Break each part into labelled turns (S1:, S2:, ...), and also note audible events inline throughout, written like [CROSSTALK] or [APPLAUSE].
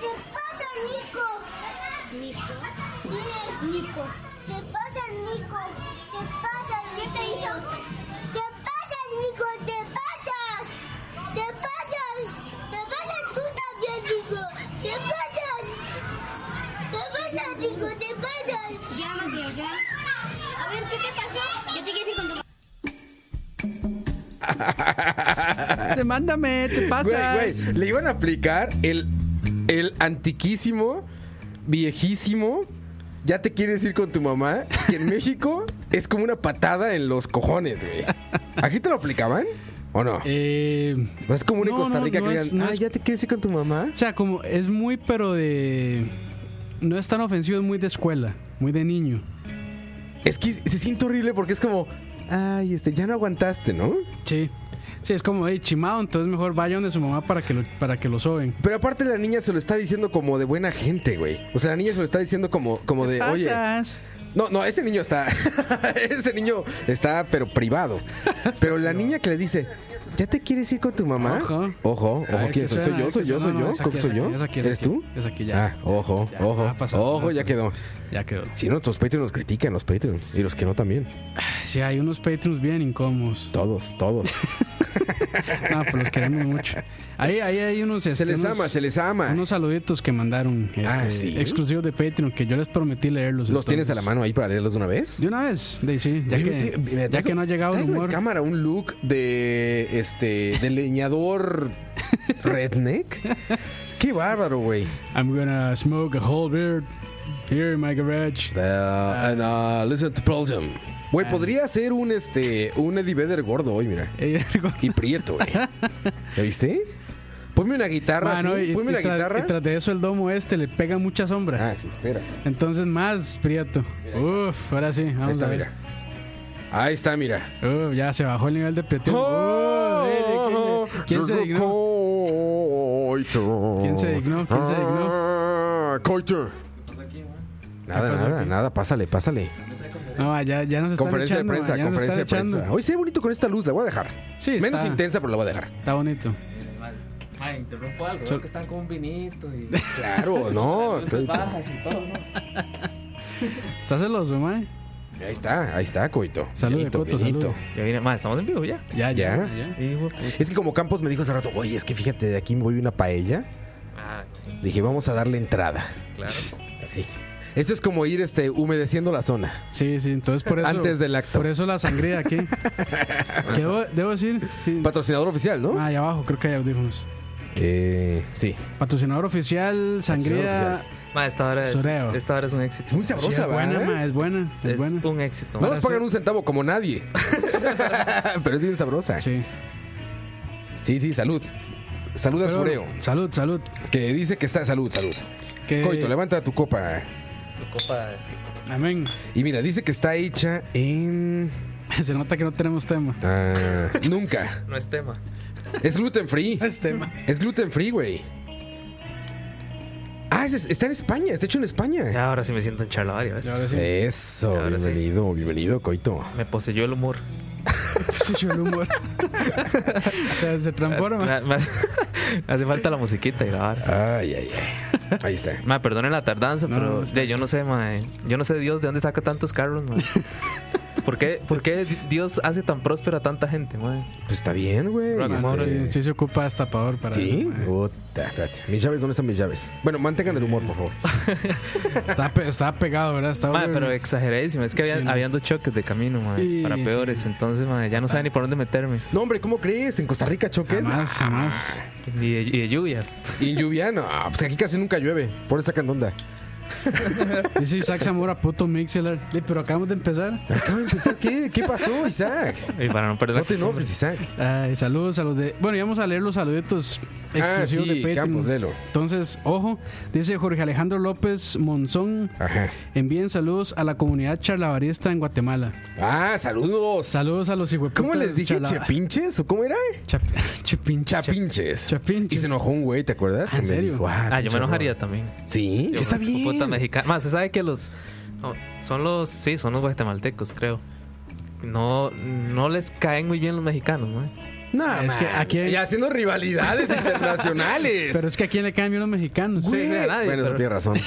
S1: Se pasa Nico. ¿Nico? Sí, Nico. Se pasa Nico. Se pasa ¿Qué te hizo? Te pasas Nico, te pasas. Te pasas. Te pasas tú también Nico. Te pasas. Te pasas Nico, te pasas.
S2: Ya, Mateo, ya. A ver, ¿qué te pasó? Yo te quise con tu mamá.
S3: [LAUGHS] Te mándame, te pasas.
S4: Güey, güey, le iban a aplicar el, el antiquísimo, viejísimo, ya te quieres ir con tu mamá, que en México es como una patada en los cojones, güey. ¿Aquí te lo aplicaban? ¿O no?
S3: Eh,
S4: No es común en
S3: no,
S4: Costa
S3: no,
S4: Rica
S3: no
S4: que
S3: es-
S4: digan,
S3: no
S4: ah,
S3: es-
S4: ya te quieres ir con tu mamá.
S3: o sea, como es muy, pero de. No es tan ofensivo, es muy de escuela, muy de niño.
S4: Es que se siente horrible porque es como, ay, este, ya no aguantaste, ¿no?
S3: Sí. Sí, es como, hey, chimado, entonces mejor vayan de su mamá para que lo, para que lo soben.
S4: Pero aparte la niña se lo está diciendo como de buena gente, güey. O sea, la niña se lo está diciendo como, como de, Eh, oye,
S3: Pasas.
S4: No, no, ese niño está. [LAUGHS] ese niño está, pero privado. Pero
S3: [LAUGHS]
S4: la niña que le dice, ¿ya te quieres ir con tu mamá?
S3: Ojo.
S4: Ojo, ojo,
S3: Ay,
S4: ¿quién
S3: que
S4: soy? ¿Soy
S3: suena,
S4: yo?
S3: que
S4: ¿Soy yo? ¿Soy
S3: suena, no,
S4: yo?
S3: es aquí,
S4: ¿Cómo
S3: es
S4: soy yo?
S3: aquí, es aquí, es
S4: ¿Eres
S3: aquí,
S4: tú?
S3: es aquí, ya.
S4: Ah, ojo,
S3: Ya,
S4: ojo.
S3: ya pasó,
S4: ojo, ya
S3: ya pasó.
S4: quedó.
S3: Ya quedó.
S4: Si nuestros Patreons nos critican, los Patreons. Y los que no también.
S3: Sí, hay unos Patreons bien incómodos.
S4: Todos, todos.
S3: No, pues los queremos mucho. Ahí, ahí hay unos.
S4: se les ama, se les ama.
S3: Unos saluditos que mandaron este,
S4: Ah, ¿sí?
S3: exclusivos de Patreon que yo les prometí leerlos.
S4: ¿Los tienes a la mano ahí para leerlos de una vez?
S3: De una vez, de- sí, ya,
S4: Oye,
S3: que,
S4: te- mira,
S3: ya
S4: traigo-
S3: que no ha llegado el
S4: traigo
S3: humor.
S4: en cámara un look de este de leñador
S3: [LAUGHS]
S4: redneck. Qué bárbaro, güey.
S3: I'm gonna smoke a whole beard here in my garage.
S4: Uh,
S3: Ah.
S4: and, uh, listen to Pearl Jam. Güey, podría ser un este un Eddie Vedder gordo hoy, mira.
S3: [LAUGHS] Eh,
S4: Y prieto,
S3: [LAUGHS]
S4: güey. ¿Ya viste? Ponme una guitarra,
S3: mano,
S4: así.
S3: y,
S4: Ponme
S3: y
S4: una
S3: tras,
S4: guitarra.
S3: y tras de eso el domo este le pega mucha sombra.
S4: Ah, sí, espera.
S3: Entonces más prieto. Uf, ahora sí,
S4: Ahí
S3: vamos
S4: está,
S3: a ver.
S4: mira. Ahí está, mira.
S3: Uf, ya se bajó el nivel de prieto.
S4: Oh,
S3: ¿Quién se dignó?
S4: Coito.
S3: ¿Quién se dignó? ¿Quién se dignó?
S4: Ah, coito. Nada,
S3: pasó
S4: nada,
S3: aquí?
S4: nada, pásale, pásale.
S3: No, ya, ya nos están
S4: Conferencia de
S3: echando,
S4: prensa,
S3: ya nos
S4: conferencia de
S3: están echando.
S4: prensa. Hoy se ve bonito con esta luz, la voy a dejar.
S3: Sí,
S4: Menos
S3: está-
S4: intensa, pero la voy a dejar.
S3: Está bonito.
S5: Ay, interrumpo algo,
S3: Sol-
S5: veo que están con un vinito [LAUGHS] y
S4: Claro,
S3: [LAUGHS]
S4: no.
S5: luces bajas y todo, ¿no?
S3: Está celoso, mae.
S4: Ahí está, ahí está, Coito.
S3: Salude,
S4: Bienito,
S3: Coto,
S4: bienito.
S3: salude.
S5: Ya viene, más, estamos en vivo ya.
S3: Ya, ya,
S4: Ya.
S3: ya.
S5: Hijo de puta.
S4: Es que como Campos me dijo hace rato, oye, es que fíjate, de aquí me voy a una paella.
S5: Ah,
S4: Dije, vamos a darle entrada.
S5: claro.
S4: Así. Esto es como ir este, humedeciendo la zona.
S3: Sí, sí, entonces
S4: [LAUGHS]
S3: por eso.
S4: Antes del acto.
S3: Por eso la sangría aquí. Que debo, debo decir? Sí.
S4: Patrocinador oficial, ¿no?
S3: Ah, ahí abajo, creo que hay audífonos.
S4: Eh, sí.
S3: Patrocinador oficial,
S4: Patrocinador
S3: sangría.
S5: Ma, esta hora es,
S3: Soreo.
S5: esta hora es un éxito.
S4: Es muy
S3: Sí,
S4: sabrosa,
S3: es buena,
S4: ¿verdad?
S3: ma, es buena, es,
S5: Es
S3: buena.
S5: un éxito.
S4: No nos pagan un centavo como nadie. [LAUGHS] Pero es bien sabrosa. Sí,
S3: Sí.
S4: sí, salud. Salud a
S3: Pero-
S4: Sureo,
S3: salud, salud.
S4: que dice que está salud, salud.
S3: Que-
S4: Coito, levanta tu copa.
S5: Tu copa de-
S3: Amén. [LAUGHS]
S4: Y mira, dice que está hecha en...
S3: Se nota que no tenemos tema.
S4: ah, [LAUGHS] nunca.
S5: no es tema.
S4: Es gluten free.
S3: Es tema.
S4: Es gluten free, güey. Ah, es- está en España, está hecho en España.
S5: Ya ahora sí me siento en charlavaria, ¿ves?
S3: Ya, ahora sí.
S4: Eso,
S5: Ahora sí.
S4: bienvenido, bienvenido, Coito.
S5: Me poseyó el humor.
S3: [LAUGHS] Se echó el humor. O sea, se transforma.
S5: [LAUGHS] Me- me- hace falta la musiquita y la vara.
S4: Ay, ay, ay. Ahí está.
S5: Ma, perdonen la tardanza,
S3: No,
S5: pero
S3: está [LAUGHS]
S5: de, yo no sé, ma, yo no sé Dios de dónde saca tantos carros, ma. ¿Por qué, por qué Dios hace tan próspera a tanta gente, mae?
S4: Pues está bien, güey.
S5: Bueno,
S4: Este,
S3: Mauro, sí, sí se ocupa destapador para.
S4: ¿Sí?
S3: mae.
S4: Puta, espérate. Mis llaves, ¿dónde están mis llaves? Bueno, mantengan el humor, por favor.
S3: Está, pe- está pegado, ¿verdad? Está
S5: Mae,
S3: horrible.
S5: pero exageradísimo. Es que habían,
S3: Sí.
S5: habían dos choques de camino, mae,
S3: Sí,
S5: para peores.
S3: sí.
S5: Entonces, mae, ya no sabía ni por dónde meterme.
S4: No, hombre, ¿cómo crees? En Costa Rica choques.
S3: Jamás, jamás.
S5: Y de, y de lluvia.
S4: Y en lluvia, no. Pues aquí casi nunca llueve. Por eso sacan de onda.
S3: Dice Isaac Zamora, puto Mixelar. Eh, pero acabamos de empezar.
S4: Acabo de empezar. ¿Qué, ¿Qué pasó, Isaac?
S5: Y para no perder
S4: [LAUGHS]
S5: la
S4: No te
S5: costumbre.
S4: enojes, Isaac.
S3: Ay, saludos a los de. Bueno, íbamos a leer los saluditos exclusivos
S4: Ah, sí,
S3: de Patreon.
S4: Campos, léelo.
S3: Entonces, ojo, dice Jorge Alejandro López Monzón.
S4: Ajá.
S3: Envíen saludos a la comunidad charlavarista en Guatemala.
S4: Ah, saludos.
S3: Saludos a los hijos.
S4: ¿Cómo les dije? ¿Chepinches? ¿O cómo era?
S3: [LAUGHS]
S4: Chapinches.
S3: Chapinches.
S4: Y se enojó un güey, ¿te acuerdas?
S3: Ah, ¿en
S4: me
S3: serio?
S4: dijo, ah,
S5: Ah, yo
S4: pinche
S5: me enojaría
S4: horror.
S5: también.
S4: Sí,
S5: Yo
S4: está
S5: me- Puta
S4: bien.
S5: mexicana. Más, se sabe que los. no, Son los. Sí, son los guatemaltecos, creo. No, no les caen muy bien los mexicanos, mae.
S4: No,
S3: Es que
S4: man.
S3: aquí hay-
S4: Y haciendo
S3: [LAUGHS]
S4: rivalidades internacionales.
S3: Pero es que aquí le caen bien los mexicanos.
S5: Sí, sí, a nadie,
S4: bueno,
S5: pero-
S4: tiene razón. [LAUGHS]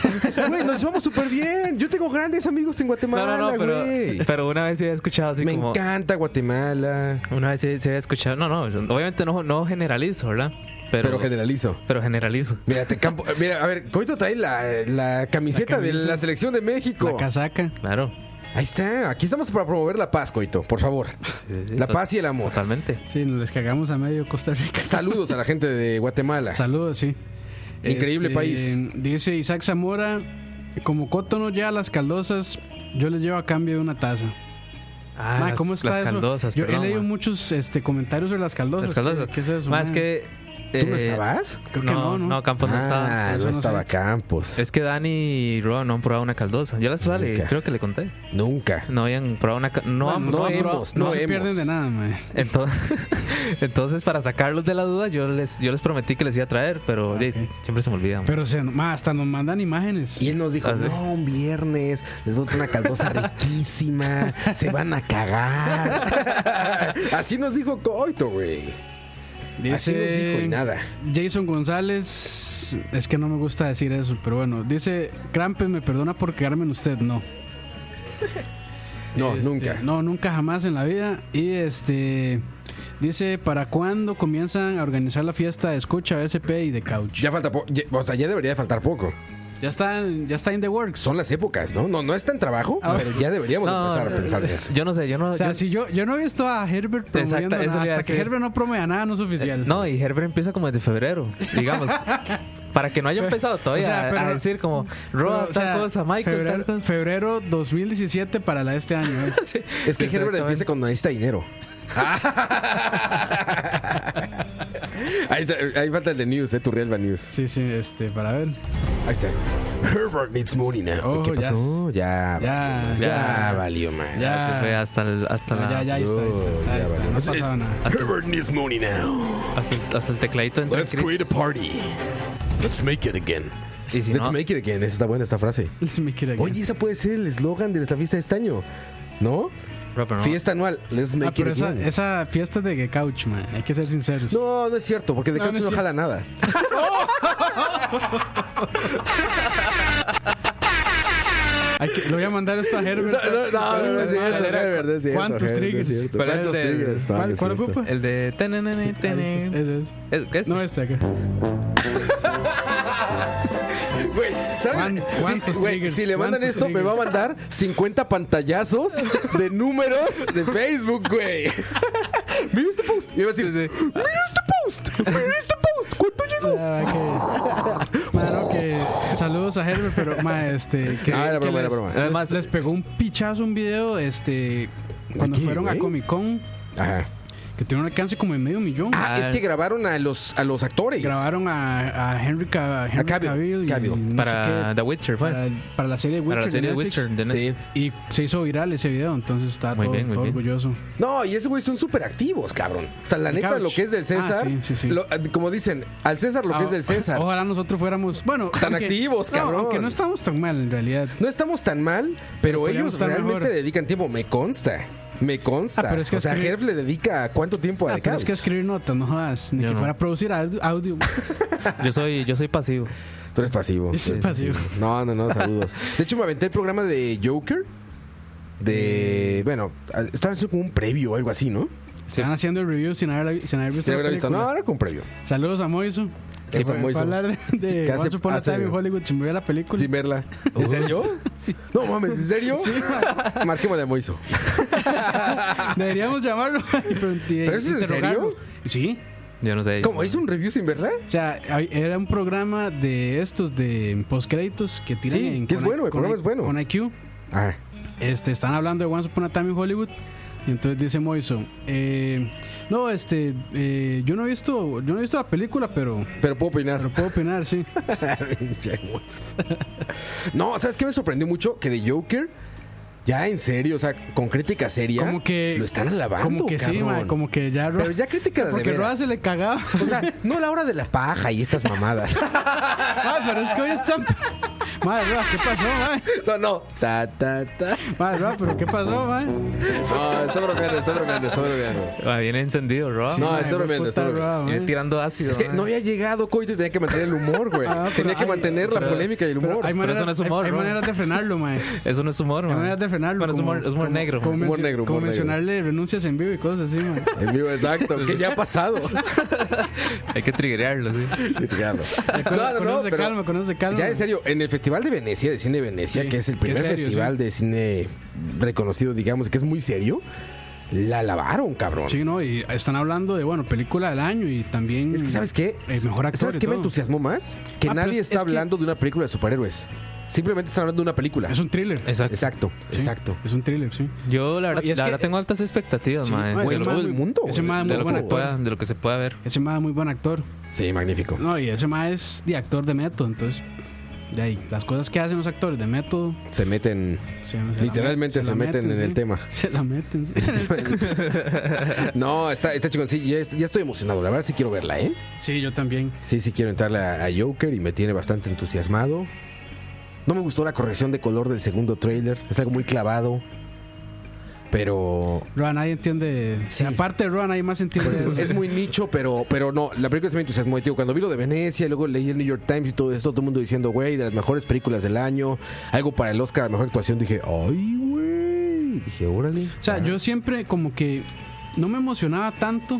S4: Güey, nos llevamos súper bien. Yo tengo grandes amigos en
S5: No,
S4: Guatemala,
S5: no, no, pero,
S4: güey.
S5: pero una vez sí había escuchado así
S4: Me
S5: como.
S4: encanta Guatemala.
S5: Una vez sí, sí había escuchado. No, no, yo- obviamente no, no generalizo, ¿verdad? Pero,
S4: Pero generalizo.
S5: pero generalizo.
S4: Mira, te campo, eh, mira, a ver, Coito trae la, la camiseta
S3: La
S4: de
S3: camisa.
S4: la selección de
S3: La
S4: México.
S3: casaca.
S5: Claro.
S4: Ahí está, aquí estamos para promover la paz, Coito, por favor.
S5: Sí, sí, sí.
S4: La
S5: To-
S4: paz y el amor.
S5: Totalmente.
S3: Sí, nos les cagamos a medio
S4: [LAUGHS]
S3: Costa Rica.
S4: Saludos a la gente de
S5: [LAUGHS]
S4: Guatemala.
S3: Saludos, sí. Este,
S4: Increíble país.
S3: Dice Isaac Zamora, como Coto no lleva las caldosas, yo les llevo a cambio de una taza.
S5: Ah,
S3: Ma,
S5: las,
S3: ¿cómo está
S5: las
S3: eso?
S5: caldosas,
S3: Yo
S5: perdón,
S3: he leído
S5: ma.
S3: muchos este, comentarios sobre las caldosas.
S5: Las caldosas.
S3: ¿Qué, qué es eso?
S5: Más
S3: ma?
S5: que.
S4: ¿Tú no
S5: eh,
S4: estabas?
S3: Creo que
S5: no,
S3: no, ¿no?
S5: no, Campos no estaba.
S4: Ah,
S3: Eso
S4: no
S3: no
S4: estaba
S3: sé.
S4: Campos.
S5: Es que Dani y Roa no han probado una caldosa. Yo las pasé, le-
S4: Nunca.
S5: creo que le conté.
S4: Nunca.
S5: No habían probado una caldosa. No,
S3: Bueno,
S5: han
S4: no
S5: probado-
S4: hemos,
S3: no,
S4: no
S3: se
S4: hemos.
S3: pierden de nada, ma.
S5: Entonces, [LAUGHS] entonces, para sacarlos de la duda, yo les, yo les prometí que les iba a traer, pero
S3: Ah,
S5: de-
S3: ok.
S5: siempre se me olvida. ma.
S3: Pero se, ma, hasta nos mandan imágenes.
S4: Y él nos dijo,
S5: Ah, sí.
S4: no, un viernes, les voy a traer una caldosa riquísima, se van a cagar. Así nos dijo Coito, güey. Así nos dijo y nada.
S3: Jason González, es que no me gusta decir eso, pero bueno, dice, Crampe, me perdona por quedarme en usted, no.
S4: No,
S3: Este,
S4: nunca.
S3: No, nunca jamás en la vida. Y este dice, ¿para cuándo comienzan a organizar la fiesta de escucha BSP y de couch?
S4: Ya falta poco, o sea, ya debería de faltar poco.
S3: Ya están, ya está in the works.
S4: Son las épocas, ¿no? No, no está en trabajo,
S3: Ah,
S4: pero ya deberíamos
S5: No,
S4: empezar a
S5: no,
S4: pensar en eso.
S5: Yo no sé, yo no.
S3: pues, o sea,
S5: yo-
S3: si yo, yo no he visto a Herbert promoviendo
S5: Exacto, eso
S3: nada.
S5: le iba a
S3: hasta que
S5: decir. Eh,
S3: Herbert no promea nada, no es oficial.
S5: No, y Herbert empieza como desde febrero,
S3: [LAUGHS]
S5: digamos. para que no haya empezado todavía
S3: o sea,
S5: a- a
S3: pero-
S5: decir como
S3: Pero,
S5: Roa,
S3: o
S5: tal
S3: sea,
S5: cosa, Michael,
S3: febrero,
S5: tal cosa.
S3: febrero 2017 para la de este año. ¿eh?
S5: Sí,
S4: Es que Herbert
S5: exactamente.
S4: empieza cuando necesita dinero. [LAUGHS] ahí, está- ahí falta el de News, eh, tu Realba News.
S3: Sí, sí, este, para ver.
S4: Ahí está. Herbert needs money now.
S3: Oh,
S4: ¿Qué
S3: ya.
S4: pasó? Ya.
S3: Ya,
S4: valió,
S3: ya.
S4: valió, man.
S3: Ya.
S5: Se fue hasta el, hasta
S3: No,
S5: la-
S3: Ah. ya, ya, ahí está, ahí está,
S4: Oh,
S3: ahí
S4: ya
S3: está,
S4: valió.
S3: no ha pasado nada. [LAUGHS]
S4: Herbert needs money now.
S5: hasta el, hasta el tecladito. entra
S4: Let's
S5: Chris.
S4: create a party. Let's make it again.
S5: Y si
S4: Let's
S5: no,
S4: make it again. Esa está buena esta frase.
S3: Se me quiere Ah,
S4: Oye, esa puede ser el eslogan de nuestra fiesta de este año. ¿No?
S5: Roa, pero no.
S4: Fiesta anual. Let's
S3: Ah,
S4: make
S3: pero
S4: it
S3: esa,
S4: again.
S3: esa fiesta es de couch, man. Hay que ser sinceros.
S4: No, no es cierto, porque de
S3: No,
S4: couch
S3: no es
S4: no,
S3: cierto.
S4: jala nada.
S3: Hay que- le voy a mandar esto a Herbert.
S4: [LAUGHS] No, no, no, no es cierto, Herbert, no es cierto,
S3: ¿Cuántos
S4: Herbert, no es
S3: triggers?
S4: cierto.
S5: ¿Cuál es
S4: ¿Cuántos
S5: el de-
S4: triggers? No,
S3: ¿Cuál-
S4: no es
S3: cuál
S4: cierto.
S3: ocupa?
S5: El de. tenenene,
S3: Ahí está,
S5: tenen.
S3: ese es.
S5: ¿Es- es-
S3: No, este acá.
S4: Güey, ¿sabes?
S3: ¿Cuán-
S4: Sí,
S3: cuántos
S4: güey,
S3: triggers?
S4: si le mandan
S3: ¿Cuántos
S4: esto, me va a mandar 50 pantallazos de números de Facebook,
S5: [LAUGHS]
S4: güey. Mira este post. Y va a decir,
S5: Sí, sí.
S4: mira este post. Mira este post. ¿Cuánto llegó?
S3: Ah, que- Claro que saludos a Herbert, pero ma, este que,
S4: Ah, era
S3: que
S4: broma, era
S3: les,
S4: broma.
S3: les-
S5: Además-
S3: les pegó un pichazo un video este cuando
S4: qué,
S3: fueron
S4: güey?
S3: a Comic Con
S4: Ajá.
S3: que tiene un alcance como de medio millón.
S4: Ah, es que grabaron a los, a los actores.
S3: Grabaron a, a Henry, Ca- a Henry
S4: Cavill,
S3: Cavill, y
S4: Cavill.
S3: no sé
S5: Para
S3: qué,
S5: The Witcher, pues. fue.
S3: para, para la serie Witcher,
S5: Para la serie
S3: de Netflix,
S5: Witcher. de Netflix.
S4: Sí.
S3: y se hizo viral ese video, entonces está
S5: Muy
S3: todo,
S5: bien, muy
S3: todo
S5: bien.
S3: orgulloso.
S4: No, y ese güey son súper activos, cabrón. O sea, la
S3: El
S4: neta,
S3: couch.
S4: lo que es del César,
S3: Ah, sí, sí, Ah, oh, sí.
S4: lo- eh, como dicen, al César lo que es del César.
S3: Ojalá nosotros fuéramos, bueno,
S4: Tan activos,
S3: no,
S4: cabrón.
S3: aunque no estamos tan mal en realidad. Ah,
S4: No estamos tan mal, pero
S3: Podríamos
S4: ellos
S3: estar
S4: realmente
S3: mejor.
S4: dedican tiempo, me consta. Me consta.
S3: Ah, pero es que
S4: o sea,
S3: escribir-
S4: Herf le dedica cuánto tiempo a
S3: Ah,
S4: The
S3: pero es que
S4: Couch?
S3: escribir notas, no jodas, ni
S5: Yo
S3: que
S5: no.
S3: fuera a producir aud- audio.
S5: Yo soy, yo soy pasivo.
S4: Tú eres pasivo.
S3: Yo soy
S4: Sí,
S3: pasivo.
S4: sí, sí. No, no, no, saludos. De hecho, me aventé el programa de Joker. de.
S3: Mm.
S4: Bueno, están haciendo como un previo o algo así, ¿no?
S3: Están haciendo el review sin haber, sin haber Pues
S4: Se
S3: visto. la
S4: habrá visto. No,
S3: película.
S4: ahora con previo.
S3: Saludos a Moiso.
S4: Sí,
S3: Que
S4: fue
S3: fue-
S4: Moiso.
S3: fue a hablar de, de
S4: Que hace-
S3: Once Upon a
S4: hace-
S3: Time in Hollywood sin ver la película.
S4: Sin verla. ¿En serio?
S3: Pues [LAUGHS] Sí.
S4: No mames, ¿en serio? Sí, Marquémosle a Moiso. [LAUGHS]
S3: Deberíamos llamarlo. y pregun- y-
S4: ¿Pero eso es en
S3: interrogarlo.
S4: serio?
S3: Sí.
S5: Yo no sé.
S4: ¿Cómo? ¿Hizo un review sin verla?
S3: O sea, hay- era un programa de estos de postcréditos que tiran
S4: Sí,
S3: en
S4: que es
S3: con-
S4: bueno, el
S3: con-
S4: programa es bueno.
S3: Con IQ.
S4: Ah,
S3: Este, están hablando de Once Upon a Time in Hollywood. Y entonces dice Moiso, eh, no, este, eh, yo no he visto, yo no he visto la película, pero,
S4: pero puedo opinar.
S3: pero puedo
S4: [LAUGHS]
S3: opinar, sí.
S4: Pinche Moiso. [LAUGHS] no, ¿sabes qué me sorprendió mucho? Que de Joker, ya en serio, o sea, con crítica seria,
S3: Como que-
S4: lo están alabando.
S3: Como que sí,
S4: cabrón.
S3: ma, como que ya, Ro-
S4: Pero ya crítica de
S3: [LAUGHS] porque
S4: veras.
S3: Roa se
S4: [LAUGHS]
S3: le cagaba.
S4: O sea, no la hora de la paja y estas
S3: [LAUGHS]
S4: mamadas. [LAUGHS]
S3: Ay, pero es que hoy están, madre, Roa, ¿qué pasó, ma?
S4: No, no. Ta, ta, ta.
S3: Madre, Roa, pero ¿qué pasó, ma?
S4: No, está bromeando, está bromeando, está bromeando.
S5: Ah, viene encendido, Rob.
S3: Sí,
S4: No,
S3: ma,
S4: estoy
S3: hijo de
S4: bromeando,
S3: puta,
S4: estoy bromeando.
S3: Roa, ma.
S5: Viene tirando ácido.
S4: Es que no había llegado Coito y tenía que mantener el humor, güey.
S3: Ah, pero
S4: tenía que
S3: hay-
S4: mantener la
S5: pero-
S4: polémica y el
S3: Pero
S4: humor.
S3: hay
S5: Pero
S3: maneras,
S5: eso no es
S3: hay-
S5: humor,
S3: hay
S5: Ro.
S3: maneras de frenarlo, ma.
S5: Eso no es humor,
S3: Hay
S5: man.
S3: maneras de frenarlo.
S5: Bueno, es humor, es humor
S3: como-
S5: negro.
S3: Como,
S4: Humor
S3: mencio-
S4: negro, humor
S3: como
S4: negro.
S3: mencionarle renuncias en vivo y cosas
S4: [LAUGHS]
S3: así, man.
S4: En vivo, exacto. Que ya ha pasado.
S3: [LAUGHS]
S5: Hay que triggerearlo, sí.
S4: Claro.
S3: Con,
S4: No, no,
S3: con
S4: no.
S3: eso se
S4: pero
S3: calma, con eso se calma.
S4: ya en serio, en el Festival de Venecia, de Cine Venecia,
S3: Sí,
S4: que es el
S3: qué
S4: primer
S3: serio,
S4: festival de cine reconocido, digamos, que es muy serio, la lavaron, cabrón.
S3: Sí, no, y están hablando de, bueno, película del año y también.
S4: Es que, ¿sabes qué?
S3: El mejor actor.
S4: ¿Sabes
S3: y
S4: qué me
S3: todo.
S4: entusiasmó más? Que
S3: Ah, pero
S4: nadie
S3: es-
S4: está
S3: es que-
S4: hablando de una película de superhéroes. Simplemente están hablando de una película.
S3: Es un thriller.
S5: Exacto.
S4: Exacto,
S3: Sí,
S4: exacto.
S3: Es un thriller, sí.
S5: Yo, la verdad,
S3: Y es
S5: la
S3: que-
S5: verdad tengo altas expectativas,
S3: Sí,
S5: man,
S3: ma,
S5: de,
S3: ese
S4: bueno,
S3: ma
S5: lo,
S4: todo
S3: es
S4: el
S3: muy-
S4: mundo,
S3: Ese ma es
S5: de
S3: muy
S5: lo que
S3: buen
S5: se
S3: actor.
S5: pueda, de lo que se pueda ver.
S3: Ese ma es muy buen actor.
S4: Sí, magnífico.
S3: No, y ese ma es de actor de método, entonces. De ahí, las cosas que hacen los actores de método.
S4: Se
S3: [LAUGHS]
S4: meten. [LAUGHS]
S3: se- se la
S4: Literalmente se
S3: la
S4: meten en el tema.
S3: [LAUGHS] Se la meten. sí.
S4: No, está, está chingón. Sí, ya, est- ya estoy emocionado. La verdad, sí quiero verla, ¿eh?
S3: Sí, yo también.
S4: Sí, sí quiero entrarle a, a Joker y me tiene bastante entusiasmado. No me gustó la corrección de color del segundo trailer. Es algo muy clavado. Pero.
S3: Roa, nadie entiende.
S4: Sí.
S3: Aparte de Roa, nadie más entiende.
S4: [LAUGHS] Es,
S3: [LAUGHS] eso.
S4: es muy nicho, pero, pero no, la película se me entusiasmó. Y, tío, cuando vi lo de Venecia, y luego leí el New York Times y todo esto, todo el mundo diciendo, güey, de las mejores películas del año, algo para el Oscar, la mejor actuación, dije, ay, güey. Dije, órale.
S3: O sea, yo siempre como que no me emocionaba tanto,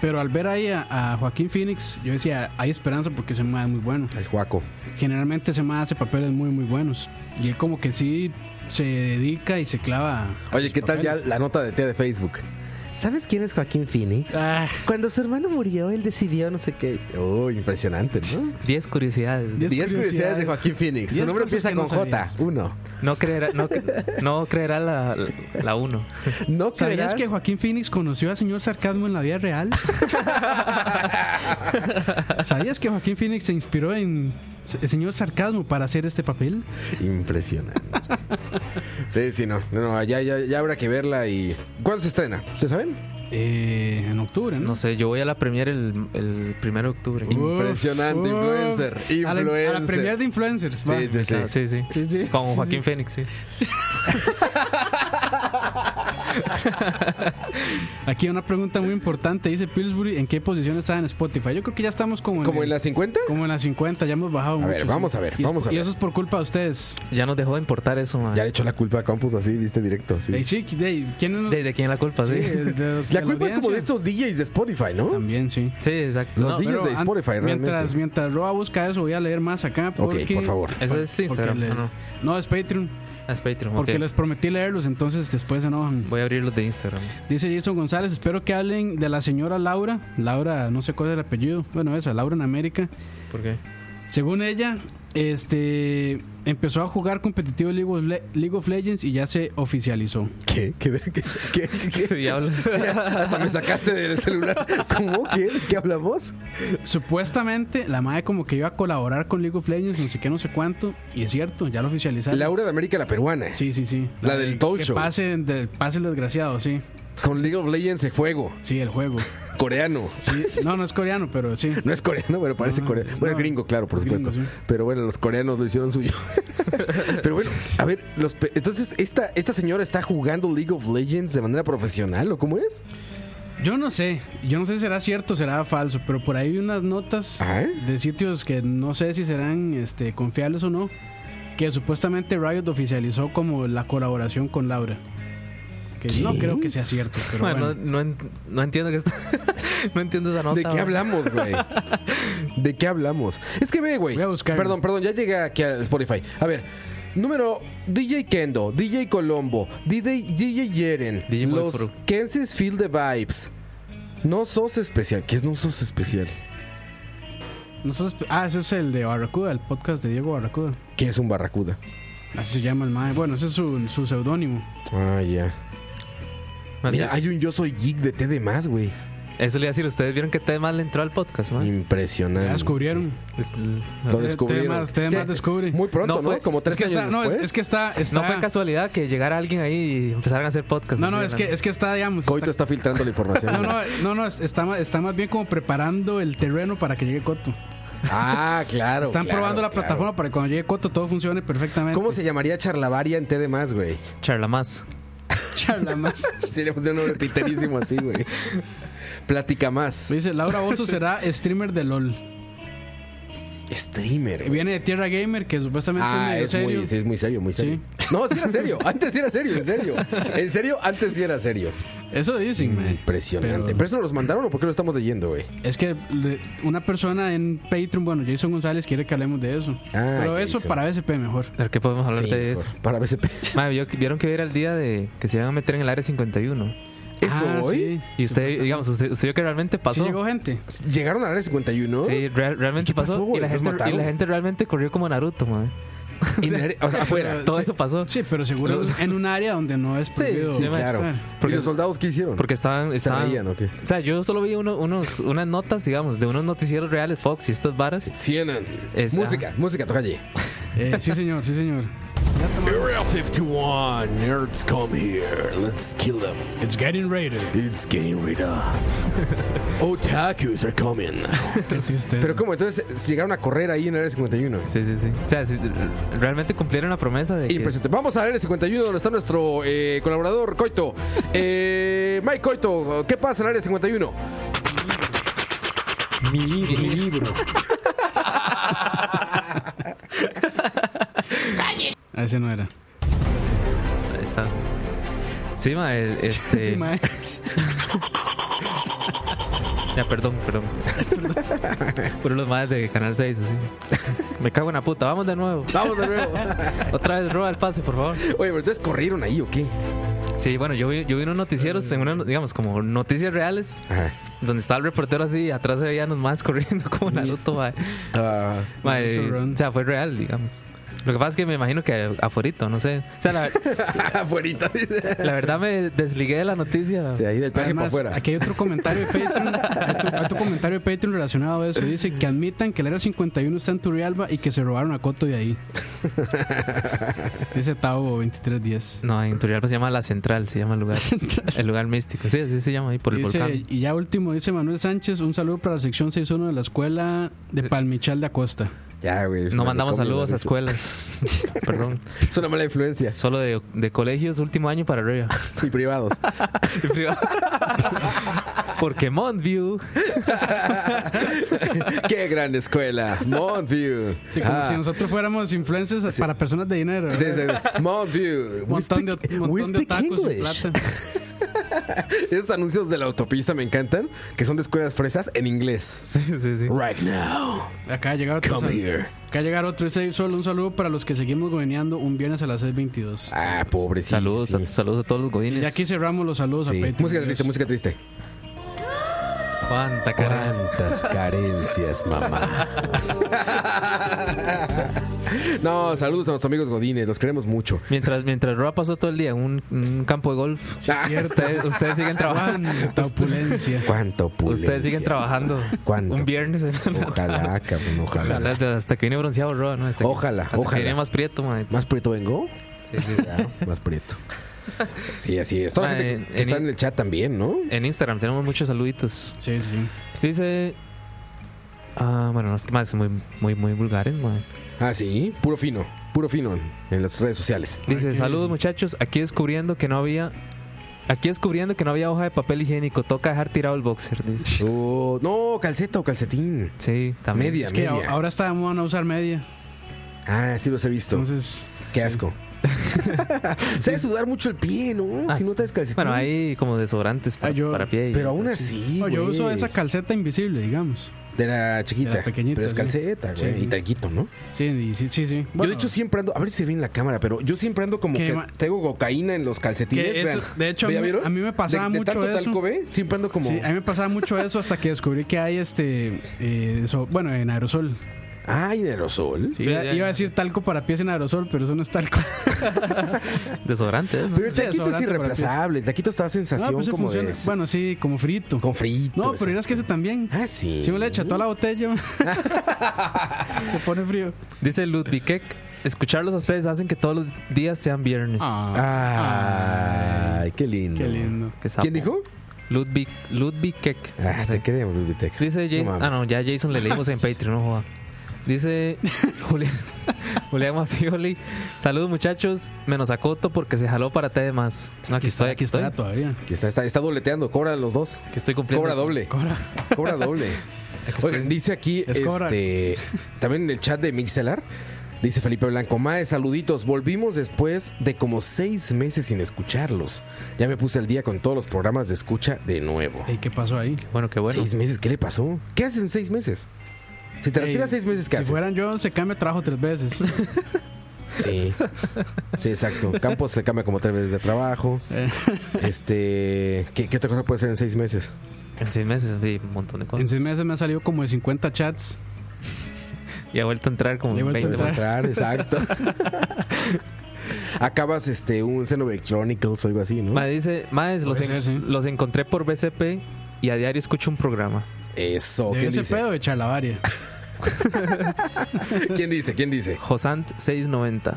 S3: pero al ver ahí a, a Joaquín Phoenix, yo decía, hay esperanza porque ese mae es muy bueno.
S4: El Juaco.
S3: Generalmente ese mae hace papeles muy, muy buenos. Y él como que sí se dedica y se clava. a
S4: Oye,
S3: sus
S4: ¿qué tal ya
S3: papeles.
S4: la nota de tía de Facebook? ¿Sabes quién es Joaquín Phoenix?
S3: Ah,
S4: Cuando su hermano murió, él decidió no sé qué. Oh, impresionante, ¿no?
S5: 10 curiosidades.
S3: Diez
S4: 10 curiosidades de Joaquín Phoenix. Su
S3: Diez
S4: nombre
S3: cosas
S4: empieza
S3: que no
S4: con J.
S3: sabías.
S4: Uno.
S5: No creerá, no, no creerá la, la uno.
S4: No
S3: ¿Sabías
S4: creerás
S3: que Joaquín Phoenix conoció a señor Sarcasmo en la vida
S4: [LAUGHS]
S3: real? ¿Sabías que Joaquín Phoenix se inspiró en el señor Sarcasmo para hacer este papel?
S4: Impresionante. sí, sí, no. No, no, ya, ya, ya habrá que verla y. ¿Cuándo se estrena? ¿Ustedes saben?
S3: Eh, en octubre, ¿no?
S5: No sé, yo voy a la premier el, el 1 de octubre.
S4: Uh, Impresionante, influencer,
S3: A la, a la
S4: influencer.
S3: premier de influencers. va.
S4: Sí, sí, sí.
S5: Ah, sí, sí.
S3: Sí, sí.
S5: Con
S3: Sí, sí.
S5: Joaquín Fénix, sí.
S3: Aquí hay una pregunta muy importante. Dice Pillsbury, ¿en qué posición está en Spotify? Yo creo que ya estamos como en,
S4: ¿Como en
S3: el-
S4: las 50?
S3: como en las 50, ya hemos bajado mucho,
S4: ver,
S3: sí.
S4: vamos a ver,
S3: Y es-
S4: vamos a
S3: Y
S4: ver.
S3: eso es por culpa de ustedes.
S5: Ya nos dejó de importar eso, man.
S4: Ya le echó la culpa a Campus así, viste directo. sí.
S3: Ey, sí, de- ¿quién es?
S5: ¿De, de quién la culpa? Sí.
S3: sí, de- de los-
S4: La
S3: de
S4: culpa es como de
S3: audiencia?
S4: estos DJs de Spotify, ¿no?
S3: También, sí.
S5: [LAUGHS] Sí, exacto.
S4: Los
S5: No,
S4: DJs
S3: Pero
S4: de
S3: an-
S4: Spotify,
S3: mientras,
S4: realmente.
S3: mientras Roa busca eso, voy a leer más acá. Porque,
S4: Ok, por favor.
S5: Eso es
S3: porque
S5: Instagram.
S3: les-
S5: ah,
S3: no.
S5: no.
S3: es Patreon.
S5: Es Patreon.
S3: Porque
S5: ok.
S3: les prometí leerlos, entonces después se enojan.
S5: Voy a abrir los de Instagram.
S3: Dice Jason González, espero que hablen de la señora Laura. Laura, no sé cuál es el apellido. Bueno, esa, Laura en América.
S5: ¿Por qué?
S3: Según ella, este empezó a jugar competitivo League of, Le- League of Legends y ya se oficializó.
S4: ¿Qué? ¿Qué? ver- ¿Qué? ¿Qué? ¿Qué?
S3: [LAUGHS]
S5: ¿Qué
S4: ¿Qué?
S5: [LAUGHS] diablos?
S4: Hasta me sacaste del celular. ¿Cómo? ¿Qué? ¿De qué hablamos?
S3: Supuestamente la madre como que iba a colaborar con League of Legends, no sé qué, no sé cuánto. Y es cierto, ya lo oficializaron.
S4: Laura de América la Peruana.
S3: Sí, sí, sí.
S4: La del
S3: de-
S4: talk
S3: que
S4: show.
S3: Pase, del pase el desgraciado, sí.
S4: Con League of Legends en juego.
S3: Sí, el juego.
S4: Coreano.
S3: Sí. No, no es coreano, pero sí.
S4: No es coreano, pero parece
S3: Ah, No,
S4: coreano. Bueno,
S3: no,
S4: gringo, claro, por
S3: es
S4: supuesto.
S3: gringo, sí.
S4: Pero bueno, los coreanos lo hicieron
S3: [LAUGHS]
S4: suyo. pero bueno, a ver, los pe- entonces, esta, ¿esta señora está jugando League of Legends de manera profesional o cómo es?
S3: Yo no sé, yo no sé si será cierto o será falso, pero por ahí vi unas notas
S4: Ajá.
S3: de sitios que no sé si serán este, confiables o no, que supuestamente Riot oficializó como la colaboración con Laura. que no creo que sea cierto, pero
S5: Bueno,
S3: bueno.
S5: no, en- no entiendo que está. [LAUGHS] no entiendo esa nota.
S4: ¿De qué
S5: güey.
S4: hablamos,
S3: [LAUGHS]
S4: güey? ¿De qué hablamos? Es que ve, güey.
S3: Voy a buscar.
S4: Perdón, perdón, ya llegué aquí al Spotify. A ver, número DJ Kendo, DJ Colombo, DJ, DJ Yeren,
S5: DJ
S4: los
S5: Moifru.
S4: Kensis Feel the Vibes. No sos especial. ¿Qué es no sos especial?
S3: Nosotros- ah, ese es el de Barracuda, el podcast de Diego Barracuda.
S4: ¿Qué es un barracuda?
S3: Así se llama el mae. Bueno, ese es su, su seudónimo.
S4: Ah, ya.
S5: Más
S4: Mira,
S5: bien,
S4: hay un Yo Soy Geek de T de más, güey.
S5: Eso le iba a decir, ustedes vieron que Tedman le entró al podcast,
S3: Ah.
S5: man.
S3: Ya
S4: Impresionante.
S3: descubrieron.
S5: Es-
S4: Eh, Lo
S5: no, sé,
S4: descubrieron.
S3: Temas- temas
S4: Sí,
S3: descubre.
S4: Muy pronto,
S5: No
S4: ¿no?
S5: fue-
S4: Como tres
S3: es que
S4: años
S3: está, no, es,
S4: después.
S3: es que está, está
S5: no fue casualidad que llegara alguien ahí y empezaran a hacer podcast.
S3: Ah. No, no,
S5: así
S3: es
S5: de
S3: que
S5: la-
S3: es que está, digamos,
S4: Coito
S3: está-
S4: está filtrando la información.
S3: no,
S4: güey.
S3: no, no, no, es- está, ma- está más bien como preparando el terreno para que llegue Coto.
S4: Ah, claro.
S3: eh. Están
S4: claro,
S3: probando la
S4: claro.
S3: plataforma para que cuando llegue Coto todo funcione perfectamente.
S4: ¿Cómo
S3: [LAUGHS]
S4: se llamaría charlavaria en T de más, güey?
S5: Charla más.
S3: charla más?
S4: Sería un nombre piterísimo así, güey. Plática más.
S3: Dice Laura Bozo será streamer de LOL.
S4: Streamer. güey.
S3: Viene de Tierra Gamer, que supuestamente es
S4: Ah,
S3: medio
S4: es
S3: serio.
S4: muy, sí, es muy serio, muy serio. No, sí era serio. Antes sí era serio, en serio. En serio, antes sí era serio.
S3: Eso dicen, mae.
S4: Impresionante. Pero,
S3: Pero-
S4: eso nos los mandaron o por qué lo estamos leyendo, güey.
S3: Es que le- una persona en Patreon, bueno, Jason González quiere que hablemos de eso.
S4: Ah,
S3: Pero eso
S4: Jason.
S3: para BSP mejor.
S5: ¿De qué podemos hablar
S4: Sí,
S5: de
S4: por-
S5: eso?
S4: Para BCP.
S5: [LAUGHS] Madre, vio- vieron que hoy era el día de que se iban a meter en el área 51.
S4: ¿Eso
S3: Ah,
S4: hoy?
S3: sí.
S5: Y usted, digamos, usted, usted vio que realmente
S3: ¿Sí
S5: pasó.
S3: llegó gente?
S4: ¿Llegaron al área 51?
S5: Sí, real- realmente
S4: ¿Y qué pasó,
S5: pasó. y,
S4: güey?
S5: la
S4: ¿Los
S5: gente, y
S4: mataron?
S5: la gente realmente corrió como Naruto, madre.
S4: [LAUGHS] En el área- o sea, afuera.
S5: [LAUGHS] Todo
S3: Sí.
S5: eso pasó.
S3: Sí, pero seguro
S5: Los-
S3: en un área donde no es
S5: Sí,
S3: prohibido.
S5: sí, mae.
S4: Claro.
S5: Porque-
S4: ¿Y los soldados qué hicieron?
S5: Porque estaban.
S4: ¿Se
S5: estaban
S4: reían o qué?
S5: o sea, yo solo vi uno- unos, unas notas, digamos, de unos noticieros reales, Fox y estas varas.
S4: CNN.
S5: Es- ah.
S4: música, música, toca allí.
S3: Eh, sí, señor, sí, señor. Ya tomamos-
S4: Area 51, nerds come here. Let's kill them.
S3: It's getting rated.
S4: It's getting rid
S3: [LAUGHS]
S4: of. Otakus are coming.
S3: Qué tristeza.
S4: Pero como entonces se llegaron a correr ahí en el área 51.
S5: Sí, sí, sí. O sea, sí, realmente cumplieron la promesa de. que-
S4: Impresionante. Vamos al área 51 donde está nuestro eh, colaborador Coito.
S5: [LAUGHS]
S4: Eh, Mike Coito, ¿qué pasa en el área 51? Mi libro, mi libro.
S3: Ah, ese no era.
S5: Ahí está. Sí, ma, el-
S4: [LAUGHS]
S5: este.
S3: Sí, mae.
S5: Ya, perdón, perdón. Por los madres de Canal 6, así. Me cago en la puta. Vamos de nuevo.
S4: Vamos de
S5: [LAUGHS]
S4: nuevo.
S5: Otra vez, roba el pase, por favor.
S4: Oye, pero entonces corrieron ahí o qué?
S5: Sí, bueno, yo vi, yo vi unos noticieros, en una- digamos, como noticias reales,
S4: Ajá.
S5: donde estaba el reportero así, y atrás se veían los más [LAUGHS] corriendo como Naruto, mae. [LAUGHS]
S4: Ah,
S5: Mae,
S3: Naruto Run.
S5: O sea, fue real, digamos. Lo que pasa es que me imagino que aforito, no sé. O sea, la,
S4: afuerita. dice.
S5: la verdad me desligué de la noticia.
S4: Sí, ahí del peaje para
S3: Además,
S4: afuera.
S3: aquí hay otro comentario de Patreon. hay otro- hay otro comentario de Patreon relacionado a eso. Dice que admitan que el era 51 está en Turrialba y que se robaron a Coto de ahí. Dice Tavo 2310.
S5: No, en Turrialba se llama La Central, se llama el lugar. El lugar místico. Sí, así se llama ahí por el
S3: Dice-
S5: volcán.
S3: y ya último, dice Manuel Sánchez, un saludo para la sección 6.1 de la escuela de Palmichal de Acosta.
S4: Ya, güey.
S5: No
S4: me
S5: mandamos
S4: comí la
S5: saludos a
S4: risa.
S5: escuelas. Perdón.
S4: Es una mala influencia.
S5: Solo de, de colegios, último año
S4: [LAUGHS]
S5: para arriba.
S4: Y privados.
S5: De privado. [LAUGHS] Porque Montview.
S4: Qué gran escuela. Montview.
S3: Sí, como
S4: Ah.
S3: si nosotros fuéramos influencers para personas de dinero.
S4: Sí, sí, sí. Montview.
S3: Un montón de, un
S4: we
S3: montón de
S4: speak
S3: tacos y
S4: English.
S3: plata.
S4: Esos anuncios de la autopista me encantan, que son de escuelas fresas en inglés.
S5: Sí, sí, sí.
S4: Right now.
S3: Acá de llegar otro.
S4: Come
S3: sal-
S4: here.
S3: Acá de llegar otro. Dice solo un saludo para los que seguimos goberneando un viernes a las 6.22.
S4: Ah, pobre. sí,
S5: saludos,
S4: sí,
S5: a, saludos a todos los
S3: Y
S5: godines.
S3: aquí cerramos los saludos
S4: sí.
S3: a Patreon.
S4: Música triste,
S3: Adiós.
S4: música triste.
S5: Cuánta cara.
S4: [LAUGHS] Cuántas carencias, mamá. no, saludos a nuestros amigos Godines, los queremos mucho.
S5: Mientras, mientras Roa pasó todo el día en un, un campo de golf,
S4: Sí, es cierto.
S5: ustedes, ustedes siguen trabajando.
S3: Cuánta opulencia.
S4: [LAUGHS] Cuánto opulencia.
S5: Ustedes siguen trabajando
S4: ¿Cuánto?
S5: un viernes. en-
S4: Ojalá, cabrón, ojalá.
S5: Hasta, hasta que viene bronceado Roa, ¿no? Hasta que-
S4: Ojalá,
S5: hasta
S4: ojalá.
S5: que viene más prieto, man.
S4: ¿Más prieto vengo?
S5: Sí, sí.
S4: Claro, [LAUGHS] más prieto. Sí, así es. Toda la
S5: Ah,
S4: gente
S5: en-
S4: que está
S5: en-
S4: en el chat también, ¿no?
S5: En Instagram tenemos muchos saluditos.
S3: Sí, sí.
S5: Dice. Ah, bueno, no es que más muy, muy, muy vulgares, man.
S4: Ah, sí, puro fino, puro fino en- en las redes
S3: [LAUGHS]
S4: sociales.
S5: Dice, saludos muchachos, aquí descubriendo que no había. Aquí descubriendo que no había hoja de papel higiénico, toca dejar tirado el boxer, dice.
S4: Oh, no, calceta o calcetín.
S5: Sí, también.
S4: Media,
S3: Es que
S4: media.
S3: a- ahora está de moda no usar media.
S4: Ah, sí los he visto.
S3: Entonces, [LAUGHS]
S4: Qué asco. Se debe sudar mucho el pie, ¿no?
S5: Ah,
S4: si no te calcetín.
S5: Bueno, hay como desodorantes para,
S3: Ah, yo-
S5: para pie. y-
S4: Pero aún así,
S3: No, yo
S4: güey.
S3: uso esa calceta invisible, digamos.
S4: De la chiquita.
S3: De la pequeñita,
S4: pero es
S3: sí.
S4: calceta,
S3: Sí,
S4: güey.
S3: sí.
S4: Y taquito, ¿no?
S3: Sí, y sí, sí. sí.
S4: yo, de hecho, siempre ando. A ver si se ve en la cámara, pero yo siempre ando como
S3: Que
S4: que
S3: ma-
S4: tengo cocaína en los calcetines.
S3: Que eso-
S4: vean.
S3: de hecho, a
S4: ¿Ya
S3: mí-
S4: vieron?
S3: a mí me pasaba
S4: De- de
S3: mucho
S4: tanto
S3: eso.
S4: talco, ve, siempre ando como.
S3: Sí, a mí me pasaba mucho eso hasta que descubrí que hay este. eh, eso- bueno, en aerosol.
S4: Ay, en aerosol.
S3: Sí,
S5: Sí,
S3: iba,
S5: ya,
S3: iba
S5: ya.
S3: a decir talco para pies en aerosol, pero eso no
S4: [LAUGHS]
S3: es talco.
S5: Desodorante, ¿eh?
S4: Pero el
S3: Sí,
S4: taquito es
S3: desodorante para
S4: irreemplazable. El taquito está sensación
S3: No, pues sí
S4: como
S3: funciona.
S4: de.
S3: Bueno, sí, como frito.
S4: con frito.
S3: no, pero
S4: ese.
S3: dirás que ese también.
S4: Ah, sí.
S3: Si uno le echa toda la botella, [LAUGHS] se pone frío.
S5: Dice Ludwig Escucharlos a ustedes hacen que todos los días sean viernes.
S3: Ah,
S4: Ay, qué lindo.
S3: Qué lindo.
S5: Qué sapo.
S4: ¿Quién dijo?
S5: Ludwig, Ludwig Keck.
S4: Ah,
S5: No sé.
S4: te queremos, biblioteca.
S5: Dice Jason. ah, no, ya Jason le leímos en Patreon, no joda.
S3: [LAUGHS]
S5: Dice Julián, Julián Mafioli. Saludos, muchachos. Menos a Coto porque se jaló para té de más. No, aquí estoy, aquí estoy.
S3: Está todavía.
S4: Está, está, está dobleteando, cobra los dos.
S5: Aquí estoy cumpliendo.
S4: Cobra doble.
S3: Cobra.
S4: Cobra
S3: [LAUGHS]
S4: doble. Oigan, dice aquí,
S3: Es cobra.
S4: este, también en el chat de Mixelar, dice Felipe Blanco, Mae, saluditos, volvimos después de como seis meses sin escucharlos. Ya me puse al día con todos los programas de escucha de nuevo.
S3: Ey, ¿Qué pasó ahí?
S5: Bueno, qué bueno.
S4: Seis meses, ¿qué le pasó? ¿Qué haces en seis meses? Si te
S3: Ey,
S4: retiras seis meses, ¿qué
S3: Si
S4: haces?
S3: fueran yo, se cambia trabajo tres veces.
S4: Sí. Sí, exacto. Campos se cambia como tres veces de trabajo.
S3: [LAUGHS] Eh.
S4: Este, ¿qué, qué otra cosa puede ser en seis meses?
S5: En seis meses vi un montón de
S3: en
S5: cosas.
S3: seis meses me han salido como de 50 chats.
S5: Y ha vuelto a entrar como
S3: Le he vuelto a
S5: 20.
S3: entrar. [LAUGHS]
S4: Entrar, exacto. Acabas este un Xenoblade Chronicles o algo así, ¿no?
S5: Mae dice, Maes, los,
S3: Puede
S5: en-
S3: ser, sí.
S5: los encontré por BCP y a diario escucho un programa.
S4: Eso,
S3: De
S4: ¿quién
S3: ese
S4: dice?
S3: pedo de charlavaria.
S4: ¿Quién dice? ¿Quién dice?
S5: Josant 690.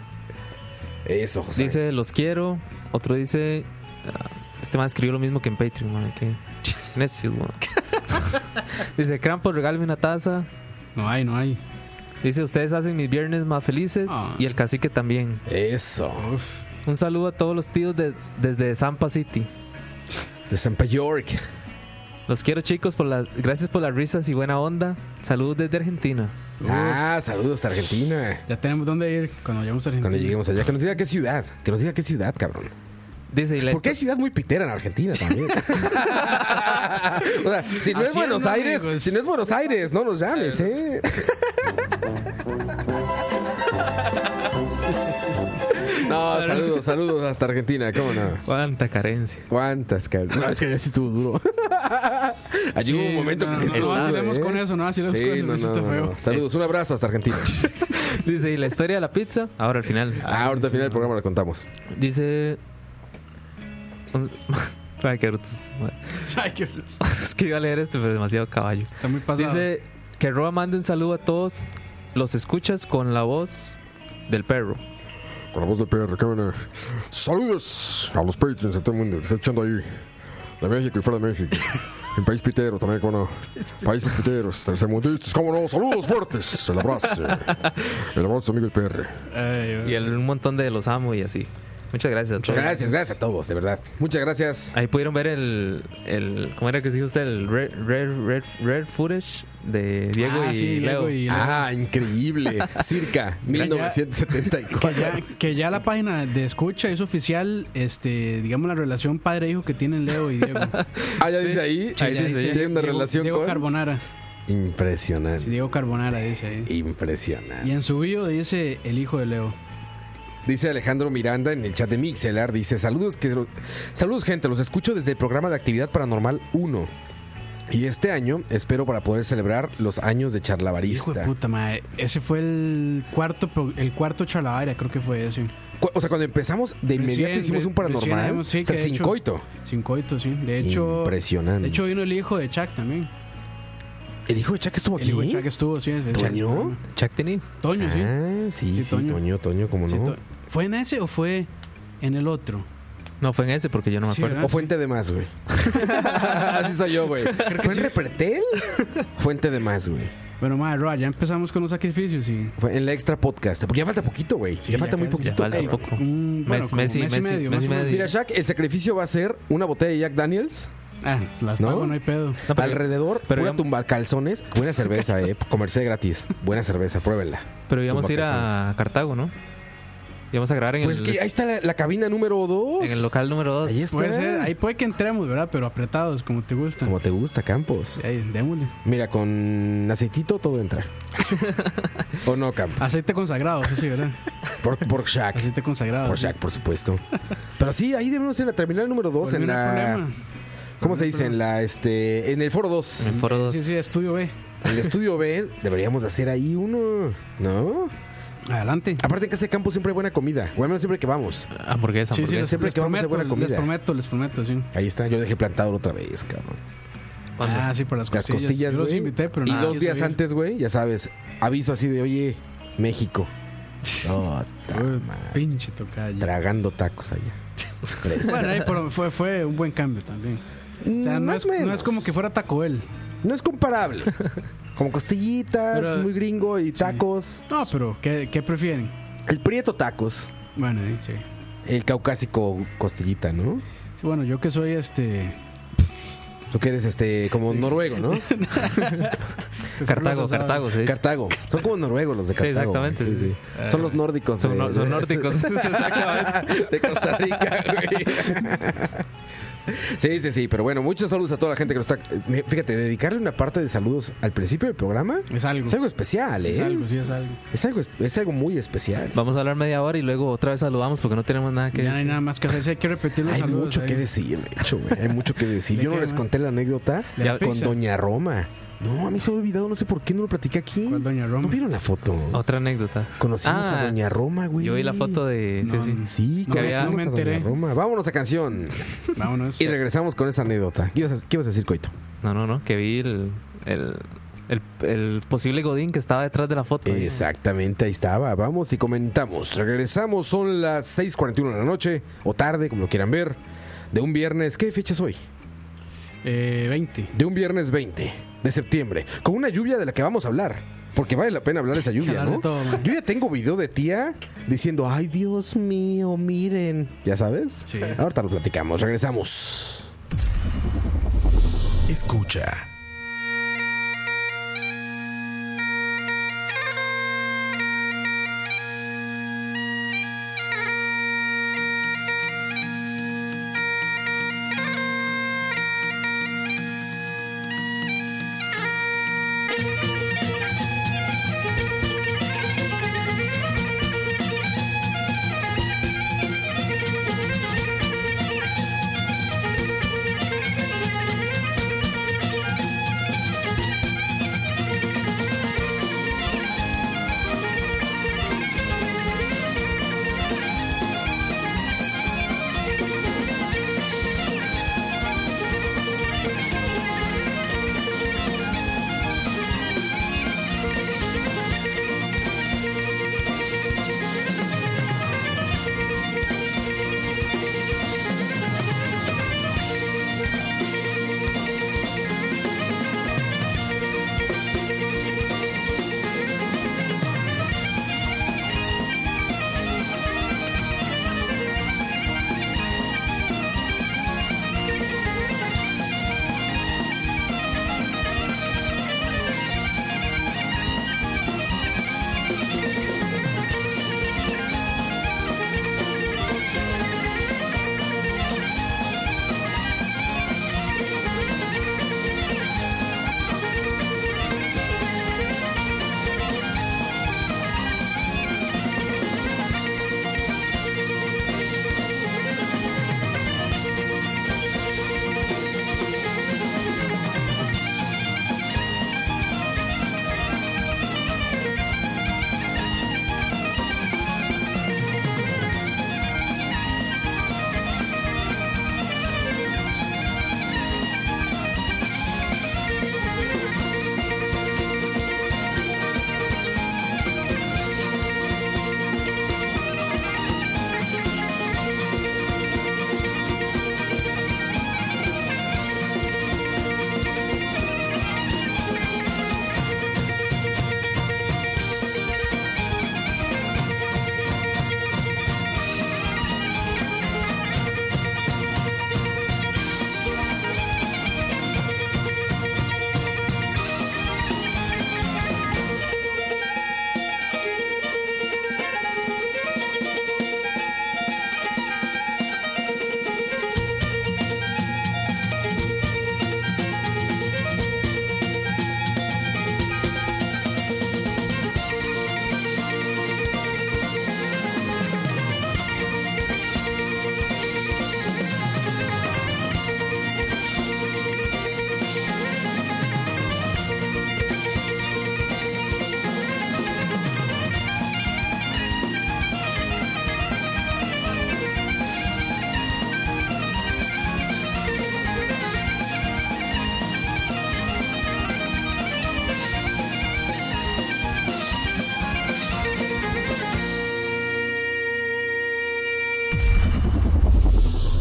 S4: Eso, José.
S5: Dice, los quiero. Otro dice, ah, este más escribió lo mismo que en Patreon, man.
S3: [LAUGHS]
S5: Que necios, man. dice, Krampus, regálame una taza.
S3: No hay, no hay.
S5: Dice, ustedes hacen mis viernes más felices
S3: Ah.
S5: y el cacique también.
S4: Eso.
S3: Uf.
S5: Un saludo a todos los tíos de- desde Zampa City.
S4: De Sampa York.
S5: Los quiero chicos, por las, gracias por las risas y buena onda. Saludos desde Argentina.
S4: Ah, saludos a Argentina.
S3: Ya tenemos dónde ir cuando lleguemos a Argentina.
S4: Cuando lleguemos allá, que nos diga qué ciudad. Que nos diga qué ciudad, cabrón.
S5: Dice, y la
S3: Este
S4: Porque hay
S5: esto-
S4: ciudad muy pitera en Argentina también.
S3: [LAUGHS]
S4: [LAUGHS] o sea, si no
S3: Así
S4: es
S3: es,
S4: Buenos
S3: ¿no,
S4: Aires,
S3: amigos?
S4: si no es Buenos Aires, no nos llames, ¿eh? [LAUGHS] no, saludos, saludos hasta Argentina, ¿cómo no?
S5: cuánta carencia.
S4: ¿Cuántas, cabrón? No, es que allá sí estuvo
S3: [LAUGHS]
S4: duro. Allí
S3: Sí,
S4: hubo un momento
S3: no,
S4: que sí
S3: no, no,
S4: estuvo
S3: no
S4: duro,
S3: vacilemos
S4: ¿eh?
S3: con eso, no vacilemos
S4: Sí,
S3: con eso,
S4: no,
S3: eso
S4: no,
S3: está
S4: no,
S3: feo.
S4: no. Saludos, un abrazo hasta
S3: [LAUGHS]
S4: Argentina.
S5: Dice, y la historia de la pizza. Ahora al final.
S4: Ah, ahorita al final del programa la contamos.
S5: Dice. [LAUGHS] un- Ay, qué brutos.
S3: Ay, qué-
S5: [LAUGHS] Es que iba a leer este, pero demasiado caballo.
S3: Está muy pasado.
S5: Dice que Roa mande un saludo a todos los escuchas con la voz del perro.
S6: Con la voz del PR, Cámara. Saludos a los Patreons de todo el mundo que está echando ahí. De México y fuera de México. En país pitero también, cómo no. Países piteros, tercermundistas, cómo no. Saludos fuertes. El abrazo. El abrazo, amigo del PR.
S3: Ay,
S5: Y el- un montón de los amo y así. Muchas gracias. a todos.
S4: Gracias, gracias a todos, de verdad. Muchas gracias.
S5: Ahí pudieron ver el, el ¿cómo era que se dijo usted? El red, red, red, red footage de Diego
S3: Ah,
S5: y
S3: sí,
S5: Leo.
S3: Diego y Leo.
S4: Ah, increíble. Circa
S3: que
S4: 1974.
S3: ya, que ya la página de escucha es oficial, este, digamos la relación padre-hijo que tienen Leo
S4: [LAUGHS]
S3: y Diego.
S4: Ah, ya dice ahí.
S3: Sí,
S4: ahí
S3: ya
S4: dice,
S3: dice,
S4: tiene una
S3: Diego-
S4: relación
S3: Diego
S4: con.
S3: Carbonara. Sí,
S4: Impresionante.
S3: Diego Carbonara dice ahí. Y
S4: Impresionante.
S3: en su bio dice el hijo de Leo.
S4: Dice Alejandro Miranda en el chat de Mixelar. Dice: Saludos, que saludos, gente. Los escucho desde el programa de Actividad Paranormal 1. Y este año espero para poder celebrar los años de
S3: Hijo de
S4: charlabarista.
S3: puta madre. Ese fue el cuarto pro- el cuarto chalabaria, creo que fue ese.
S4: Cu- O sea, cuando empezamos, de inmediato
S3: Recién,
S4: hicimos
S3: re-
S4: un paranormal.
S3: recién, sí,
S4: o sea,
S3: que de
S4: sin
S3: hecho-
S4: coito.
S3: Sin coito, sí. De hecho,
S4: Impresionante.
S3: de hecho vino el hijo de Chuck también.
S4: el hijo de Chuck estuvo
S3: El hijo de
S4: aquí.
S3: Chuck estuvo, sí. ese-
S4: ¿Toño?
S5: Chuck Tini.
S3: Toño, sí.
S4: Ah, sí, sí,
S3: Sí, Toño.
S4: Toño, Toño, como
S3: Sí,
S4: no.
S3: to- ¿Fue en ese o fue en el otro?
S5: No fue en ese porque yo no me
S3: Ah, Sí,
S5: acuerdo.
S3: ¿verdad?
S4: O Fuente de Más, güey. [LAUGHS] Así soy yo, güey. ¿Fue en Repertel? Fuente de Más, güey.
S3: Bueno, madre, Roa, ya empezamos con los sacrificios y.
S4: Fue en la extra podcast. Porque ya falta poquito, güey.
S3: Sí,
S4: ya,
S3: ya
S4: falta muy
S3: casi,
S5: Ya
S4: poquito.
S5: falta
S3: Ey,
S5: poco.
S3: un- Mm, bueno,
S5: Messi,
S3: como
S5: Messi,
S3: mes y
S5: Messi,
S3: medio,
S5: Messi,
S3: más o
S5: medio.
S4: Mira, Shaq, el sacrificio va a ser una botella de Jack Daniels.
S3: Ah, las
S4: ¿No?
S3: pago, no hay pedo.
S5: No, pero-
S4: alrededor,
S5: pero
S4: pura
S5: digamos-
S4: tumbar calzones. Buena
S5: [LAUGHS]
S4: cerveza, eh. Comercial gratis. Buena cerveza, pruébenla.
S5: Pero íbamos a ir
S4: Tumba
S5: a Cartago, ¿no? Y vamos a grabar en,
S4: Pues
S5: el,
S4: que ahí está la, la cabina número 2.
S5: en el local número 2.
S4: Ahí está.
S3: Puede ser, ahí puede que entremos, ¿verdad? Pero apretados, como te gusta.
S4: Como te gusta, Campos.
S3: Ahí, démosle.
S4: Mira, con aceitito todo
S5: [LAUGHS]
S4: entra. ¿O no, Campos?
S3: Aceite consagrado, eso sí, ¿verdad?
S4: Por, por Shaq.
S3: Aceite consagrado.
S4: Por
S3: sí.
S4: Shaq, por supuesto. Pero sí, ahí debemos en la terminal número 2,
S3: Por
S4: en
S3: mí no hay
S4: la...
S3: problema.
S4: ¿Cómo se dice? En la, este... En el foro 2.
S5: En el foro 2.
S3: Sí, sí, estudio B.
S4: En el estudio B deberíamos hacer ahí uno, ¿no?
S3: Adelante.
S4: Aparte en casa de campo siempre hay buena comida. O al menos siempre que vamos.
S5: Hamburguesa, hamburguesa.
S3: Sí, sí, les,
S4: siempre
S3: les
S4: que vamos a
S3: prometo,
S4: buena comida.
S3: les prometo, les prometo, sí.
S4: Ahí está, yo dejé plantado otra vez, cabrón.
S5: ¿Cuándo?
S3: Ah, sí, para las
S4: Las
S3: costillas.
S4: costillas,
S3: Yo los
S4: güey.
S3: invité, pero
S4: Y
S3: nada,
S4: dos
S3: quiso
S4: días
S3: ir.
S4: antes, güey, ya sabes, aviso así de, oye,
S3: [LAUGHS]
S4: México. Otra
S3: Uy,
S4: Ah, madre.
S3: pinche tocayo.
S4: Tragando tacos allá. Fresco.
S3: Bueno, ahí, pero fue, fue un buen cambio también. [LAUGHS] O sea, no,
S4: Mm, Más
S3: es,
S4: o menos.
S3: no es como que fuera Taco Bell.
S4: No es
S3: [LAUGHS]
S4: comparable. Como costillitas,
S3: Pero-
S4: muy gringo y tacos.
S3: No, pero ¿qué, qué prefieren?
S4: El prieto tacos.
S3: Bueno, eh, sí.
S4: El caucásico costillita, ¿no?
S3: Sí, Bueno, yo que soy este.
S4: Tú que eres este, como noruego, ¿no?
S5: Cartago,
S3: pues, los asados.
S5: Cartago, sí.
S4: Cartago. Son como noruegos los de
S5: Sí,
S4: Cartago. güey.
S5: exactamente.
S4: Sí, sí. Son los nórdicos.
S5: Son,
S4: de-
S5: no- son
S4: de-
S3: [LAUGHS]
S5: nórdicos. Sí, exactamente.
S4: [LAUGHS] de Costa Rica, güey. Sí, sí, sí, pero bueno, muchos saludos a toda la gente que nos está. Fíjate, dedicarle una parte de saludos al principio del programa
S3: Es algo.
S4: es algo especial, ¿eh?
S3: Es algo, sí, es algo.
S4: Es algo, es algo muy especial.
S5: Vamos a hablar media hora y luego otra vez saludamos porque no tenemos nada que
S3: Ya no hay
S5: decir.
S3: nada más que hacer. Sí, hay que repetir los
S4: Hay
S3: saludos.
S4: mucho
S3: ahí.
S4: que decir, de hecho, güey. Hay mucho que decir.
S3: ¿De
S4: Yo no
S3: qué,
S4: les
S3: man?
S4: conté la anécdota
S3: De
S5: Ya,
S3: la
S4: con
S3: pizza.
S4: Doña Roma. No, a mí se me ha olvidado, no sé por qué no lo platiqué aquí.
S3: ¿Cuál Doña Roma?
S4: ¿No vieron la foto?
S5: Otra anécdota.
S4: Conocimos
S5: Oh, Ah,
S4: a Doña Roma, güey.
S5: Yo vi la foto de. Sí,
S3: No,
S5: sí.
S3: no.
S4: Sí,
S3: No,
S4: que
S5: no
S4: había.
S3: me enteré.
S4: Roma. Vámonos a canción.
S3: Vámonos.
S4: [LAUGHS] Y regresamos con esa anécdota. ¿Qué ibas a, qué ibas a decir, Coito?
S5: No, no, no. Que vi el, el, el, el posible Godín que estaba detrás de la foto. ahí.
S4: Exactamente, ahí estaba. Vamos y comentamos. Regresamos, son las 6:41 de la noche, o tarde, como lo quieran ver, de un viernes. ¿Qué fecha es hoy?
S3: Eh, 20.
S4: De un viernes 20 de septiembre, con una lluvia de la que vamos a hablar. Porque vale la pena hablar esa lluvia,
S3: hablar de
S4: ¿no?
S3: todo, man.
S4: Yo ya tengo video de tía diciendo, ay Dios mío, miren. ¿Ya sabes?
S3: Sí.
S4: Ahorita lo platicamos, regresamos.
S7: Escucha.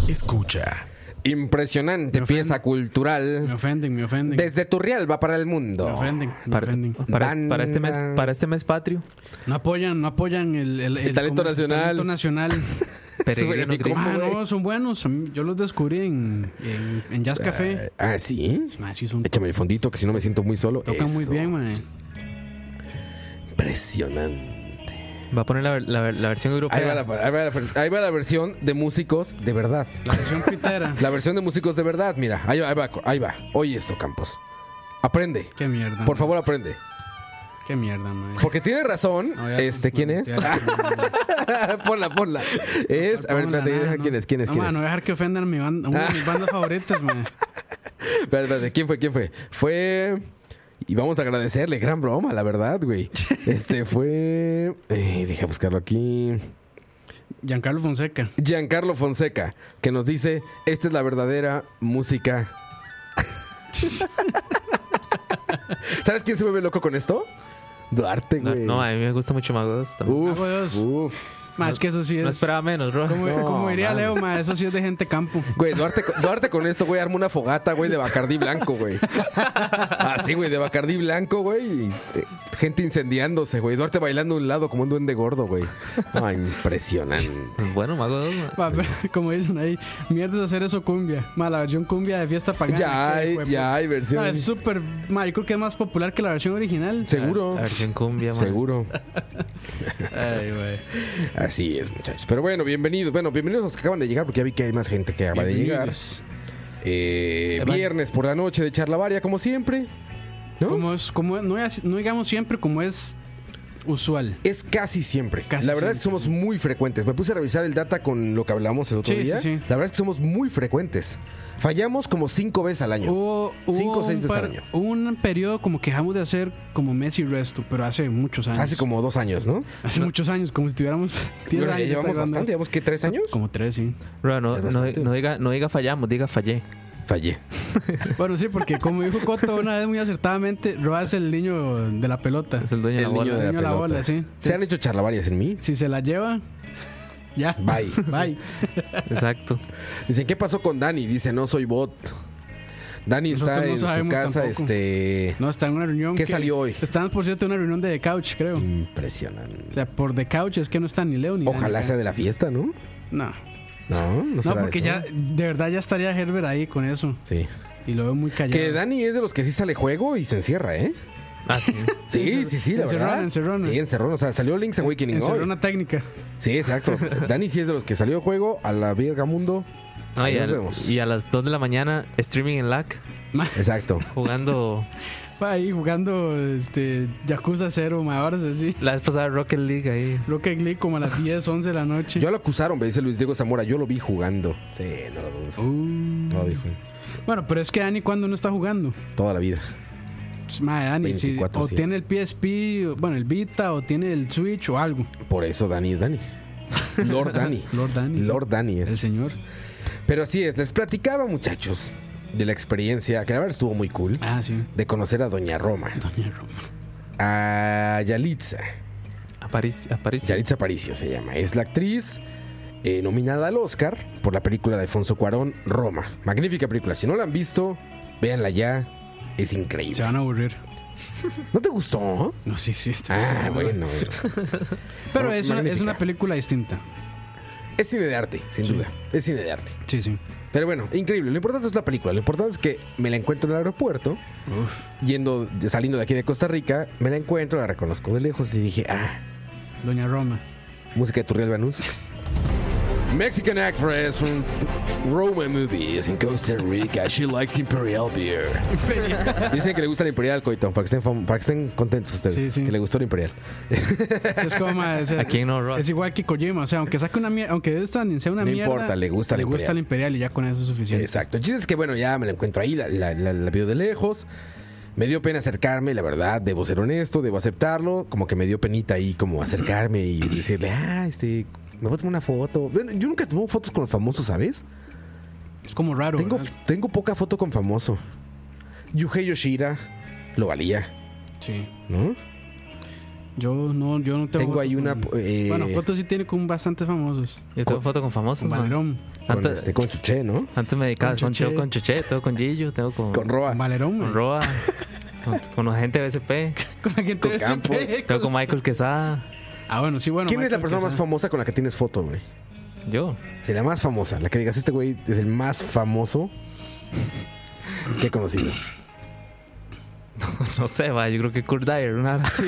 S7: escucha.
S4: Impresionante
S3: Me ofende.
S4: pieza
S3: Me
S4: cultural.
S3: ofenden, me ofenden.
S4: Desde Turrialba para el
S3: Me
S4: mundo.
S3: ofenden, me
S5: Para,
S3: ofenden.
S5: para es- para este mes,
S4: Banda.
S5: para este mes patrio.
S3: No apoyan, no apoyan el, el, el-
S4: talento
S3: ¿cómo es? El
S4: nacional. [LAUGHS]
S3: talento nacional.
S5: Peregrino
S4: épico.
S5: gris.
S3: Ah,
S4: güey.
S3: no, son buenos. A mí- Yo los descubrí en, en, en Jazz Café.
S4: Ah, sí.
S3: Ah, sí, son-
S4: Échame el fondito que si no me siento muy solo.
S3: tocan muy
S4: Eso.
S3: bien, mae.
S4: Impresionante.
S5: Va a poner la, ver- la ver- la versión europea.
S4: Ahí va, la, ahí va la- ahí va la versión de músicos de verdad.
S3: La versión
S4: [LAUGHS]
S3: pitera.
S4: La versión de músicos de verdad, mira. Ahí va, ahí va, ahí va. Oye esto, Campos. Aprende.
S3: Qué mierda.
S4: Por favor, aprende.
S3: Qué mierda, mae.
S4: Porque tiene razón.
S3: No, ya-
S4: este, ¿quién es?
S3: ya-
S4: [LAUGHS] ponla, ponla. Es. Pues, A ver,
S3: Ponla,
S4: espérate,
S3: nada,
S4: deja
S3: no.
S4: quién es, quién es,
S3: No,
S4: quién
S3: mae,
S4: es.
S3: no voy a dejar que ofendan a mi banda, una
S4: [LAUGHS]
S3: de mis bandas favoritas, mae.
S4: Espérate, espérate, ¿quién fue? ¿Quién fue? Fue. Y vamos a agradecerle, gran broma, la verdad,
S5: [LAUGHS]
S4: güey. Este fue. Eh, deja buscarlo aquí.
S3: Giancarlo Fonseca.
S4: Giancarlo Fonseca, que nos dice: Esta es la verdadera música. [LAUGHS] ¿Sabes quién se vuelve loco con esto? Duarte,
S5: No,
S4: güey.
S5: no, a mí me gusta mucho Magos también.
S3: Ah, güey, es-
S4: Uf, uf.
S3: Mae, es que eso sí es.
S5: no esperaba menos, bro.
S3: como,
S4: No,
S3: como diría
S4: mames.
S3: Leo, mae, eso sí es de gente campo.
S4: Güey, Duarte, Duarte con esto, güey, arma una fogata, güey, de Bacardí blanco, güey. Así, güey, de Bacardí blanco, güey. y, eh, gente incendiándose, güey. Duarte bailando a un lado como un duende gordo, güey. Ah, impresionante.
S5: Bueno, Magos.
S3: Mae, [LAUGHS] pero como dicen ahí, mierda es hacer eso cumbia. Mae, la versión cumbia de fiesta pagana.
S4: Ya
S3: qué
S4: hay,
S3: hijo de
S4: ya hay
S3: No, es
S4: versiones.
S3: súper. ma, Yo creo que es más popular que la versión original.
S4: Seguro.
S5: La, la versión cumbia, man.
S4: Seguro.
S3: Ay, güey.
S4: Así es, muchachos. Pero bueno, bienvenidos. Bueno, bienvenidos a los que acaban de llegar, porque ya vi que hay más gente que acaba de llegar.
S3: Bienvenidos.
S4: Eh,
S5: Eh, vale.
S4: viernes por la noche de charla varia, como siempre. ¿No?
S3: Como es, como es- no, es- no digamos siempre como es usual.
S4: Es casi siempre.
S3: Casi
S4: la verdad
S3: siempre,
S4: es que somos muy frecuentes. Me puse a revisar el data con lo que hablamos el otro
S3: Sí, sí,
S4: día.
S3: sí.
S4: La verdad es que somos muy frecuentes. Fallamos como cinco veces al año.
S3: Hubo, hubo
S4: Cinco o seis
S3: un
S4: veces
S3: par-
S4: al año.
S3: hubo un periodo como que dejamos de hacer como Messi Resto, pero hace muchos años.
S4: Hace como dos años, ¿no?
S3: Hace muchos años, como si tuviéramos 10
S4: Bueno, ya
S3: años.
S4: llevamos
S3: está grabando
S4: bastante,
S3: esto.
S4: llevamos que tres años.
S3: Como 3, sí.
S5: Bro, no,
S4: Es
S5: no-
S4: bastante.
S5: no diga, no diga fallamos, diga fallé.
S4: Fallé.
S3: Bueno, sí, porque como dijo Coto una vez muy acertadamente, Roa es el niño de la pelota.
S5: Es el dueño de la
S4: El
S5: bola.
S4: niño
S3: El
S4: de la
S3: niño de la
S4: pelota.
S3: bola, sí.
S4: ¿Se han hecho charlavarias en mí?
S3: Si se la lleva, ya.
S4: Bye.
S3: Bye.
S5: Exacto.
S4: Dicen, ¿qué pasó con Dani? Dice, no soy bot. Dani
S3: Nosotros
S4: está
S3: no
S4: en su
S3: sabemos
S4: casa,
S3: tampoco.
S4: este.
S3: No, está en una reunión.
S4: ¿Qué
S3: que-
S4: salió hoy? Mm.
S3: Están, por cierto, en una reunión de The Couch, creo.
S4: Impresionante.
S3: O sea, por The Couch es que no está ni Leo ni
S4: Ojalá
S3: Dani,
S4: sea de la fiesta, ¿no?
S3: No,
S4: No, no
S3: no
S4: será de
S3: porque
S4: eso.
S3: ya, de verdad ya estaría Herbert ahí con eso.
S4: Sí.
S3: Y lo veo muy callado.
S4: Que Dani es de los que sí sale juego y se encierra, ¿eh?
S5: Ah, sí.
S4: Sí, sí, sí, la
S3: encerrona,
S4: verdad.
S3: encerrona.
S4: Sí, encerrón. O sea, salió Link's Awakening
S3: Encerró
S4: hoy.
S3: una técnica.
S4: Sí, exacto.
S3: [LAUGHS]
S4: Dani sí es de los que salió de juego a la verga mundo.
S5: No,
S4: Ahí
S5: y,
S4: nos
S5: al-
S4: vemos.
S5: y a las 2 de la mañana, streaming en LAC,
S3: Ma-
S4: Exacto.
S5: jugando.
S3: pa, ahí jugando este, Yakuza 0, ma, ahora sí, sí.
S5: la vez pasada Rocket League ahí.
S3: Rocket League como
S4: [LAUGHS]
S3: a las 10, 11 de la noche.
S4: Yo lo acusaron, me dice Luis Diego Zamora. Yo lo vi jugando. Sí, no lo dudo.
S3: Uh.
S4: No lo vi jugando.
S3: Bueno, pero es que Dani cuando no está jugando.
S4: Toda la vida.
S3: Pues, Ma, Dani, si-
S4: 24,
S3: o
S4: sí.
S3: tiene el PSP, o- bueno, el Vita, o tiene el Switch o algo.
S4: Por eso Dani es
S3: [LAUGHS]
S4: Dani. Lord Dani.
S3: Lord Dani.
S4: Lord Dani es.
S3: El señor.
S4: Pero así es. Les platicaba, muchachos, de la experiencia, que la verdad estuvo muy cool,
S3: Ah, sí.
S4: de conocer a Doña Roma,
S3: Doña Roma.
S4: a Yalitza.
S5: A París. A París.
S4: Yaritza Aparicio se llama. Es la actriz eh, nominada al Oscar por la película de Alfonso Cuarón, Roma. Magnífica película. Si no la han visto, véanla ya. Es
S3: Se
S4: increíble.
S3: van a aburrir.
S4: ¿No te gustó?
S3: No, sí, sí. está- sí,
S4: Ah,
S3: ma.
S4: bueno.
S3: [LAUGHS] Pero
S4: Ma-
S3: es una, es
S4: magnífica.
S3: una película distinta.
S4: Es cine de arte, sin
S3: Sí.
S4: duda. Es cine de arte.
S3: Sí, sí.
S4: Pero bueno, increíble. Lo importante es la película. Lo importante es que me la encuentro en el aeropuerto,
S3: Uf.
S4: yendo, saliendo de aquí de Costa Rica. Me la encuentro, la reconozco de lejos y dije, ah,
S3: Doña Roma.
S4: Música de Turriel Banús. Mexican actress from Roman movies in Costa Rica. She likes Imperial
S3: [LAUGHS]
S4: beer. Dicen que le gusta la Imperial, Coitón, para que estén, fam- para que estén contentos ustedes.
S3: Sí, sí.
S4: Que le gustó la Imperial.
S3: Sí, es como, ma, es-
S5: ¿A quién no, Roa?
S3: Es igual que Kojima, o sea, aunque saque una mierda, aunque esta ni sea una
S4: No
S3: mierda.
S4: importa, le gusta la
S3: le gusta
S4: Imperial.
S3: la imperial y ya con eso es suficiente.
S4: Exacto. El chiste es que, bueno, ya me la encuentro ahí, la, la- la- la veo de lejos. Me dio pena acercarme, la verdad, debo ser honesto, debo aceptarlo. Como que me dio penita ahí, como acercarme y decirle, ah, este, me voy a tomar una foto. Bueno, yo nunca tomo fotos con los famosos, ¿sabes?
S3: Es como raro.
S4: Tengo,
S3: ¿verdad?
S4: tengo poca foto con famoso. Yuhei Yoshira lo valía,
S3: Sí.
S4: ¿no?
S3: Yo no, yo no tengo.
S4: Tengo
S3: foto
S4: ahí una,
S3: con-
S4: eh,
S3: bueno, fotos sí tiene con bastantes famosos.
S5: Yo tengo foto con
S3: Con
S5: famosos. ma.
S3: Valerón.
S4: Con,
S5: Antes,
S4: este, con Chuché, ¿no?
S5: antes me dedicaba
S3: con
S5: con, tengo
S3: Chuché.
S5: con Chuché, tengo con Gillo, tengo con,
S4: Con
S5: con,
S4: Roa.
S3: Con Valerón, man.
S5: Roa, con, con la gente de BSP,
S3: Con la gente
S4: Con
S3: de
S4: Campos.
S3: SP.
S5: tengo con Michael Quesada.
S3: Ah, bueno, sí, bueno.
S4: ¿Quién es la
S3: Michael
S4: persona más
S3: Quesada.
S4: famosa con la que tienes foto, güey?
S5: Yo, [LAUGHS]
S4: Sí, la más famosa, la que digas, este güey es el más famoso que he
S3: [LAUGHS]
S4: conocido.
S5: no sé, va, yo creo que Kurt Dyer, una hora así.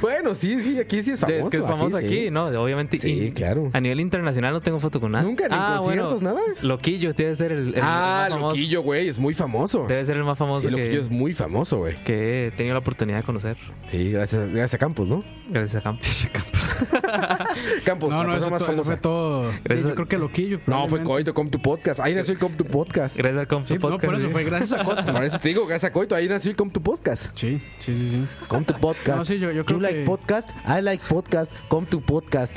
S4: bueno, sí, sí, aquí sí es famoso.
S5: es que es famoso aquí,
S4: sí.
S5: ¿no? Obviamente.
S4: Sí,
S5: in-
S4: claro.
S5: A nivel internacional no tengo foto con nadie. Ah,
S4: Nunca, ni en conciertos, nada.
S5: Loquillo debe ser el, el
S4: Ah,
S5: más famoso.
S4: Loquillo, güey, es muy famoso.
S5: Debe ser el más famoso
S4: Sí, Loquillo
S5: que,
S4: es muy famoso, güey.
S5: que he tenido la oportunidad de conocer.
S4: Sí, gracias, gracias a Campos, ¿no?
S5: Gracias a Campos.
S3: [LAUGHS]
S4: Campos,
S3: No,
S4: la
S3: no,
S4: persona
S3: eso,
S4: más
S3: to- eso
S4: famosa.
S3: fue todo.
S5: Gracias
S3: Yo
S5: a-
S3: creo que Loquillo.
S4: No, fue
S3: probablemente.
S4: Coito, Com tu podcast. Ahí nació el Com tu podcast.
S5: Gracias al Campos
S3: Sí, no, por eso fue gracias a
S4: [LAUGHS]
S3: Cota.
S4: Pues Por eso te digo, gracias a Coito, ahí nació el Com tu podcast.
S3: Sí, sí, sí, sí.
S4: Com tu podcast.
S3: No, sí, yo- yo creo
S4: you like
S3: que-
S4: podcast, I like podcast, Com tu podcast.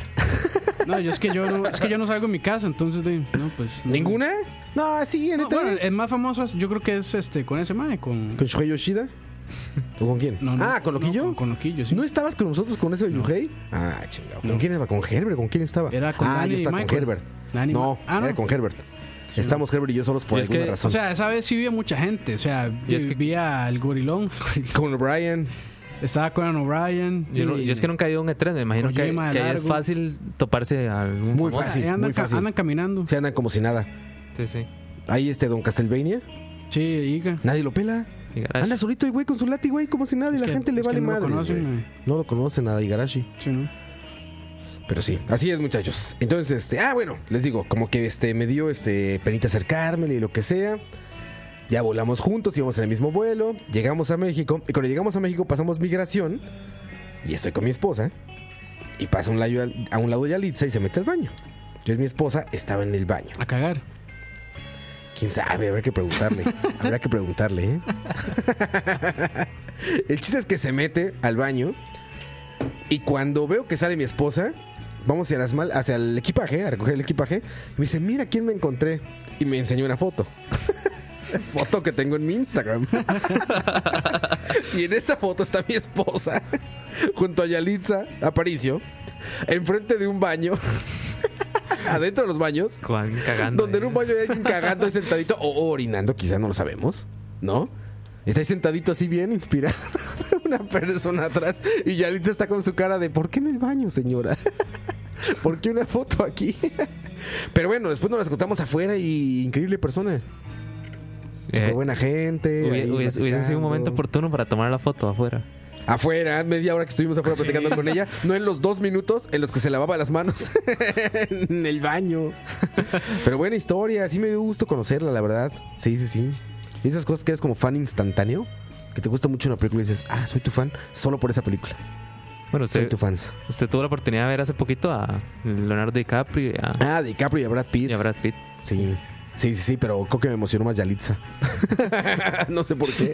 S3: No, yo es que yo no, es que yo no salgo de mi casa, entonces de, no, pues. no.
S4: ¿Ninguna? No, sí, en
S3: No,
S4: el
S3: bueno, el más famoso es- yo creo que es este con ese mae, con
S4: ¿Con Shuhei
S3: [LAUGHS]
S4: Yoshida? ¿O con quién?
S3: no, no,
S4: ah, ¿con
S3: no,
S4: Loquillo?
S3: con, con Loquillo, sí.
S4: ¿No estabas con nosotros con ese de Yuhei? Ah, chingado. ¿Con quién estaba? ¿Con Herbert? ¿Con quién estaba?
S3: Era con
S4: ah,
S3: Dani
S4: yo
S3: y
S4: estaba con
S3: Michael.
S4: Herbert.
S3: Dani y
S4: no,
S3: Ma- ah,
S4: era
S3: no.
S4: con Herbert. Estamos Herbert y yo solos por
S5: Y es
S4: alguna
S5: que-
S3: O
S4: razón.
S3: sea, esa vez sí vi a mucha gente, o sea,
S5: Y es que-
S3: vi al gorilón, [LAUGHS]
S4: con O'Brien.
S3: estaba Conan O'Brien.
S5: Yo, no-
S3: y-
S5: yo es que nunca he ido a un E3, me imagino
S3: Con
S5: que,
S3: Yema de
S5: que ahí es
S3: largo.
S5: fácil toparse a algún
S4: Muy
S5: famoso.
S3: o sea,
S4: fácil,
S3: ahí andan,
S4: muy
S3: eh, ca-
S4: fácil.
S3: andan caminando.
S4: Se andan como si nada.
S5: Sí, sí.
S4: Ahí este Don Castelvania.
S3: Sí, Iga.
S4: Nadie lo pela.
S5: Y garaje.
S4: Anda solito, el güey, con su lati, güey, como si nada. Y la
S3: que-
S4: gente le
S3: es que
S4: vale
S3: no lo
S4: madre.
S3: conocen,
S4: güey.
S3: eh.
S4: no lo conoce nada, Igarashi.
S3: Sí, ¿no?
S4: Pero sí, así es, muchachos. Entonces, este, ah, bueno, les digo, como que este me dio este penita acercarme y lo que sea. Ya volamos juntos, íbamos en el mismo vuelo, llegamos a México, y cuando llegamos a México pasamos migración, y estoy con mi esposa, y pasa un layo al- a un lado Yalitza y se mete al baño. Yo y mi esposa estaba en el baño.
S3: A cagar.
S4: Quién sabe, habrá que preguntarle. Habrá que preguntarle, ¿eh? El chiste es que se mete al baño y cuando veo que sale mi esposa, vamos hacia, las mal, hacia el equipaje, a recoger el equipaje, y me dice, mira quién me encontré. Y me enseñó una foto. [LAUGHS] foto que tengo en mi Instagram. [LAUGHS] y en esa foto está mi esposa, junto a Yalitza Aparicio, enfrente de un baño, [LAUGHS] adentro de los baños,
S5: Con alguien cagando.
S4: donde en
S5: ahí.
S4: un baño hay alguien cagando ahí sentadito o o orinando, quizás no lo sabemos, ¿no? Está ahí sentadito así bien inspirado [LAUGHS] una persona atrás y Yalitza está con su cara de ¿por qué en el baño, señora? [LAUGHS] ¿Por qué una foto aquí? [LAUGHS] Pero bueno, después nos las contamos afuera y increíble persona.
S5: Eh,
S4: Súper buena gente.
S5: hubie-
S4: ahí
S5: hubiese, hubiese sido un
S4: platicando.
S5: momento oportuno para tomar la foto afuera.
S4: Afuera, media hora que estuvimos afuera platicando con ella, no en los dos minutos en los que se lavaba las manos [LAUGHS] en el baño. Pero buena historia, sí me dio gusto conocerla, la verdad. Sí, sí, sí. Y esas cosas que eres como fan instantáneo, que te gusta mucho una película y dices, ah, soy tu fan solo por esa película.
S5: Bueno,
S4: Soy
S5: usted,
S4: tu fans.
S5: usted tuvo la oportunidad de ver hace poquito a Leonardo DiCaprio y a,
S4: Ah, DiCaprio y a Brad Pitt.
S5: y a Brad Pitt.
S4: Sí. Sí, sí, sí, pero creo que me emocionó más Yalitza. [LAUGHS] no sé por qué,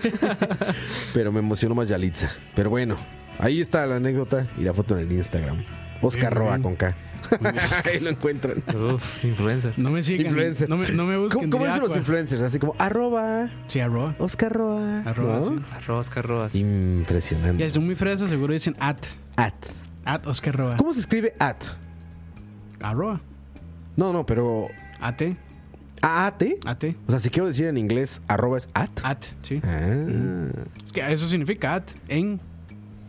S4: pero me emocionó más Yalitza. Pero bueno, ahí está la anécdota y la foto en el Instagram. Oscar
S3: Muy
S4: Roa
S3: bien.
S4: con K. [LAUGHS] ahí lo encuentran.
S5: Uf, influencer.
S3: No me sigan.
S4: Influencer.
S3: No me, no me busquen.
S4: ¿Cómo, cómo
S3: diría,
S4: dicen los
S3: cua-
S4: influencers? Así como arroba
S3: Sí, arroba.
S4: Oscar Roa.
S3: Arroba,
S4: ¿no?
S3: sí.
S5: Arrobas, carrobas.
S4: Impresionante.
S3: Ya, son muy fresas, seguro dicen at.
S4: At.
S3: At Oscar Roa.
S4: ¿Cómo se escribe at?
S3: Arroba.
S4: No, no, pero
S3: At.
S4: AAT.
S3: At.
S4: O sea, si quiero decir en inglés arroba es at.
S3: At, sí.
S4: Ah,
S3: Es que eso significa at, en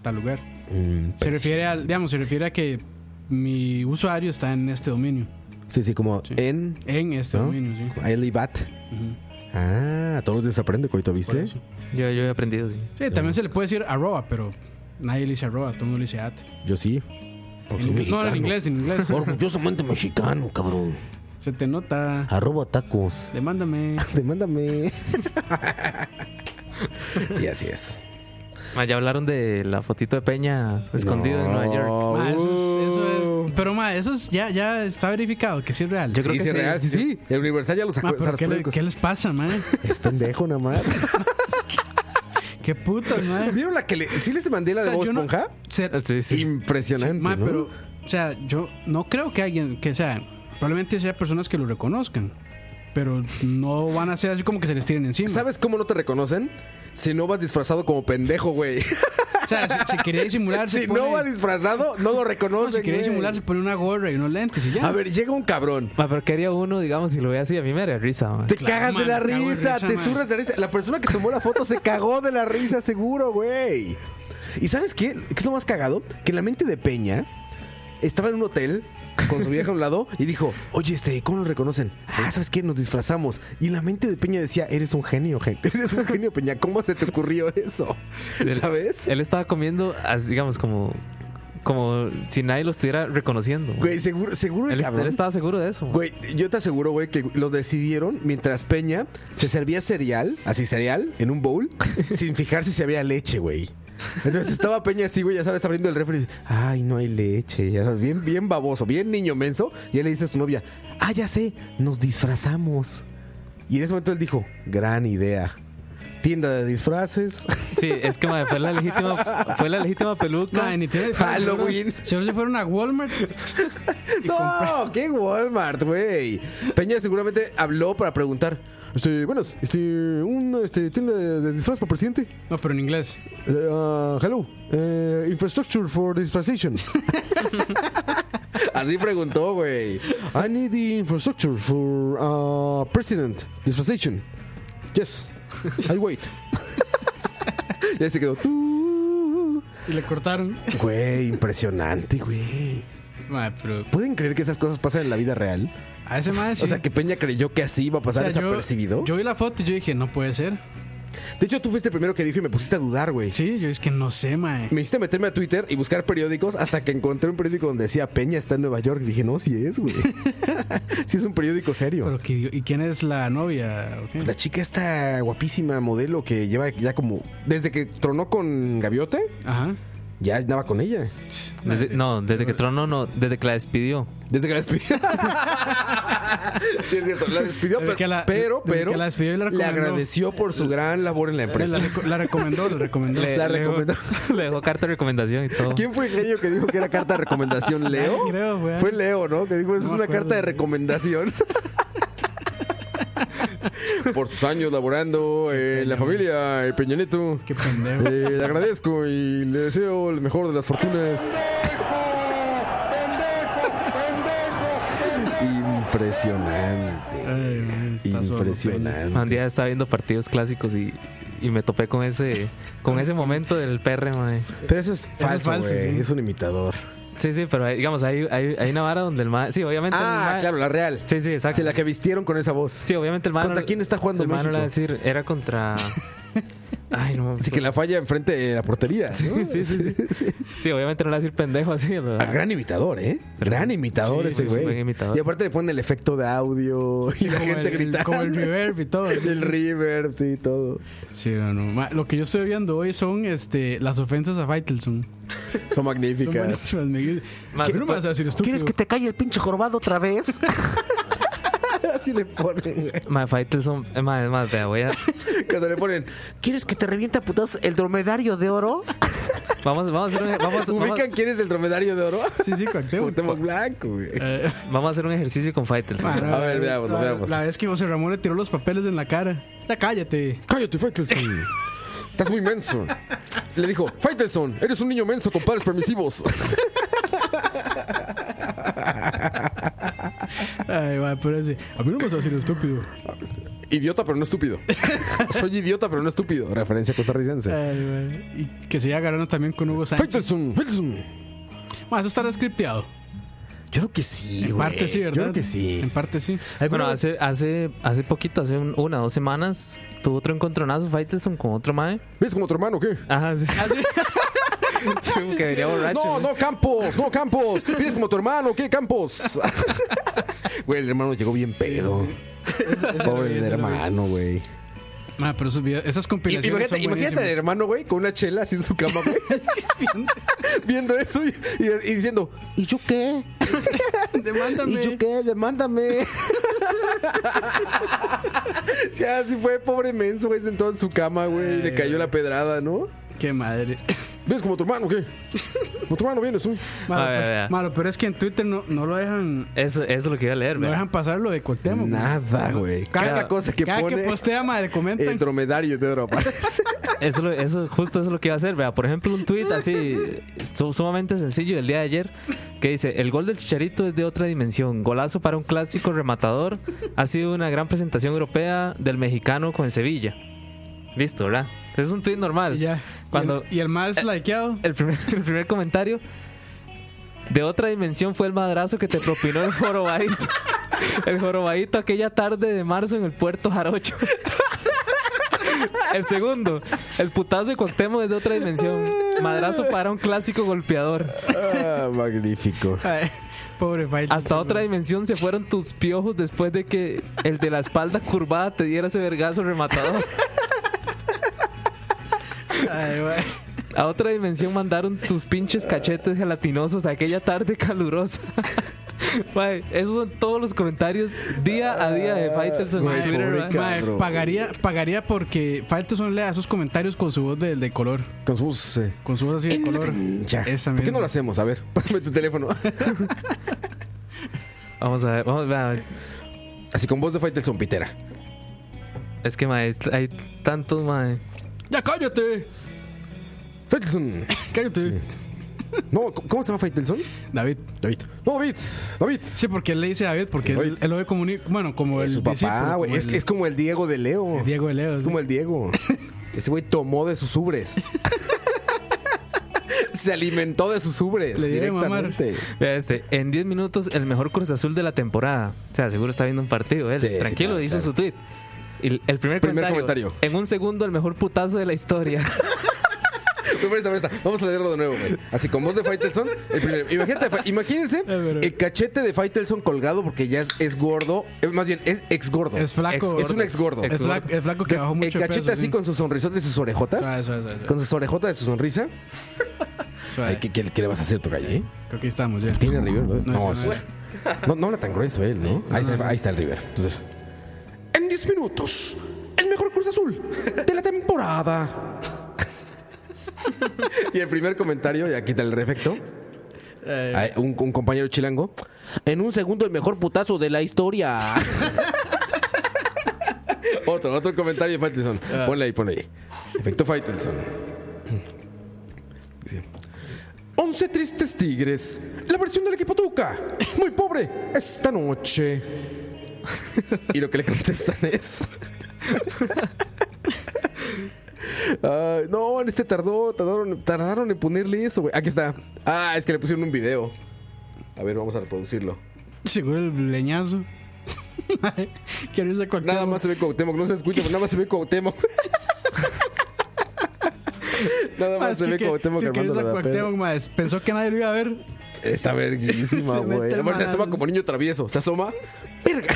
S3: tal lugar. Se
S4: impresionante.
S3: refiere al, digamos, se refiere a que mi usuario está en este dominio.
S4: Sí, sí, como
S3: Sí.
S4: en
S3: En este
S4: ¿No?
S3: dominio, sí.
S4: I live at. Ah, todos desaprenden, Coito, ¿viste?
S3: eso.
S5: Yo, yo he aprendido, sí.
S3: Sí, también se le puede decir arroba, pero nadie le dice arroba, todo el mundo le dice at.
S4: Yo sí. Porque soy
S3: En inglés- no, en
S4: mexicano.
S3: inglés, en inglés.
S4: Orgullosamente mexicano, cabrón.
S3: Se te nota.
S4: Arroba tacos.
S3: Demándame.
S4: Demándame. [LAUGHS] sí, así es.
S5: Ma, ya hablaron de la fotito de Peña escondida en Nueva York.
S4: Oh.
S3: Ma, Ah, eso es- eso
S4: Uh.
S3: es- pero ma, eso es- ya, ya está verificado que sí es real.
S5: Yo creo
S4: Sí,
S5: que
S4: sí,
S5: sí.
S4: real, sí, sí. El Universal ya lo sacó
S3: Ma,
S4: de
S3: Ah, pero
S4: los
S3: ¿qué, le-
S4: públicos.
S3: qué les pasa, man?
S4: Es pendejo nada más.
S3: [LAUGHS] Qué
S4: [LAUGHS]
S3: putas, man.
S4: ¿Vieron la que le... ¿Sí les mandé la
S3: Ah. O
S4: de
S3: sea,
S4: Bob
S3: yo no-
S4: Esponja?
S5: Sí, sí.
S4: Impresionante,
S3: Ma,
S4: ¿no?
S3: pero, o sea, yo no creo que alguien, que sea, probablemente sea personas que lo reconozcan, pero no van a ser así como que se les tiren encima.
S4: ¿Sabes cómo no te reconocen? Si no vas disfrazado como pendejo, güey.
S3: O sea, si, si
S4: [LAUGHS]
S3: quería disimular, se
S4: Si
S3: pone,
S4: no va disfrazado, no lo
S3: no,
S4: reconoce.
S3: si quería disimular, se pone una gorra y unos lentes y ya.
S4: A ver, llega un cabrón.
S5: Ma, pero ¿qué haría uno, digamos, si lo ve así? A mí me haría risa, ma.
S4: Te
S3: Claro,
S4: cagas
S3: man,
S4: de la
S3: me cago en
S4: risa,
S3: risa,
S4: te
S3: man.
S4: zurras de risa. La persona que tomó la foto se cagó de la risa, seguro, güey. ¿Y sabes qué? ¿Qué es lo más cagado? Que en la mente de Peña estaba en un hotel con su vieja a un lado y dijo, oye, este, ¿cómo nos reconocen? Ah, ¿sabes qué? Nos disfrazamos. Y la mente de Peña decía, eres un genio, gente. [LAUGHS] Eres un genio, Peña. ¿Cómo se te ocurrió eso?
S5: El-
S4: [LAUGHS] ¿Sabes?
S5: Él estaba comiendo, as- digamos, como, como si nadie lo estuviera reconociendo. ma.
S4: Güey, seguro, seguro el
S5: él, él
S4: cabrón.
S5: estaba seguro de eso. ma.
S4: Güey, yo te aseguro, güey, que los decidieron mientras Peña se servía cereal, así cereal, en un bowl, sin fijarse si había leche, güey. Entonces estaba Peña así, güey, ya sabes, abriendo el refri. Ay, no hay leche. Ya sabes, bien, bien baboso, bien niño menso. Y él le dice a su novia, ah, ya sé, nos disfrazamos. Y en ese momento él dijo, gran idea. Tienda de disfraces.
S5: Sí, es que ma, fue la legítima, fue la legítima peluca.
S4: [LAUGHS]
S3: Ma, ni tiene-
S4: Halloween.
S3: Seguro se fueron a Walmart.
S4: no, qué Walmart, güey. Peña seguramente habló para preguntar. Este, buenos, este, un, este, tienda de, de disfraz para presidente.
S3: No, pero en inglés.
S4: Eh, ah, hello, eh, infrastructure for disfrazation. Así preguntó, güey. I need the infrastructure for ah, president disfrazation. Yes, I [LAUGHS] wait. y ahí se quedó.
S3: Y le cortaron.
S4: Güey, impresionante, güey.
S3: Ma, pero
S4: ¿Pueden creer que esas cosas pasan en la vida real?
S3: a ese más.
S4: O sea, que Peña creyó que así iba a pasar desapercibido.
S3: Yo, vi la foto y yo dije, no puede ser.
S4: de hecho, tú fuiste el primero que dijo y me pusiste a dudar, güey.
S3: Sí, yo es que no sé, mae.
S4: Me hiciste meterme a Twitter y buscar periódicos hasta que encontré un periódico donde decía Peña está en Nueva York. Y dije, no, sí es,
S3: [LAUGHS]
S4: güey. sí es un periódico serio.
S3: Pero que- ¿Y quién es la novia? ¿O qué?
S4: la chica está guapísima modelo que lleva ya como... Desde que tronó con Gaviote,
S3: Ajá.
S4: ya andaba con ella.
S5: Desde- no, desde que Trono no, desde que la despidió.
S4: Desde que la
S3: [LAUGHS]
S4: despidió. sí, es cierto. La despidió,
S3: Desde
S4: pero,
S3: que la-
S4: pero,
S3: desde
S4: pero
S3: que la despidió y la
S4: le
S3: recomendó.
S4: agradeció por su gran labor en la
S3: La,
S4: empresa.
S3: reco- la recomendó, la recomendó.
S5: Le,
S4: La
S5: le dejó-
S4: recomendó.
S5: [LAUGHS] le dejó carta de recomendación y todo.
S4: [LAUGHS] ¿Quién fue el genio que dijo que era carta de recomendación? ¿Leo?
S3: Ay, creo, güey.
S4: Fue Leo, ¿no? Que dijo, eso
S3: No
S4: es
S3: me
S4: una
S3: acuerdo,
S4: carta de
S3: güey. [LAUGHS]
S4: recomendación. Por sus años laborando en la familia eh, Peña Nieto.
S3: Qué pendejo.
S4: Eh,
S3: [LAUGHS]
S4: le agradezco y le deseo el mejor de las fortunas. Impresionante.
S3: Ay, mae, está solo,
S4: Impresionante.
S5: Un día estaba viendo partidos clásicos y, y me topé con ese con ese momento del perre, mae.
S4: Pero eso es falso,
S3: falso,
S4: güey.
S3: sí.
S4: Es un imitador.
S5: Sí, sí, pero hay- digamos, hay, hay, hay una vara donde el mae. Sí, obviamente. el
S4: Ah,
S5: mae-
S4: claro, la real.
S5: Sí, sí, exacto.
S4: Sí, la que vistieron con esa voz.
S5: Sí, obviamente el mae.
S4: ¿Contra
S5: no-
S4: quién está jugando
S5: El mae no le va a
S4: México?
S5: decir, era
S4: [LAUGHS]
S5: contra. Ay, no.
S4: Así que la falla enfrente de la portería. ¿no?
S5: Sí, sí,
S4: [LAUGHS]
S5: sí. Sí, obviamente no le va a decir pendejo así. el mae.
S4: Ah, gran imitador, ¿eh? Gran imitador
S5: Sí,
S4: ese
S5: sí, es un
S4: güey.
S5: buen imitador.
S4: Y aparte le ponen el efecto de audio y la
S3: Como
S4: gente
S3: el- el-
S4: gritando.
S3: Como el reverb y todo. sí,
S4: [LAUGHS] El
S3: sí.
S4: reverb, sí, todo.
S3: Sí, no, no. Ma, lo que yo estoy viendo hoy son este, las ofensas a Faitelson.
S4: Son
S3: Son
S4: magníficas.
S3: buenísimas, Miguel.
S5: Más-
S3: ¿Qué no me vas a decir estúpido?
S8: te calle el pinche jorobado otra [LAUGHS] vez?
S4: Así le ponen, güey.
S5: Mae, Faitelson. Es más, es más, vea, voy a.
S4: Cuando le ponen,
S8: ¿Quieres que te revienta putas el dromedario de oro?
S5: Vamos, vamos a hacer un, vamos, vamos,
S4: ¿ubican quién es el dromedario de oro?
S3: Sí, sí, cuacteo.
S4: Cuauhtémoc Blanco, güey.
S3: Eh,
S5: vamos a hacer un ejercicio con Faitelson.
S3: ma, no,
S4: A ver, veámoslo,
S3: la-
S4: veamos.
S3: La vez que José Ramón le tiró los papeles en la cara. Ya cállate.
S4: Cállate, Faitelson. [LAUGHS] Estás muy menso. Le dijo, Faitelson, eres un niño menso con padres permisivos. [LAUGHS]
S3: Ay, va, pero ese. A mí no me vas a decir estúpido.
S4: idiota, pero no estúpido. Soy idiota, pero no estúpido. Referencia costarricense.
S3: Ay, va. Y que se iba ganando también con Hugo Sánchez.
S4: Faitelson, Faitelson.
S3: Ma, eso estará scripteado.
S4: Yo creo que sí,
S3: En
S4: güey.
S3: parte sí, ¿verdad?
S4: Yo creo que sí.
S3: En parte sí.
S5: Bueno,
S4: Alguna vez-
S5: hace, hace, hace poquito, hace un- una dos semanas, tuvo otro encontronazo Faitelson con otro mae.
S4: ¿Ves como tu hermano o qué?
S5: Ajá, sí. [LAUGHS] Sí, como que venía borracho.
S4: No, no, Campos, no, Campos. ¿Vienes como tu hermano o qué, Campos? [LAUGHS] Güey, el hermano llegó bien pedo. Pobre
S3: vi,
S4: del
S3: eso lo vi.
S4: hermano, güey.
S3: Ma, pero esos videos, esas
S4: Y-
S3: compilaciones
S4: Imagínate,
S3: son
S4: imagínate al
S3: buenísimas.
S4: hermano, güey, con una chela así en su cama, güey. [LAUGHS] Viendo eso y, y- y diciendo, ¿y yo qué?
S3: [LAUGHS] Demándame.
S4: ¿Y yo qué? Demándame. [LAUGHS] Ya, así fue, pobre menso, güey, sentado en su cama, güey. y le
S3: Ay,
S4: cayó
S3: güey.
S4: la pedrada, ¿no?
S3: Qué madre.
S4: ¿Ves como tu hermano o qué?
S6: Otro mano vienes tú.
S3: Malo,
S5: A ver,
S3: pero-
S5: a ver.
S3: malo, pero es que en Twitter no, no lo dejan.
S5: Eso, eso es lo que iba a leer,
S3: No
S5: ¿verdad?
S3: dejan pasar lo de Cuauhtémoc. güey.
S4: Nada, güey. Cada, cosa que
S3: Cada
S4: pone
S3: que postea, madre, comentan.
S4: el dromedario de oro
S3: [LAUGHS]
S4: aparece.
S5: Eso, lo- eso, justo eso es lo que iba a hacer. Vea, por ejemplo, un tweet así su- sumamente sencillo del día de ayer que dice: El gol del Chicharito es de otra dimensión. Golazo para un clásico rematador. Ha sido una gran presentación europea del mexicano con el Sevilla. Listo, ¿verdad? Es un tweet normal.
S3: y ya.
S5: Cuando-
S3: y, el, y el más likeado.
S5: El primer, [LAUGHS] el primer comentario de otra dimensión fue el madrazo que te propinó el jorobadito. El jorobadito aquella tarde de marzo en el puerto Jarocho. El segundo, el putazo de Cuauhtémoc es de otra dimensión. Madrazo para un clásico golpeador.
S4: Ah, magnífico.
S3: Ay, pobre Faitelson,
S5: Hasta otra
S3: güey.
S5: dimensión se fueron tus piojos después de que el de la espalda curvada te diera ese vergazo rematador.
S3: Ay, güey.
S5: A otra dimensión mandaron tus pinches cachetes gelatinosos aquella tarde calurosa. [LAUGHS] Mae, esos son todos los comentarios día a día de Faitelson en
S3: Mae,
S5: Twitter.
S4: pobre
S5: mae.
S4: ca-
S3: Mae,
S4: Cabrón.
S3: pagaría, pagaría porque Faitelson lea sus comentarios con su voz de, de color.
S4: Con sus. eh,
S3: Con su voz así de
S4: en la
S3: color.
S4: cancha.
S3: Esa
S4: ¿Por qué no
S3: misma.
S4: lo hacemos? A ver, [LAUGHS] pásame tu teléfono.
S5: Vamos a ver, vamos a ver.
S4: Así con voz de Faitelson Pitera.
S5: Es que mae, hay tantos mae.
S3: ¡Ya cállate!
S4: Faitelson.
S3: ¡Cállate!
S4: No, ¿cómo cómo se llama Faitelson?
S3: David.
S4: David. No, David. David.
S3: Sí, porque él le dice David, porque
S4: David.
S3: él, él lo ve como un. Bueno, como
S4: Es
S3: el.
S4: su
S3: discípulo,
S4: papá,
S3: como
S4: güey. Es,
S3: el-
S4: es como el Diego de Leo.
S3: el Diego de Leo.
S4: Es
S3: sí.
S4: como el Diego. Ese güey tomó de sus
S3: [LAUGHS]
S4: ubres. Se alimentó de sus ubres.
S3: Le diré, mamar.
S4: directamente.
S5: Vea este, en 10 minutos el mejor Cruz Azul de la temporada. O sea, seguro está viendo un partido, él.
S4: Sí, sí,
S5: Tranquilo,
S4: claro,
S5: hizo
S4: claro.
S5: su tweet. Y El, el primer,
S4: Primer
S5: comentario.
S4: comentario.
S5: En un segundo el mejor putazo de la
S4: [LAUGHS]
S5: historia. [LAUGHS]
S4: Pero presta, presta. Vamos a leerlo de nuevo, güey. Así con voz de Faitelson. el primero. Imagínate, fa- imagínense
S3: pero-
S4: el cachete de Faitelson colgado porque ya es, es gordo. Eh, Más bien, es ex gordo.
S3: Es flaco.
S4: Es un ex gordo.
S3: Es flaco, es flaco que
S4: Entonces,
S3: bajó mucho.
S4: el
S3: de
S4: cachete
S3: peso,
S4: así
S3: sí. Ah,
S4: con sus sonrisotas y sus orejotas.
S3: Suave, suave, suave, suave.
S4: Con sus orejotas y su sonrisa.
S3: Suave.
S4: Ay, ¿qué, qué, qué le vas a hacer, Tocayo? eh?
S3: Creo que ahí estamos ya.
S4: Tiene River, ¿no?
S3: No,
S4: No,
S3: ese no
S4: es- no, no habla tan grueso él, ¿no? Ahí, está, ahí está el River. Entonces, en 10 minutos, el mejor Cruz Azul de la temporada. [LAUGHS] y el primer comentario, y aquí está el refecto. Ay, Un, un compañero chilango. En un segundo, el mejor putazo de la [LAUGHS] historia. otro, otro comentario de Faitelson. Ponle ahí, ponle ahí. Efecto Faitelson. 11 tristes tigres. La versión del equipo Tuca. Muy pobre. Esta noche. Y lo que le contestan es. Ay, no, en este tardó, tardaron, tardaron en ponerle eso, güey. Aquí está. Ah, es que le pusieron un video. A ver, vamos a reproducirlo.
S3: [LAUGHS] Seguro el leñazo. [LAUGHS] que no sé
S4: Nada más se ve Cuauhtémoc, no se escucha, pero nada más se ve Cuauhtémoc. [LAUGHS] nada más se ve Cuauhtémoc armando la de a pedo.
S3: Pensó que nadie lo iba a ver.
S4: Está verguísima,
S3: Le mete
S4: güey.
S3: el
S4: Aparte, se asoma
S3: madrazo.
S4: como niño travieso. Se asoma. ¡Verga!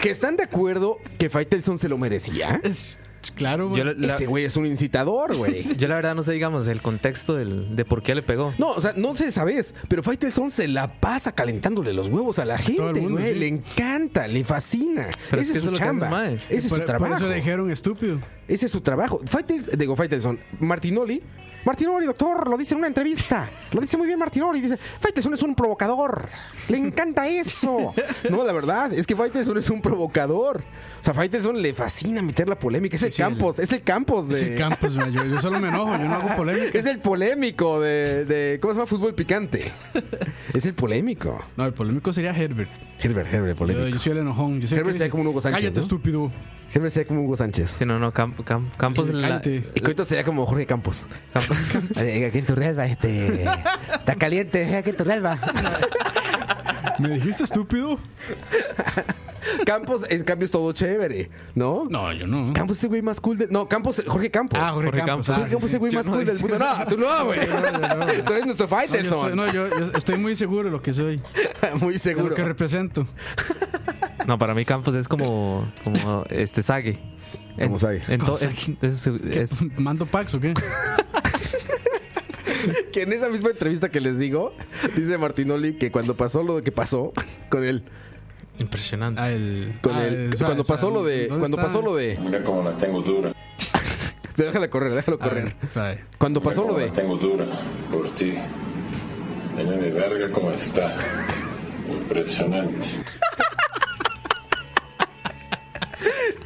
S4: ¿Que están de acuerdo que Faitelson se lo merecía?
S3: Es- claro, güey.
S5: Yo la, la-
S4: Ese güey es un incitador,
S5: [LAUGHS]
S4: güey.
S5: yo la verdad no sé, digamos, el contexto del, de por qué le pegó.
S4: No, o sea, no sé, sabes, pero Faitelson se la pasa calentándole los huevos a la
S3: todo el
S4: gente,
S3: mundo,
S4: güey.
S3: sí.
S4: Le encanta, le fascina.
S5: Pero es
S4: Ese
S5: que
S4: es su
S5: eso es lo que hace el
S4: chamba.
S5: mae.
S4: Ese es
S3: por,
S4: su
S3: por
S4: trabajo.
S3: eso le dijeron estúpido.
S4: Ese es su trabajo. Faitelson, digo, Faitelson, Martinoli. Martinoli, doctor, lo dice en una entrevista. Lo dice muy bien Martinoli. Dice, Faitelson es un provocador. Le encanta eso. No, la verdad, es que Faitelson es un provocador. O sea, Faitelson le fascina meter la polémica. Es el
S3: Sí,
S4: Campos, es el Campos de...
S3: Sí, Campos, güey, yo, yo solo me enojo, yo no hago polémica.
S4: es el polémico de, de- ¿Cómo se llama? Fútbol picante. Es el polémico.
S3: No, el polémico sería Herbert.
S4: Herbert, Herbert,
S3: Yo,
S4: polémico.
S3: yo soy el enojón. Yo soy el
S4: Herbert
S3: que
S4: sería
S3: dice,
S4: como un Hugo Sánchez,
S3: Cállate,
S4: ¿no?
S3: estúpido.
S4: Herbert sería como Hugo Sánchez.
S5: Sí, no, no, Cam- Cam- Campos.
S3: Sí,
S5: Pues la-
S3: cállate.
S4: Y Coito sería como Jorge Campos.
S5: Campos-
S8: Eh, Aquí en Turrialba, este. Está caliente, eh, aquí en Turrialba.
S3: ¿Me dijiste estúpido?
S4: Campos, en cambio, es todo chévere, ¿no?
S3: No, yo no.
S4: Campos es el güey más cool del. No, Campos, Jorge Campos.
S3: Ah, Jorge,
S5: Jorge
S3: Campos.
S5: Campos.
S3: ah,
S4: Jorge Campos es
S3: sí,
S4: el güey
S5: Yo
S4: más
S5: no
S4: cool del
S5: hice
S4: mundo. No, tú no, güey. [LAUGHS] Tú eres nuestro
S3: sí. No, yo estoy,
S4: Faitelson.
S3: no, yo, yo estoy muy seguro de lo que soy,
S4: [LAUGHS] Muy
S3: de lo
S4: seguro.
S3: que represento.
S5: No, para mí Campos es como, como este Sage.
S4: Como
S5: En-
S4: Sage.
S5: en to- en- es,
S3: [LAUGHS]
S5: es-
S3: ¿Mando packs o qué?
S4: Que en esa misma entrevista que les digo, dice Martinoli que cuando pasó lo que pasó con él.
S5: impresionante.
S3: Ah, el-
S4: Con
S3: ah,
S4: él.
S3: el-
S4: cuando
S3: o sea,
S4: pasó lo de.
S3: ¿dónde
S4: Cuando
S3: está?
S4: pasó lo de.
S9: Mira cómo las tengo duras.
S4: Déjala correr, déjalo
S3: A
S4: correr.
S3: ver, suave.
S4: Cuando pasó lo
S9: Como
S4: de.
S9: la Tengo dura por ti. Ella mi verga como está. Impresionante.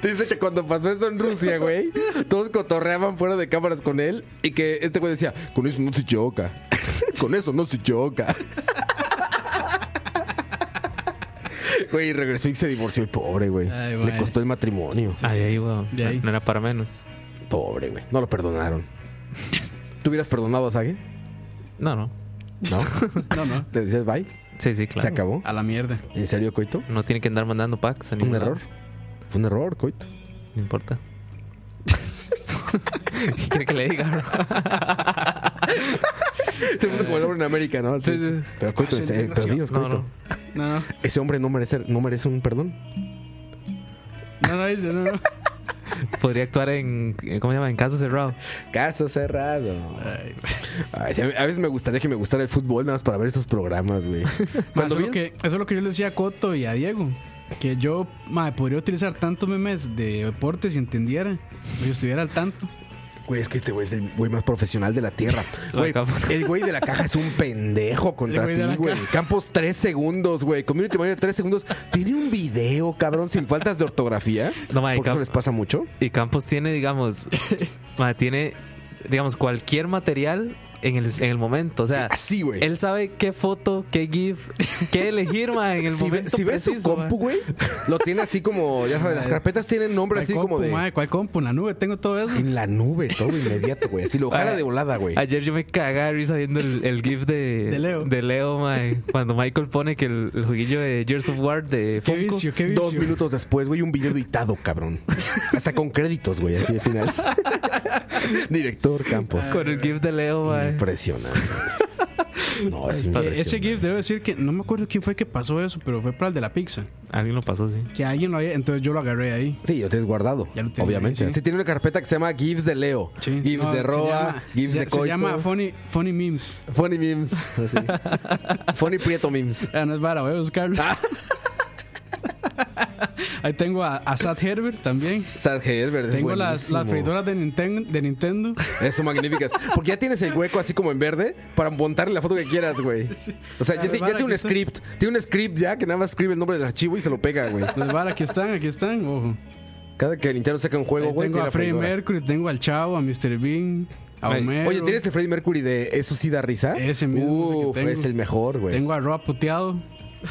S4: Dice que cuando pasó eso en Rusia, güey, todos cotorreaban fuera de cámaras con él y que este güey decía, con eso no se choca. [LAUGHS] con eso no se choca. [LAUGHS] Güey, regresó y se divorció y pobre, güey.
S3: Ay, güey.
S4: Le costó el matrimonio.
S5: Ay, ahí, weón.
S3: De ahí.
S5: No era para menos.
S4: Pobre, güey. No lo perdonaron. ¿Tú hubieras perdonado a Sage?
S5: No, no.
S4: No.
S3: No, no.
S4: Le decías bye.
S5: Sí, sí, claro.
S4: Se acabó.
S3: A la mierda.
S4: ¿En serio, Coito?
S5: No tiene que andar mandando packs a
S4: Un
S5: ningún lado.
S4: error. Fue un error, Coito. [LAUGHS]
S5: No importa. ¿Qué quiere que le diga, bro?
S4: Se puso como el hombre en América, ¿no? Sí, sí. Pero Coito, en serio, pero dinos,
S5: No,
S4: Coito.
S5: no.
S3: No, no.
S4: Ese hombre no merece, no merece un perdón.
S3: No, no dice, no, no.
S5: Podría actuar en. ¿Cómo se llama? En caso cerrado.
S4: Caso cerrado.
S3: [LAUGHS] Ay,
S4: Ay, sí, a a veces me gustaría que me gustara el fútbol nada más para ver esos programas, [LAUGHS] güey.
S3: Ma, eso,
S4: Cuando
S3: es
S4: vi
S3: lo que, eso es lo que yo le decía a Coto y a Diego. Que yo ma, podría utilizar tantos memes de deportes si entendiera. Si estuviera al tanto.
S4: Güey, es que este güey es el güey más profesional de [LAUGHS] la tierra.
S5: Lo
S4: Güey,
S5: acabo.
S4: el güey de la caja es un pendejo contra
S3: El güey
S4: ti,
S3: de la
S4: güey.
S3: caja.
S4: Campos, tres segundos, güey. Community manager, tres segundos. Tiene un video, cabrón, sin faltas de ortografía.
S5: No, ma, y
S4: Porque eso
S5: Camp-
S4: les pasa mucho.
S5: Y Campos
S3: [LAUGHS]
S5: tiene, digamos. ma, tiene, digamos, cualquier material en el, en el momento. O sea,
S4: Así, güey.
S5: él sabe qué foto, qué GIF, qué elegir, ma, en el
S4: Si, ve-
S5: momento.
S4: si ves su
S5: preciso, ma.
S4: compu, güey, lo tiene así como, ya sabes, las carpetas tienen nombre
S3: ¿Cuál
S4: así
S3: compu,
S4: como de.
S3: ma? ¿Cuál compu? En la nube tengo todo eso.
S4: En la nube, todo inmediato, güey. Así lo jala de volada, güey.
S5: Ayer yo me cagaba de risa viendo el, el GIF de,
S3: De Leo.
S5: mae, cuando Michael pone que el, el jueguillo de Gears of War de
S3: Qué
S5: Funko.
S3: vicio, qué vicio.
S4: Dos minutos después, güey, un video editado, cabrón. Hasta con créditos, güey, así de
S3: [LAUGHS]
S4: final. Director Campos.
S5: Con el GIF de Leo, mae.
S4: Impresionante. No, es
S3: Eh, Ese
S4: impresionante.
S3: GIF, debo decir que no me acuerdo quién fue que pasó eso, pero fue para el de la pizza.
S5: Alguien lo pasó, sí.
S3: Que alguien lo había. Entonces yo lo agarré ahí.
S4: Sí, lo tienes guardado,
S3: Ya lo tengo
S4: obviamente.
S3: ahí,
S4: sí.
S3: sí.
S4: tiene una carpeta que se llama GIFs de Leo,
S3: Sí.
S4: GIFs
S3: No,
S4: de
S3: se
S4: Roa,
S3: llama-
S4: GIFs
S3: se-
S4: de Coito,
S3: Se llama Funny, funny Memes.
S4: Funny Memes,
S3: [LAUGHS]
S4: así. Funny Prieto Memes.
S3: Ah, no es vara, voy a buscarlo.
S4: Ah.
S3: [LAUGHS] Ahí tengo a, a Sad Herbert también.
S4: Sad Herbert, es
S3: Tengo las, las
S4: buenísimo.
S3: freidoras de Nintendo. De Nintendo.
S4: Eso, magníficas. Porque ya tienes el hueco así como en verde para montarle la foto que quieras, güey. O sea, ya,
S3: Claro,
S4: ti- ya
S3: vale,
S4: tiene un
S3: aquí está.
S4: script. Tiene un script ya que nada más escribe el nombre del archivo y se lo pega, güey.
S3: Las varas, aquí están, aquí están. Ojo.
S4: Cada que Nintendo saca un juego,
S3: Ahí
S4: güey,
S3: tengo
S4: tiene
S3: a
S4: la
S3: Freddie
S4: freidora.
S3: Mercury, tengo al Chavo, a Mr. Bean, a
S5: Ay,
S3: Homero.
S4: Oye, ¿tienes el Freddie Mercury de Eso sí da risa?
S3: Ese mismo es el que
S4: Uf,
S3: tengo.
S4: es el mejor, güey.
S3: Tengo a Roa Puteado.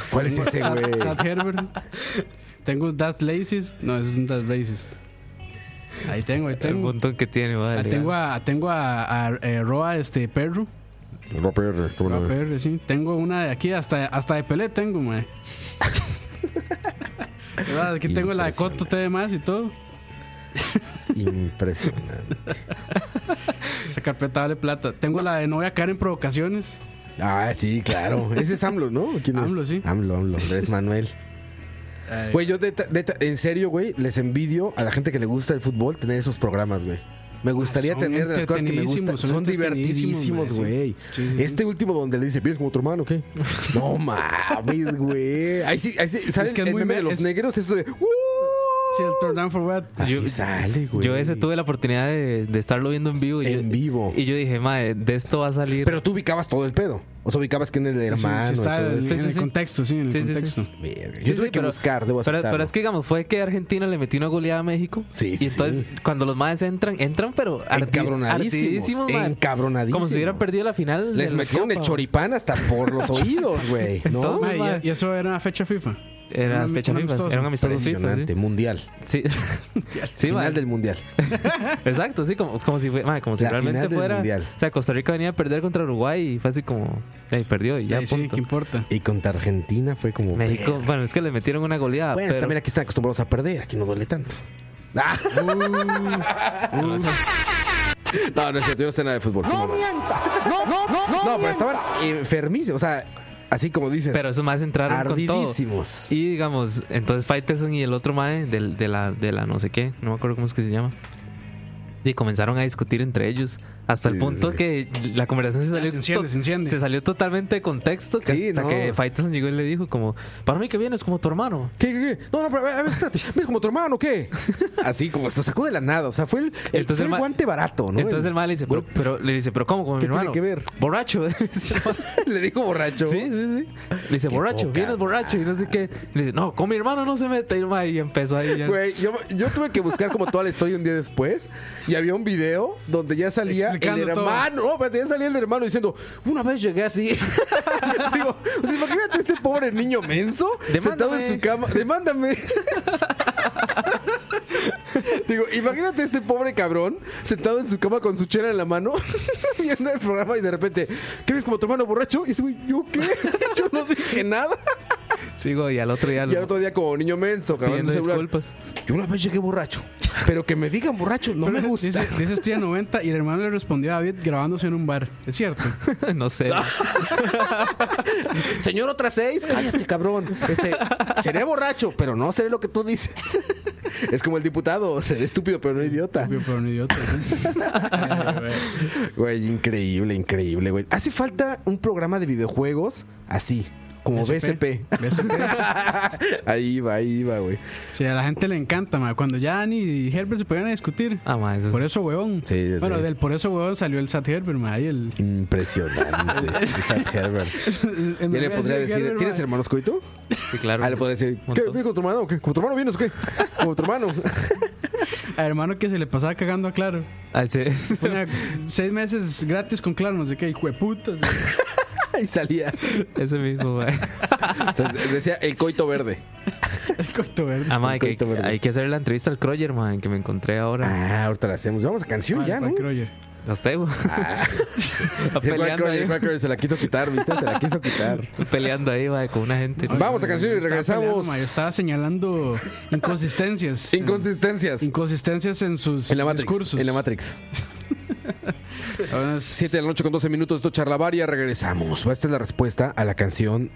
S4: ¿Cuál es ese,
S3: Sad-
S4: güey? [LAUGHS]
S3: Sad Herbert. Tengo Das Laces. No, ese es un Das Laces. Ahí tengo, ahí
S5: El
S3: tengo.
S5: montón que tiene, mae.
S3: Ahí
S5: legal.
S3: tengo a, tengo a, a, eh, Roa este, Perro.
S6: Roa PR, ¿cómo
S3: Roa
S6: no?
S3: Perro, sí. Tengo una de aquí, hasta, hasta de Pelé tengo, mae. ¿Verdad? Aquí tengo la de Coto TV más y todo.
S4: Impresionante.
S3: Esa carpeta vale plata. Tengo la de No voy a caer en provocaciones.
S4: Ah, sí, claro. Ese es AMLO, ¿no? ¿Quién es?
S3: AMLO, sí.
S4: AMLO, AMLO. Andrés Manuel.
S3: Ay,
S4: Güey, yo neta- neta, en serio, güey, les envidio a la gente que le gusta el fútbol tener esos programas, güey. Me gustaría
S3: Ah, Son
S4: tener de las cosas que me gustan.
S3: entretenidísimos,
S4: Son,
S3: son
S4: divertidísimos,
S3: entretenidísimos,
S4: güey.
S3: güey, sí. Sí, sí,
S4: este último donde le dice, ¿vienes como tu hermano o
S3: [LAUGHS]
S4: qué? no mames, güey. Ahí sí, ahí sí. ¿Sabes
S3: que es
S4: el
S3: muy
S4: meme de
S3: me-
S4: los
S3: es-
S4: negros? Eso de... "Uh".
S3: Sí, el Turn Down for What.
S4: Así
S5: Yo-
S4: sale, güey.
S5: Yo ese tuve la oportunidad de, de estarlo viendo en vivo. Y
S4: En
S5: yo-
S4: vivo.
S5: Y yo dije, mae, de esto va a salir.
S4: Pero tú ubicabas todo el pedo. O sea, ubicabas quién era el
S3: Sí, sí,
S4: hermano.
S3: sí,
S4: y
S3: está
S4: todo
S3: en,
S4: eso.
S5: Sí, sí,
S3: en el
S5: sí.
S3: contexto, sí, en el
S5: Sí, sí, sí.
S3: contexto.
S4: Verga. Yo
S5: Sí,
S4: tuve
S5: sí,
S4: que
S5: pero-
S4: buscar, debo
S5: pero,
S4: aceptarlo.
S5: pero es que digamos, fue que Argentina le metió una goleada a México.
S4: Sí, sí,
S5: Y entonces,
S4: sí.
S5: cuando los maes entran, entran, pero ardi-
S4: Encabronadísimos,
S5: ardidísimos, mae.
S4: encabronadísimos.
S5: Como si hubieran perdido la final.
S4: Les
S5: de la
S4: metieron el
S5: Copa.
S4: choripán hasta por
S3: [LAUGHS]
S4: los oídos, güey. ¿No?
S5: Entonces,
S3: Mae,
S5: mae.
S3: y, y eso era una fecha FIFA.
S5: Era
S3: Un-
S5: fecha
S3: un
S5: FIFA.
S3: amistoso.
S5: Era un amistoso FIFA.
S4: Impresionante. Mundial. [LAUGHS]
S5: Sí. Sí, sí
S4: final
S5: mae.
S4: del mundial.
S5: Exacto, sí, como, como si, fue- mae, como si
S4: La
S5: realmente
S4: final del
S5: fuera.
S4: Mundial.
S5: O sea, Costa Rica venía a perder contra Uruguay y fue así como. "Ey, perdió y ya,
S3: Ahí sí,
S5: punto.
S3: ¿qué importa?
S4: Y contra Argentina fue como.
S5: México, bueno, es que le metieron una goleada.
S4: Bueno,
S5: pero-
S4: también aquí están acostumbrados a perder. Aquí no duele tanto. [LAUGHS] Ah, no, no es cierto. Yo no sé nada de fútbol. No, no, no, pero estaban enfermizos. O sea, así como dices.
S5: [LAUGHS] Pero esos más entraron con todo.
S4: ardidísimos.
S5: Y digamos, entonces Faitelson y el otro mae del- de, la, de la no sé qué, no me acuerdo cómo es que se llama. Y comenzaron a discutir entre ellos. Hasta el
S4: Sí,
S5: punto
S4: sí.
S5: que la conversación se
S3: Ya,
S5: salió,
S3: se enciende,
S5: to-
S3: se enciende.
S5: salió totalmente de contexto. Que
S4: Sí,
S5: hasta
S4: no.
S5: que Faitelson llegó y le dijo como, para mí que vienes como tu hermano.
S4: ¿Qué, qué, qué? No, no, pero a ver, a ver, espérate. ¿Ves como tu hermano o [LAUGHS] qué? Así como se sacó de la nada. O sea, fue el, el- fue
S5: Entonces el
S4: el
S5: ma-
S4: guante barato, ¿no?
S5: Entonces el mal le dice, pero, pero- le dice, pero ¿cómo? Como mi
S4: ¿Qué tiene
S5: hermano.
S4: que ver?
S5: Borracho. [LAUGHS] Sí,
S4: [LAUGHS] le dijo borracho.
S5: sí, sí. Le dice, borracho,
S4: poca
S5: vienes borracho. Y no sé qué. Le dice, no, con mi hermano no se mete. Y, el ma- y empezó ahí. ya.
S4: Güey, yo, yo tuve que buscar como toda la historia un día después y había un video donde ya salía el
S3: Explicando todo.
S4: hermano, no, espérate, ya salía el hermano diciendo, una vez llegué así. [LAUGHS] Digo, o sea, imagínate este pobre niño menso sentado en
S5: Demándame.
S4: su cama, demándame. [LAUGHS] Digo, imagínate este pobre cabrón sentado en su cama con su chela en la mano, [LAUGHS] viendo el programa y de repente, ¿qué ves como tu hermano borracho? Y dice, güey, ¿yo qué? [LAUGHS] Yo no dije nada.
S5: Sí, güey, y al otro día
S4: Y al
S5: lo-
S4: otro día como niño menso, grabando
S5: pidiendo
S4: el celular.
S5: disculpas.
S4: Yo una vez llegué borracho, pero que me digan borracho no me gusta.
S3: Dice, dice Steve 90 y el hermano le respondió a David grabándose en un bar. Es cierto.
S5: [LAUGHS] no sé.
S4: Señor, otra seis, cállate, cabrón. Este, seré borracho, pero no seré lo que tú dices. Es como el diputado, seré estúpido, pero no idiota.
S3: Obvio, pero un idiota. ¿sí? Ay, güey.
S4: Güey, increíble, increíble, güey. Hace falta un programa de videojuegos así, como BSP. [LAUGHS] ahí va, ahí va, güey.
S3: Sí, a la gente le encanta, ma. Cuando ya Annie y Herbert se ponían a discutir.
S5: Ah, ma, eso-
S3: Por eso, huevón.
S4: Sí, ya sé.
S3: bueno, del por eso, huevón salió el Sat Herbert, ma. Ahí el. [LAUGHS]
S4: Impresionante. Isaac Herbert.
S3: el- el-
S4: Ya le
S3: el-
S4: podría
S3: el-
S4: decir,
S3: el-
S4: ¿tienes
S3: el-
S4: hermanos coito?
S5: Sí, claro.
S4: Ah, le podría decir,
S5: Un
S4: ¿qué?
S5: montón.
S4: ¿Vive con tu hermano o qué? ¿Con tu hermano vienes o qué? ¿Con tu [LAUGHS] hermano?
S3: al hermano que se le pasaba cagando
S4: [LAUGHS]
S3: a Claro.
S5: Ah, sí.
S3: Ponía seis meses gratis con Claro, no sé qué, hijo de puta. [LAUGHS] sí.
S4: Y salía.
S5: [LAUGHS] Ese mismo, güey.
S4: Entonces, decía el coito verde.
S3: El coito verde.
S5: Ah, ma, que,
S4: coito verde.
S5: hay que hacer la entrevista al Croyer, man, que me encontré ahora.
S4: Ah, ahorita la hacemos. Vamos a canción
S3: Ma,
S4: ya,
S3: el
S4: ¿no?
S3: Paul Croyer.
S4: Ah.
S5: Hasta ahí, güey. [LAUGHS] Está
S4: El Juan
S5: peleando,
S4: Croyer,
S5: ahí,
S4: el Juan Croyer se la quiso quitar, ¿viste? Se la quiso quitar.
S5: peleando ahí, güey, con una gente. ¿no?
S4: Vamos a canción y
S3: Estaba
S4: regresamos.
S3: peleando, ma, yo estaba señalando
S4: [LAUGHS]
S3: inconsistencias.
S4: Inconsistencias.
S3: Inconsistencias en sus
S4: En la Matrix.
S3: discursos.
S4: En la Matrix.
S3: Ahora es-
S4: 7 de la noche con 12 minutos. Esto es charlavaria. Regresamos. Esta es la respuesta a la canción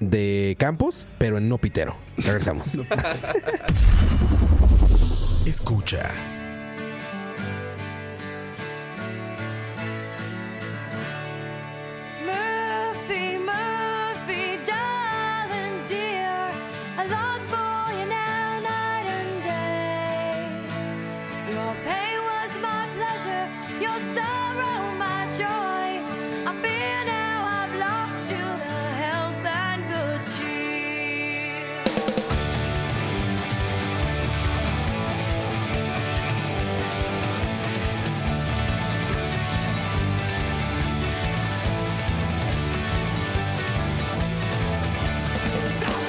S4: de Campos, pero en no pitero. Regresamos.
S7: Escucha.
S2: Murphy, Murphy, darling dear, I long for you now, night and day. Your pain was my pleasure, your sorrow my joy. I fear now I've lost you the health and good cheer.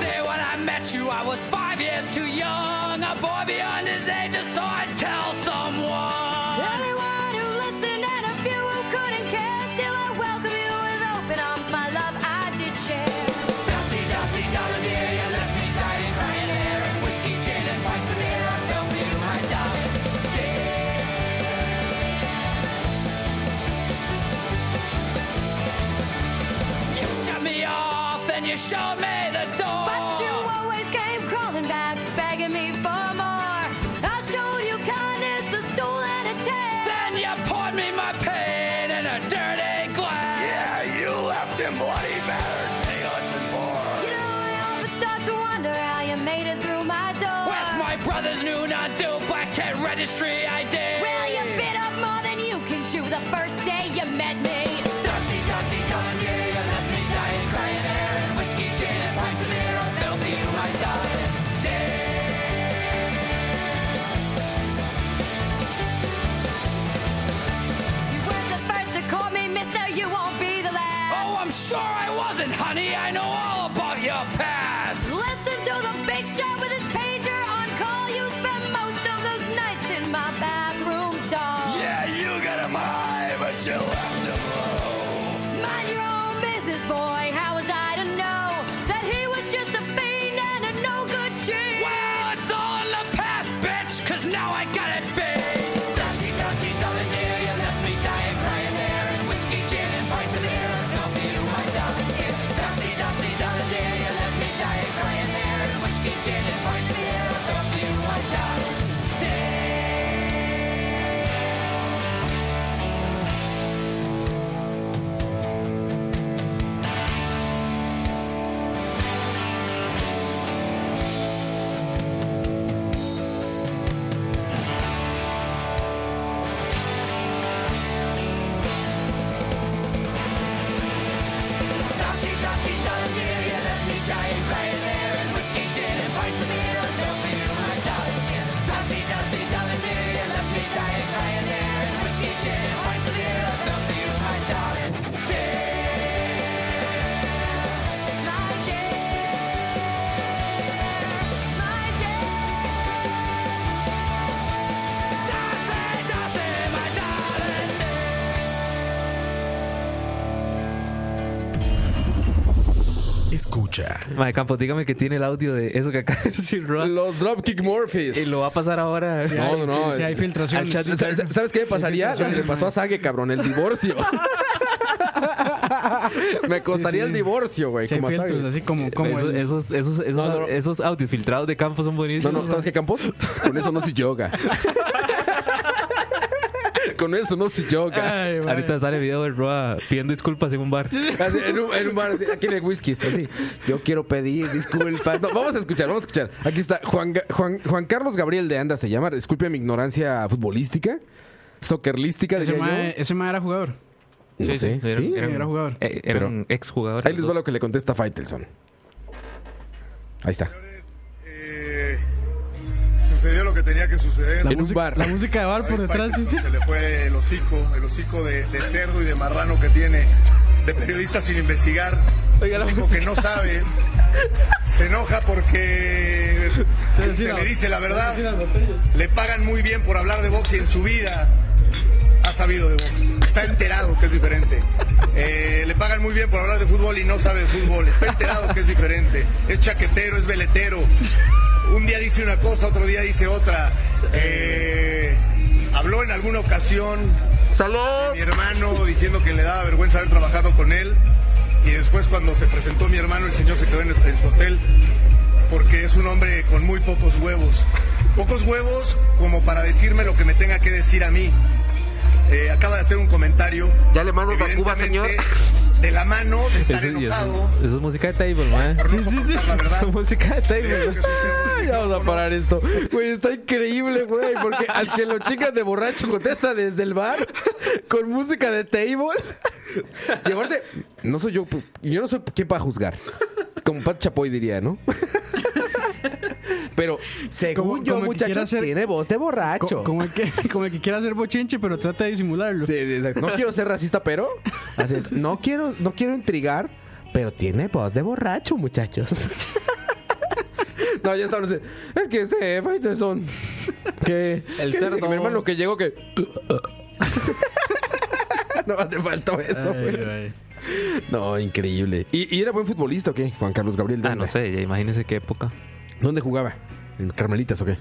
S10: Say when I met you, I was five years too young. A boy beyond his age, just so I'd tell someone.
S2: Anyone who listened and a few who couldn't care, still I welcome you with open arms, my love I did share.
S10: Dusty, dusty, darling dear, you left me dying, crying there. And whiskey, gin, and pints of beer, I felt you, my darling. dear. You shut me off, then you showed me the door.
S2: But you always came crawling back, begging me for more. I showed you kindness, a stool and a tail.
S10: Then you poured me my pain in a dirty glass. Yeah, you left him bloody battered, penniless and poor.
S2: You know I often start to wonder how you made it through my door.
S10: With my brother's new non-due black cat registry I did.
S2: well, you bit off more than you can chew the first day you met me.
S10: Dusty, dusty, darling, yeah, you left me dying, crying there. And whiskey, gin, and pints of beer, I felt me to my dying day.
S2: You were the first to call me mister, you won't be the last.
S10: Oh, I'm sure I wasn't, honey. I know all about your past.
S2: Listen to the big shot with his pager on call. You spent most of those nights in my bathroom stall.
S10: Yeah, you got him high, but you left him low.
S2: Mind your own business, boy. How was I to know that he was just a fiend and a no good cheat?
S10: Well, it's all in the past, bitch, cause now I got it big. Dusty, dusty, darling, dear, you left me dying, crying there. And whiskey, gin, and pints of beer, help me to my darling dear. Dusty, dusty, darling, dear, you left me dying, crying there. And whiskey, gin, and pints of beer, help me to my darling dear.
S11: right there, and whiskey, gin, and pints of beer. Don't be my darling dear. Darcy, Darcy, darling dear, you left me dying crying there, and whiskey, gin, and pints of beer. Don't be my darling
S7: Escucha.
S5: Mae Campos, dígame que tiene el audio de eso que acaba de decir Roa.
S4: Los Dropkick Murphys.
S5: Y lo va a pasar ahora.
S4: No, no, no.
S3: Si hay
S5: Al chat
S3: filtraciones.
S5: de-
S4: ¿Sabes sabes qué me pasaría? Lo que le pasó a Sage, cabrón, el
S3: [LAUGHS]
S4: divorcio. me costaría
S3: Sí, sí.
S4: el divorcio, güey.
S3: Si hay
S4: como a Sage.
S3: filtros, así como, como
S5: Esos,
S3: el-
S5: esos, esos, esos,
S4: No, no, no.
S5: esos audios filtrados de Campos son
S4: No,
S5: buenísimos.
S4: no, ¿sabes qué, Campos? Con eso no se
S3: [LAUGHS]
S4: yoga. Con eso no se yoga.
S3: Ay, mae.
S5: Ahorita sale video de Roa pidiendo disculpas en un bar.
S3: Ah.
S4: Así, en, un, en un bar, así, aquí en el whisky, así. Yo quiero pedir disculpas. No, vamos a escuchar, vamos a escuchar. Aquí está Juan, Ga- Juan, Juan Carlos Gabriel de Anda, se llama. Disculpe mi ignorancia futbolística, soccerlística,
S3: Ese
S4: diría
S3: mae, ese mae era jugador.
S4: yo. No sé,
S5: eran-
S4: eh, ¿sí?
S3: Sí,
S5: eran-
S3: era jugador.
S5: eh, eran exjugadores.
S4: Ahí les va lo que le contesta Faitelson. Ahí está.
S10: Eh, sucedió lo que tenía que suceder.
S4: en un bar.
S3: La música de bar por
S10: Ahí
S3: detrás, sí, sí.
S10: Se le fue el hocico, el hocico de, de cerdo y de marrano que tiene de periodista sin investigar. Dijo que no sabe. Se enoja porque se le dice la verdad. Le pagan muy bien por hablar de box y en su vida ha sabido de box. Está enterado que es diferente. Eh, le pagan muy bien por hablar de fútbol y no sabe de fútbol. Está enterado que es diferente. Es chaquetero, es veletero. Un día dice una cosa, otro día dice otra. Eh, habló en alguna ocasión
S4: ¡Salud!
S10: mi hermano diciendo que le daba vergüenza haber trabajado con él. Y después cuando se presentó mi hermano, el señor se quedó en, el- en su hotel porque es un hombre con muy pocos huevos. Pocos huevos como para decirme lo que me tenga que decir a mí. Eh, acaba de hacer un comentario.
S4: Ya le mando para Cuba,
S10: evidentemente, De la mano
S4: [LAUGHS]
S10: de estar
S5: Eso, y eso-
S10: enojado.
S5: eso es música de table, man.
S10: por no soportar la
S5: [LAUGHS]
S10: verdad.
S5: Eso es música de table.
S10: Lo que sucede.
S4: Ya vamos a parar esto. Güey, está increíble, güey. Porque al que lo chicas de borracho contesta desde el bar con música de table. Y aparte, no soy yo. Yo no soy quien para juzgar. Como Pat Chapoy diría, ¿no? Pero según
S3: Como-
S4: yo,
S3: como el que quiera
S4: muchachos,
S3: ser-
S4: tiene voz de borracho.
S3: Co- Como el, que, [LAUGHS] como el que quiera hacer bochinche, pero trata de disimularlo.
S4: Sí, sí, exacto. Este, No quiero ser racista, pero así es. no quiero, no quiero intrigar, pero tiene voz de borracho, muchachos. [LAUGHS] No, ya estamos. Es que este Faitelson. Que.
S5: El
S4: que dice
S5: cerdo.
S4: que mi hermano que llegó que. [LAUGHS] no te faltó eso.
S3: Ay,
S4: güey.
S3: ay.
S4: No, increíble. ¿Y, y era buen futbolista o qué? Juan Carlos Gabriel.
S5: Ah, no
S4: ¿dónde?
S5: sé, ya imagínense qué época.
S4: ¿Dónde jugaba? ¿En Carmelitas o
S5: [LAUGHS]
S4: qué?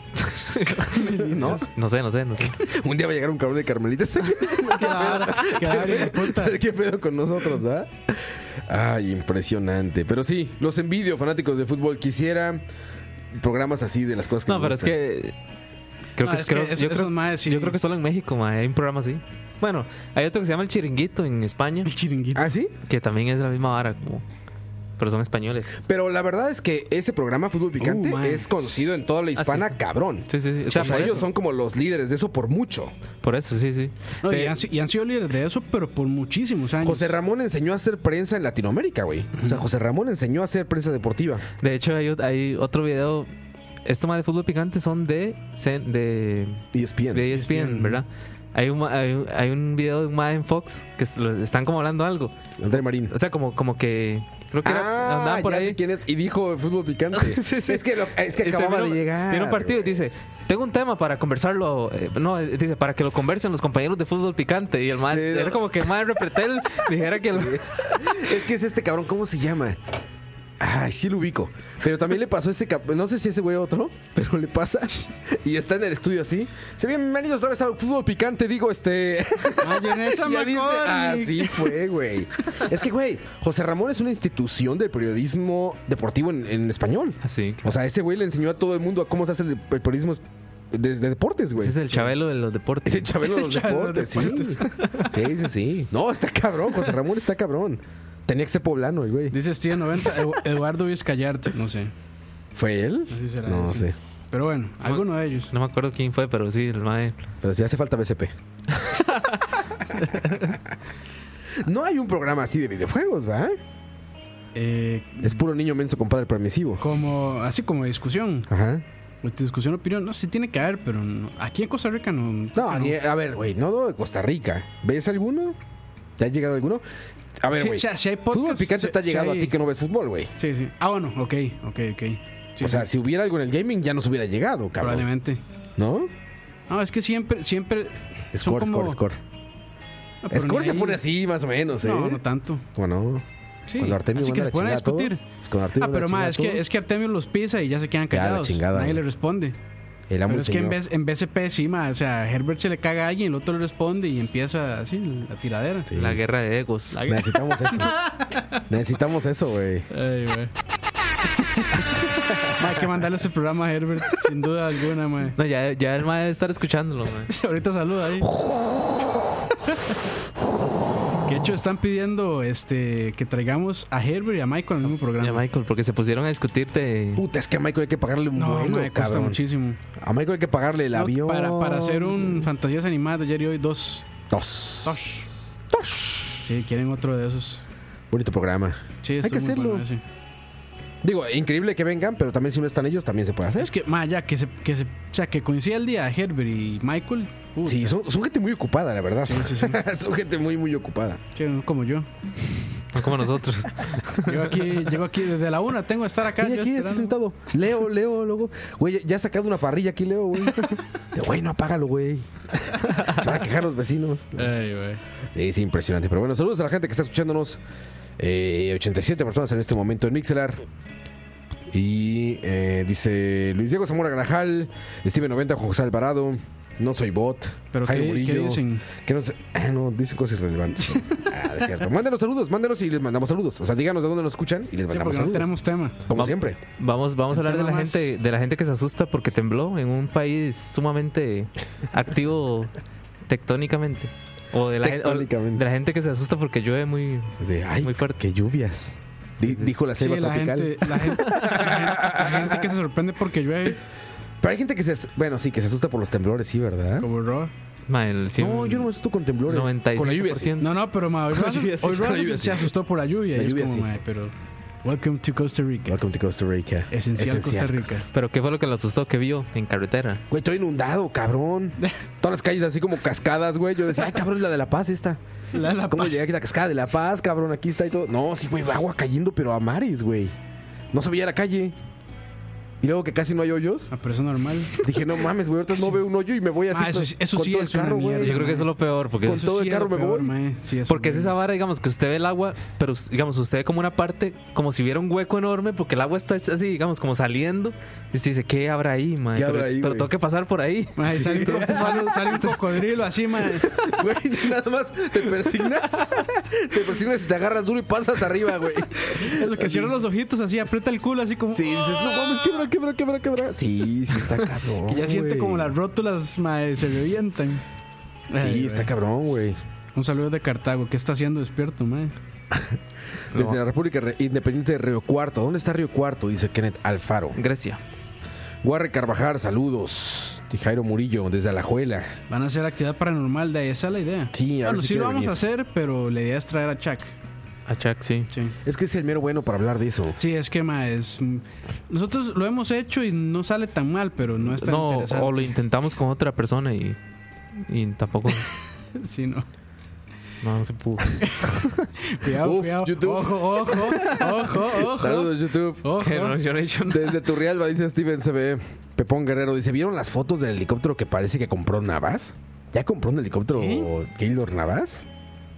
S4: [LAUGHS] no.
S5: No sé, no sé, no sé.
S4: Un día va a llegar un cabrón de Carmelitas.
S3: Qué vara, qué vara, hijo de puta.
S4: ¿Qué pedo con nosotros, ah? Ay, impresionante. Pero sí, los envidio, fanáticos de fútbol. Quisiera programas así de las cosas que
S5: [LAUGHS] No,
S4: me
S5: pero es
S4: gustan.
S5: que. Creo
S3: No,
S5: que,
S3: es
S5: creo-
S3: que es-
S5: yo,
S3: esos
S5: creo,
S3: maes sí-
S5: yo creo que solo en México ma, hay un programa así. Bueno, hay otro que se llama El Chiringuito en España,
S3: El chiringuito.
S4: ¿Ah, sí?
S5: que también es la misma vara, como, pero son españoles.
S4: Pero la verdad es que ese programa Fútbol Picante
S3: Uh, man.
S4: es conocido en toda la hispana,
S5: sí.
S4: cabrón.
S5: Sí, sí, sí.
S4: O
S5: O
S4: sea,
S5: sea, por
S4: ellos
S5: eso.
S4: son como los líderes de eso por mucho.
S5: Por eso, sí, sí.
S3: No, y,
S5: De-
S3: han, si- y han sido líderes de eso, pero por muchísimos años.
S4: José Ramón enseñó a hacer prensa en Latinoamérica, güey. O sea, José Ramón enseñó a hacer prensa deportiva.
S5: De hecho, hay, ot- hay otro video. Estos más de fútbol picante son de, cen- de,
S4: Y es bien.
S5: de E ESPN, ¿verdad? Hay un, ma- hay, un, hay un video de un ma en Fox que es- lo- están como hablando algo.
S4: André Marín.
S5: O sea, como, como que. Creo que era-
S4: Ah,
S5: andaban por
S4: ya
S5: ahí.
S4: sé quién es. Y dijo fútbol picante.
S5: [LAUGHS] Sí, sí.
S4: Es que, lo- es que
S5: Y
S4: acababa de
S5: terminó-
S4: llegar.
S5: Tiene un partido y dice: Tengo un tema para conversarlo. eh, no, eh, dice: Para que lo conversen los compañeros de fútbol picante. Y el más.
S4: Sí.
S5: Era como que el más repretel
S4: [LAUGHS]
S5: dijera que. [LAUGHS] lo-
S4: Es que es este cabrón, ¿cómo se llama? Ay, sí lo ubico. Pero también le pasó a ese cabrón. No sé si ese güey otro, pero le pasa. [LAUGHS] Y está en el estudio así. Se bienvenidos otra vez al fútbol picante. Digo, este. [LAUGHS]
S3: Mayonesa
S4: Ya dice, ah,
S3: McCormick.
S4: así fue, güey. Es que, güey, José Ramón es una institución de periodismo deportivo en, en español.
S5: Así.
S4: O sea, ese güey le enseñó a todo el mundo a cómo se hace el, de- el periodismo de, de deportes, güey.
S5: Ese es el chabelo de los deportes.
S4: Ese Chabelo
S3: [LAUGHS]
S4: de los deportes, sí. Sí, sí, sí. No, está cabrón, José Ramón está cabrón. Tenía que ser poblano el güey.
S3: Dice Steve 90, Edu- Eduardo Vizcayarte. No sé.
S4: ¿Fue él?
S3: No sé si será
S4: No
S3: ese.
S4: sé.
S3: Pero bueno, alguno de ellos.
S5: No me acuerdo quién fue, pero sí, el mae.
S4: Pero sí hace falta
S3: [LAUGHS]
S4: BCP. no hay un programa así de videojuegos, ¿va?
S3: eh,
S4: Es puro niño menso, compadre, permisivo.
S3: como así como discusión.
S4: Ajá.
S3: Discusión, opinión, no sé si tiene que haber, pero no- aquí en Costa Rica no.
S4: No, ni- a ver, güey, no lo de Costa Rica. ¿Ves alguno? ¿Te ha llegado alguno? A ver,
S3: Sí,
S4: güey.
S3: sí, sí hay
S4: fútbol
S3: podcasts,
S4: picante
S3: sí,
S4: te ha
S3: sí
S4: llegado
S3: hay-
S4: a ti que no ves fútbol, güey.
S3: Sí, sí. Ah, bueno, ok, ok, ok. Sí,
S4: o sea,
S3: sí,
S4: si hubiera algo en el gaming ya nos hubiera llegado, cabrón.
S3: probablemente.
S4: ¿No?
S3: No, es que siempre, siempre. son
S4: Score,
S3: como-
S4: score, score.
S3: No, Ah, pero
S4: score
S3: ni
S4: se
S3: ahí.
S4: pone así, más o menos, ¿eh?
S3: No, no tanto.
S4: Bueno,
S3: Sí.
S4: cuando Artemio
S3: así que
S4: manda
S3: se
S4: la
S3: ponen
S4: chingada
S3: a
S4: a todos.
S3: discutir.
S4: pues cuando Artemio
S3: Ah,
S4: manda
S3: pero
S4: la
S3: ma, es
S4: chingada a
S3: que, es que Artemio los pisa y ya se quedan
S4: Ya, la
S3: callados.
S4: chingada,
S3: Nadie
S4: güey.
S3: le responde.
S4: todos, el amo y
S3: Pero es que en,
S4: señor.
S3: vez, en BCP sí, ma, o sea, Herbert se le caga a alguien, el otro le responde y empieza así la tiradera.
S4: Sí.
S5: La guerra de egos.
S4: [LAUGHS]
S3: La-
S4: Necesitamos eso.
S3: [LAUGHS]
S4: Necesitamos eso, güey.
S3: Ay, güey. Ma, hay que mandarle este programa a Herbert, sin duda alguna, ma.
S5: No, ya, ya el mae debe estar escuchándolo, mae.
S3: [LAUGHS] Ahorita saluda ahí. Que de hecho están pidiendo este que traigamos a Herbert y a Michael al mismo programa.
S5: Ya, Michael, porque se pusieron a discutirte.
S4: Puta, es que a Michael hay que pagarle un
S3: no,
S4: vuelo,
S3: ma, cuesta
S4: cabrón.
S3: muchísimo.
S4: A Michael hay que pagarle el
S3: No,
S4: avión.
S3: Para, para hacer un Fantasías Animadas de ayer y hoy dos
S4: Dos.
S3: Tosh. Sí, quieren otro de esos.
S4: Bonito programa.
S3: Sí,
S4: Hay
S3: estuvo
S4: que
S3: muy
S4: hacerlo. ¿Eh?
S3: bueno ese.
S4: Digo, increíble que vengan, pero también si no están ellos, también se puede hacer.
S3: Es que, ma, ya que se, que se, o sea, que coincida el día de Herbert y Michael. puta,
S4: Sí, son, son gente muy ocupada, la verdad. [LAUGHS] son gente muy, muy ocupada.
S3: che, no como yo.
S5: No
S4: [LAUGHS]
S5: como nosotros.
S3: Llego aquí, llego aquí desde la una, tengo que estar acá.
S4: Sí,
S3: yo
S4: aquí está
S3: esperando.
S4: sentado. Leo, Leo, luego. Güey, ya ha sacado una parrilla aquí, Leo, güey. [LAUGHS] Güey, no apágalo, güey. [LAUGHS] Se van a quejar los vecinos.
S3: Ay, güey.
S4: Sí, es impresionante. Pero bueno, saludos a la gente que está escuchándonos. Eh, 87 personas en este momento en Mixelar. Y eh, dice Luis Diego Zamora Grajal, Steven 90, Juan José Alvarado, No Soy Bot,
S3: Pero
S4: Jairo
S3: ¿qué, qué
S4: Murillo,
S3: dicen?
S4: que no, sé- ah, no, dicen cosas
S3: [LAUGHS]
S4: irrelevantes. ah, es cierto. Mándenos saludos, mándenos y les mandamos saludos. O sea, díganos de dónde nos escuchan y les
S3: Sí,
S4: mandamos
S3: porque no
S4: saludos.
S3: tenemos tema.
S4: Como
S5: Va-
S4: siempre.
S5: Vamos, vamos a hablar de
S3: Nada
S5: la
S3: más.
S5: gente, de la gente que se asusta porque tembló en un país
S4: [LAUGHS]
S5: sumamente activo tectónicamente. O de la, gen- o
S4: Tectónicamente.
S5: de la gente que se asusta porque llueve muy,
S4: Así, ay,
S5: muy fuerte.
S4: qué lluvias. Di- dijo la
S3: Sí,
S4: selva
S3: la
S4: tropical.
S3: gente, la, gente, la gente- la gente que se sorprende porque llueve,
S4: Pero hay gente que se, as- bueno, sí, que se asusta por los temblores, sí, ¿verdad?
S3: como Roa.
S5: Ma, el cien-
S4: No, yo no me asusto con temblores. Con la lluvia, sí.
S5: 95%.
S3: No, no, pero ma, hoy
S5: Con la
S3: Roa,
S5: lluvia, sí,
S3: hoy
S5: con la
S3: Roa
S5: lluvia,
S3: se, se asustó por la lluvia.
S4: La
S3: y
S4: lluvia,
S3: es como,
S4: sí.
S3: ma, pero. Welcome to Costa Rica.
S4: Welcome to Costa Rica.
S3: Esencial, Costa Rica.
S5: Pero ¿qué fue lo que lo asustó que vio en carretera?
S4: Güey, estoy inundado,
S3: [LAUGHS]
S4: cabrón. Todas las calles así como cascadas, güey. Yo decía, ay, cabrón, es la de La Paz esta.
S3: La de La
S4: ¿Cómo
S3: Paz.
S4: llegué aquí a la cascada de La Paz, cabrón? Aquí está y todo. No, sí, güey, agua cayendo, pero a mares, güey. No se veía la calle. Y luego que casi no hay hoyos.
S3: A persona normal.
S4: Dije, no mames, güey, ahorita no veo un hoyo y me voy así
S3: Ah, eso
S4: con-
S3: sí- eso
S4: con
S3: sí
S4: todo el
S3: es una
S4: carro,
S3: mierda.
S4: güey.
S5: Yo creo que eso es lo peor, porque
S4: Con todo el
S3: es lo
S4: carro me
S3: peor,
S4: voy.
S3: ma, sí, es
S5: Porque es
S3: horrible.
S5: esa vara, digamos, que usted ve el agua, pero digamos, usted ve como una parte, como si hubiera un hueco enorme, porque el agua está así, digamos, como saliendo. Y usted dice, ¿qué habrá ahí, mae?
S4: ¿Qué
S5: Pero,
S4: habrá ahí,
S5: pero
S4: güey?
S5: tengo que pasar por ahí.
S3: Ma, y sale, un- sale un- sale un cocodrilo así, ma.
S4: Güey, [LAUGHS] nada más te persignas. te persignas y te agarras duro y pasas arriba, güey.
S3: Eso que cierra los ojitos así, aprieta el culo así como.
S4: Sí, dices, no mames, quebra, quebra, quebra, quebra. Sí, sí,
S3: [LAUGHS]
S4: está cabrón.
S3: que ya siente
S4: güey.
S3: como las rótulas, ma, se revientan.
S4: Sí,
S3: Ay,
S4: está
S3: güey.
S4: cabrón, güey.
S3: Un saludo de Cartago. ¿Qué está haciendo despierto, ma?
S4: Desde la República Re- Independiente de Río Cuarto. ¿Dónde está Río Cuarto? Dice Kenneth Alfaro.
S5: Grecia.
S4: Guarre Carvajal, saludos. Y Jairo Murillo, desde Alajuela.
S3: Van a hacer actividad paranormal, de ahí esa es la idea.
S4: Sí, a ver
S3: bueno,
S4: si
S3: sí
S4: quiere
S3: lo vamos
S4: venir.
S3: a hacer, pero la idea es traer a Chuck.
S5: A Chuck, sí.
S3: Sí.
S4: Es que es el mero bueno para hablar de eso.
S3: Sí, es que ma, es mm, nosotros lo hemos hecho y no sale tan mal, pero no es tan
S5: No,
S3: interesante.
S5: o lo intentamos con otra persona y, y tampoco
S3: Sí, no.
S5: no, no se pudo.
S3: Cuidado,
S4: Uf,
S3: cuidado.
S4: YouTube.
S3: Ojo, ojo,
S4: [LAUGHS]
S3: ojo, ojo.
S4: Saludos, YouTube.
S3: [LAUGHS] Ojo.
S5: Yo [LAUGHS] no- yo no he hecho nada.
S4: Desde Turrialba, dice Steven CBE. Pepón Guerrero dice: ¿Vieron las fotos del helicóptero que parece que compró Navas? ¿Ya compró un helicóptero
S3: ¿Qué?
S4: Gaylord Navas?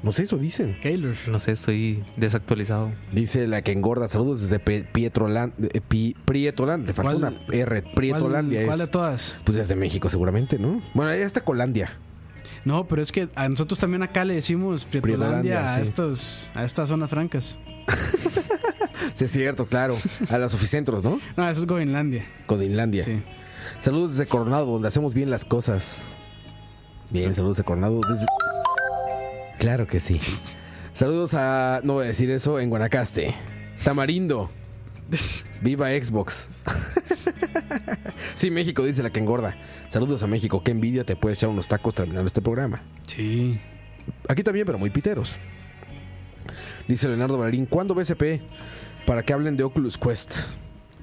S4: No sé, eso dicen.
S3: Keylor.
S5: No sé, estoy desactualizado.
S4: Dice la que engorda. Saludos desde Pe- Pietroland, eh, Pi- Prietoland. Te falta
S3: ¿Cuál-
S4: una R. Prietolandia
S3: ¿Cuál,
S4: es.
S3: cuál de todas?
S4: Pues desde México, seguramente, ¿no? Bueno, ahí está Colandia.
S3: No, pero es que a nosotros también acá le decimos Prietolandia a
S4: sí.
S3: estos, a estas zonas francas.
S4: Sí, es cierto,
S3: [LAUGHS]
S4: claro. A los oficentros, ¿no?
S3: No, eso es Groenlandia.
S4: Codinlandia.
S3: Sí.
S4: Saludos desde Coronado, donde hacemos bien las cosas. Bien, saludos de Coronado. desde- Claro que sí. Saludos a. No voy a decir eso, en Guanacaste. Tamarindo. Viva Xbox. sí, México, dice la que engorda. Saludos a México. Qué envidia te puedes echar unos tacos terminando este programa.
S3: Sí.
S4: Aquí también, pero muy piteros. Dice Leonardo Valerín, ¿cuándo BCP? Para que hablen de Oculus Quest.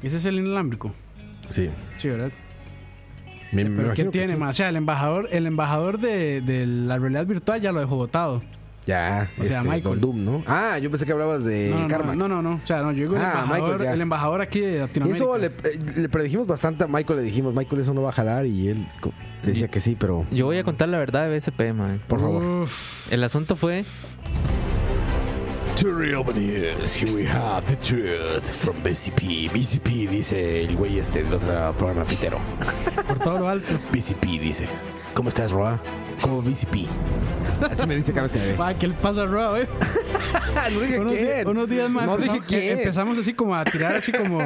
S3: Ese es el inalámbrico.
S4: Sí.
S3: Sí, ¿verdad?
S4: Me- me
S3: Pero
S4: imagino
S3: ¿quién
S4: que
S3: tiene
S4: sí.
S3: más? O sea, el embajador, el embajador de, de la realidad virtual ya lo dejó votado.
S4: Ya,
S3: O sea,
S4: este,
S3: Michael.
S4: Don Doom, ¿no? Ah, yo pensé que hablabas de
S3: no, no,
S4: Karma.
S3: no, no, no. O sea, no, yo digo el,
S4: Ah,
S3: embajador,
S4: Michael, ya.
S3: el embajador aquí de Latinoamérica.
S4: Eso le, eh, le predijimos bastante a Michael, le dijimos, Michael, eso no va a jalar y él co- decía que sí, pero
S5: Yo voy a contar la verdad de BSP, man.
S4: por favor.
S5: El asunto fue
S4: Mm.
S12: To real news, here we have the truth from BCP. BCP dice el güey este del otro programa pitero.
S3: Por todo lo alto.
S12: BCP dice, ¿cómo estás, Roa? ¿Cómo BCP?
S4: Así me dice cada vez que me ve.
S3: Va, que el paso a Roa, güey.
S4: no dije
S3: unos, di-
S4: quién.
S3: unos días más
S4: No dije
S3: empezamos, eh,
S4: quién.
S3: empezamos así como a tirar así como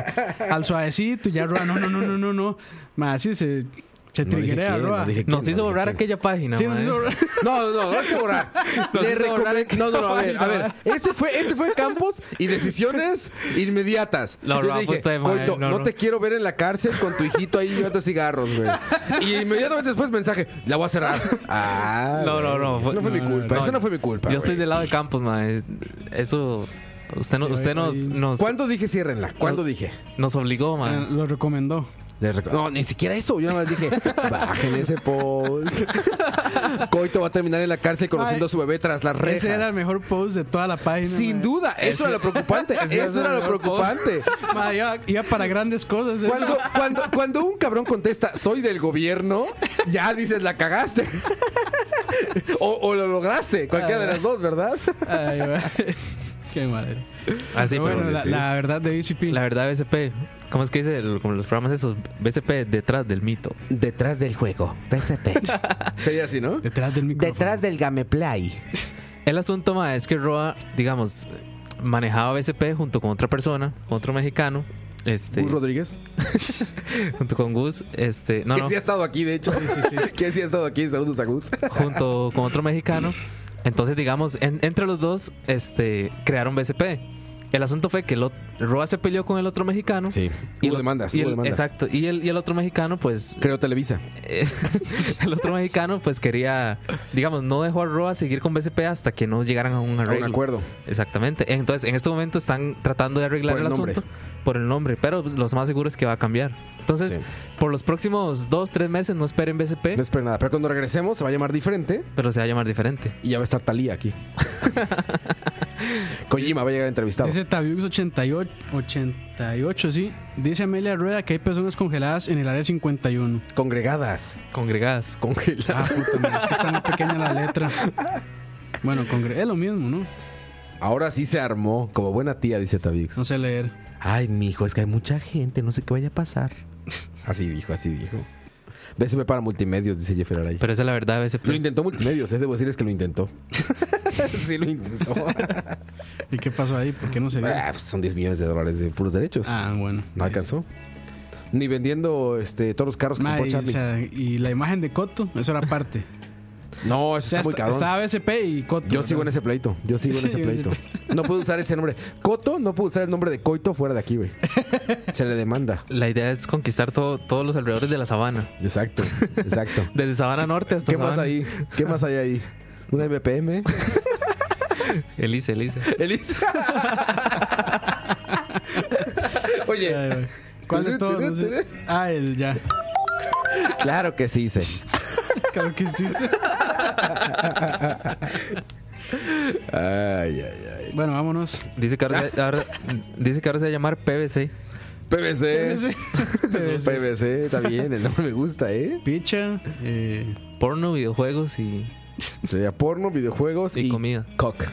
S3: al suavecito y ya Roa, no, no, no, no, no, no. Más así se, se
S4: dije
S3: triguea
S4: quién,
S3: Roa.
S4: no dije quién,
S5: Nos
S4: no
S5: hizo
S4: dije
S5: borrar
S4: quién.
S5: aquella página,
S3: Sí,
S5: man.
S3: nos hizo borrar.
S4: No, no, no, no se
S5: [LAUGHS]
S4: borrar.
S5: Nos
S4: Le
S5: hizo borrar
S4: recomendé. No, no, no, a ver, a ver.
S5: página.
S4: Ese fue, ese fue Campos y decisiones inmediatas.
S5: No,
S4: yo
S5: Rafa,
S4: le dije,
S5: está de madre,
S4: Coito, no,
S5: no, no".
S4: te quiero ver en la cárcel con tu hijito ahí llevando cigarros, güey. Y inmediatamente después mensaje, la voy a cerrar. Ah,
S5: No,
S4: güey,
S5: no, no,
S4: esa
S5: fue-
S4: no fue
S5: no,
S4: mi
S5: no,
S4: culpa.
S5: no,
S4: Esa no fue mi culpa.
S5: Yo estoy
S4: güey.
S5: del lado de Campos, man. Eso. Usted, no-
S3: Sí,
S5: usted
S3: ahí-
S5: nos,
S3: ahí-
S5: nos,
S4: ¿Cuándo dije ciérrenla? ¿Cuándo dije?
S5: nos obligó,
S3: Eh,
S5: man.
S3: Lo recomendó.
S4: Les reco- No, ni siquiera eso. Yo nada más dije, bajen ese post.
S5: [LAUGHS]
S4: Coito va a terminar en la cárcel conociendo
S3: Ay,
S4: a su bebé tras las rejas.
S3: Ese era el mejor post de toda la página.
S4: Sin
S3: mae.
S4: duda, eso era lo preocupante.
S5: ese
S4: Eso era
S5: era el
S4: lo
S5: mejor
S4: preocupante.
S3: Mae, iba, iba para grandes cosas. eso.
S4: Cuando, cuando, cuando un cabrón contesta, soy del gobierno, ya dices, la cagaste. [LAUGHS] O, o lo lograste, cualquiera de las dos, ¿verdad?
S3: Ay, mae. [LAUGHS] Qué madre.
S5: Así,
S3: Pero
S5: Ah, pero
S3: bueno, la,
S4: sí.
S3: la verdad de DCP.
S5: la verdad, BSP. ¿Cómo es que dice? el- como los programas esos. BSP detrás del mito.
S8: Detrás del juego.
S3: [LAUGHS]
S8: PSP.
S4: Sería así, ¿no?
S3: Detrás del micrófono.
S8: Detrás del gameplay.
S5: El asunto, ma, es que Roa, digamos, manejaba BSP junto con otra persona, otro mexicano. Este,
S4: Gus Rodríguez,
S5: [LAUGHS] junto con Gus, este, no,
S4: que [LAUGHS]
S5: no,
S4: sí ha estado aquí, de hecho. [LAUGHS] Que sí ha estado aquí, saludos a Gus.
S5: junto con otro mexicano. Entonces, digamos, en- entre los dos, este, crearon BSP. El asunto fue que el ot- Roa se peleó con el otro mexicano.
S4: [LAUGHS] Sí,
S5: Y
S4: hubo
S5: el-
S4: demandas,
S5: y
S4: hubo
S5: el-
S4: demandas.
S5: Exacto. Y el, y el otro mexicano, pues,
S4: Creo Televisa.
S5: eh, [LAUGHS] el otro mexicano, pues quería, digamos, no dejó a Roa seguir con BSP hasta que no llegaran a un
S4: A un
S5: arreglo.
S4: acuerdo.
S5: Exactamente. Entonces, en este momento están tratando de arreglar
S4: Por
S5: el,
S4: el nombre.
S5: asunto por el nombre, pero pues, lo más seguro es que va a cambiar. Entonces,
S4: Sí.
S5: por los próximos dos, tres meses no esperen BCP,
S4: No espero nada. Pero cuando regresemos se va a llamar diferente
S5: pero se va a llamar diferente.
S4: y ya va a estar Talía aquí. Kojima va a llegar entrevistado.
S3: Dice Tabiux 88, 88, sí. Dice Amelia Rueda que hay personas congeladas en el área 51.
S4: Congregadas.
S5: Congregadas.
S3: Ah,
S4: Congeladas.
S3: puta, madre, es que está muy pequeña la letra. Bueno, congre es lo mismo, ¿no?
S4: Ahora sí se armó. Como buena tía, dice Tabix.
S3: No sé leer.
S8: Ay, mijo, es que hay mucha gente. No sé qué vaya a pasar.
S4: Así dijo, así dijo. BSP para multimedios, dice Jeffrey Araya.
S5: Pero esa es la verdad de BCP.
S4: Lo intentó multimedios, eh, debo decirles que lo intentó. [LAUGHS] sí, lo
S3: [LAUGHS]
S4: intentó.
S3: ¿Y qué pasó ahí? ¿Por qué no se dio?
S4: Ah, pues son 10 millones de dólares de puros derechos.
S3: Ah, bueno.
S4: no alcanzó. Ni vendiendo este, todos los carros que
S3: Ma,
S4: compró
S3: y, o
S4: Charlie.
S3: sea, y la imagen de Coto, eso era
S4: [LAUGHS]
S3: aparte.
S4: no, eso
S3: O sea,
S4: está muy
S3: está-
S4: cabrón.
S3: estaba BSP y Coto.
S4: Yo sigo en ese pleito. Yo sigo en ese
S3: [LAUGHS] Sí,
S4: pleito. No puedo usar ese nombre. Coto, no puedo usar el nombre de Coito fuera de aquí,
S3: [LAUGHS]
S4: güey. Se le demanda.
S5: La idea es conquistar todo- todos los alrededores de la sabana.
S4: Exacto,
S3: [LAUGHS]
S4: exacto.
S5: Desde Sabana Norte hasta
S4: ¿Qué más
S5: Sabana-
S4: hay? ¿Qué más hay ahí? ¿Una MPM?
S5: Elise, Elise.
S4: Elisa. Oye,
S3: Ay, güey. ¿Cuál de todos? No sé. Ah, el ya.
S4: [LAUGHS] claro que sí, sí.
S3: Claro que
S4: [LAUGHS]
S3: sí.
S4: Ay, ay, ay.
S3: Bueno, vámonos.
S5: Dice que ahora, se- ahora- dice que ahora se va a llamar PVC.
S4: PVC. [LAUGHS]
S3: PVC.
S4: PVC, está bien, el nombre me gusta, ¿eh?
S3: Picha. Eh,
S5: Porno, videojuegos y.
S4: Sería porno, videojuegos y,
S5: Y comida.
S4: Cock.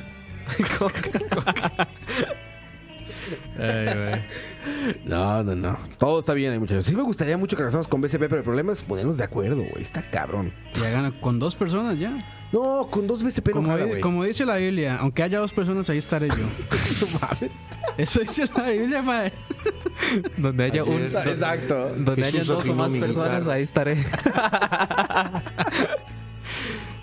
S3: ay, güey.
S4: No, no, no. Todo está bien, ahí, muchachos. Sí me gustaría mucho que regresamos con BCP, pero el problema es ponernos de acuerdo, güey. Está cabrón.
S3: Ya gana con dos personas ya.
S4: No, con dos BCP no
S3: Como,
S4: jala,
S3: di-
S4: güey.
S3: como dice la Biblia, aunque haya dos personas, ahí estaré yo.
S4: [LAUGHS] No mames.
S3: Eso dice la Biblia, mae.
S5: Donde haya un. donde-
S4: Exacto.
S5: Donde
S12: Jesús
S5: haya dos o
S12: afirmó
S5: más
S12: mi
S5: personas,
S12: guitarra.
S5: ahí estaré.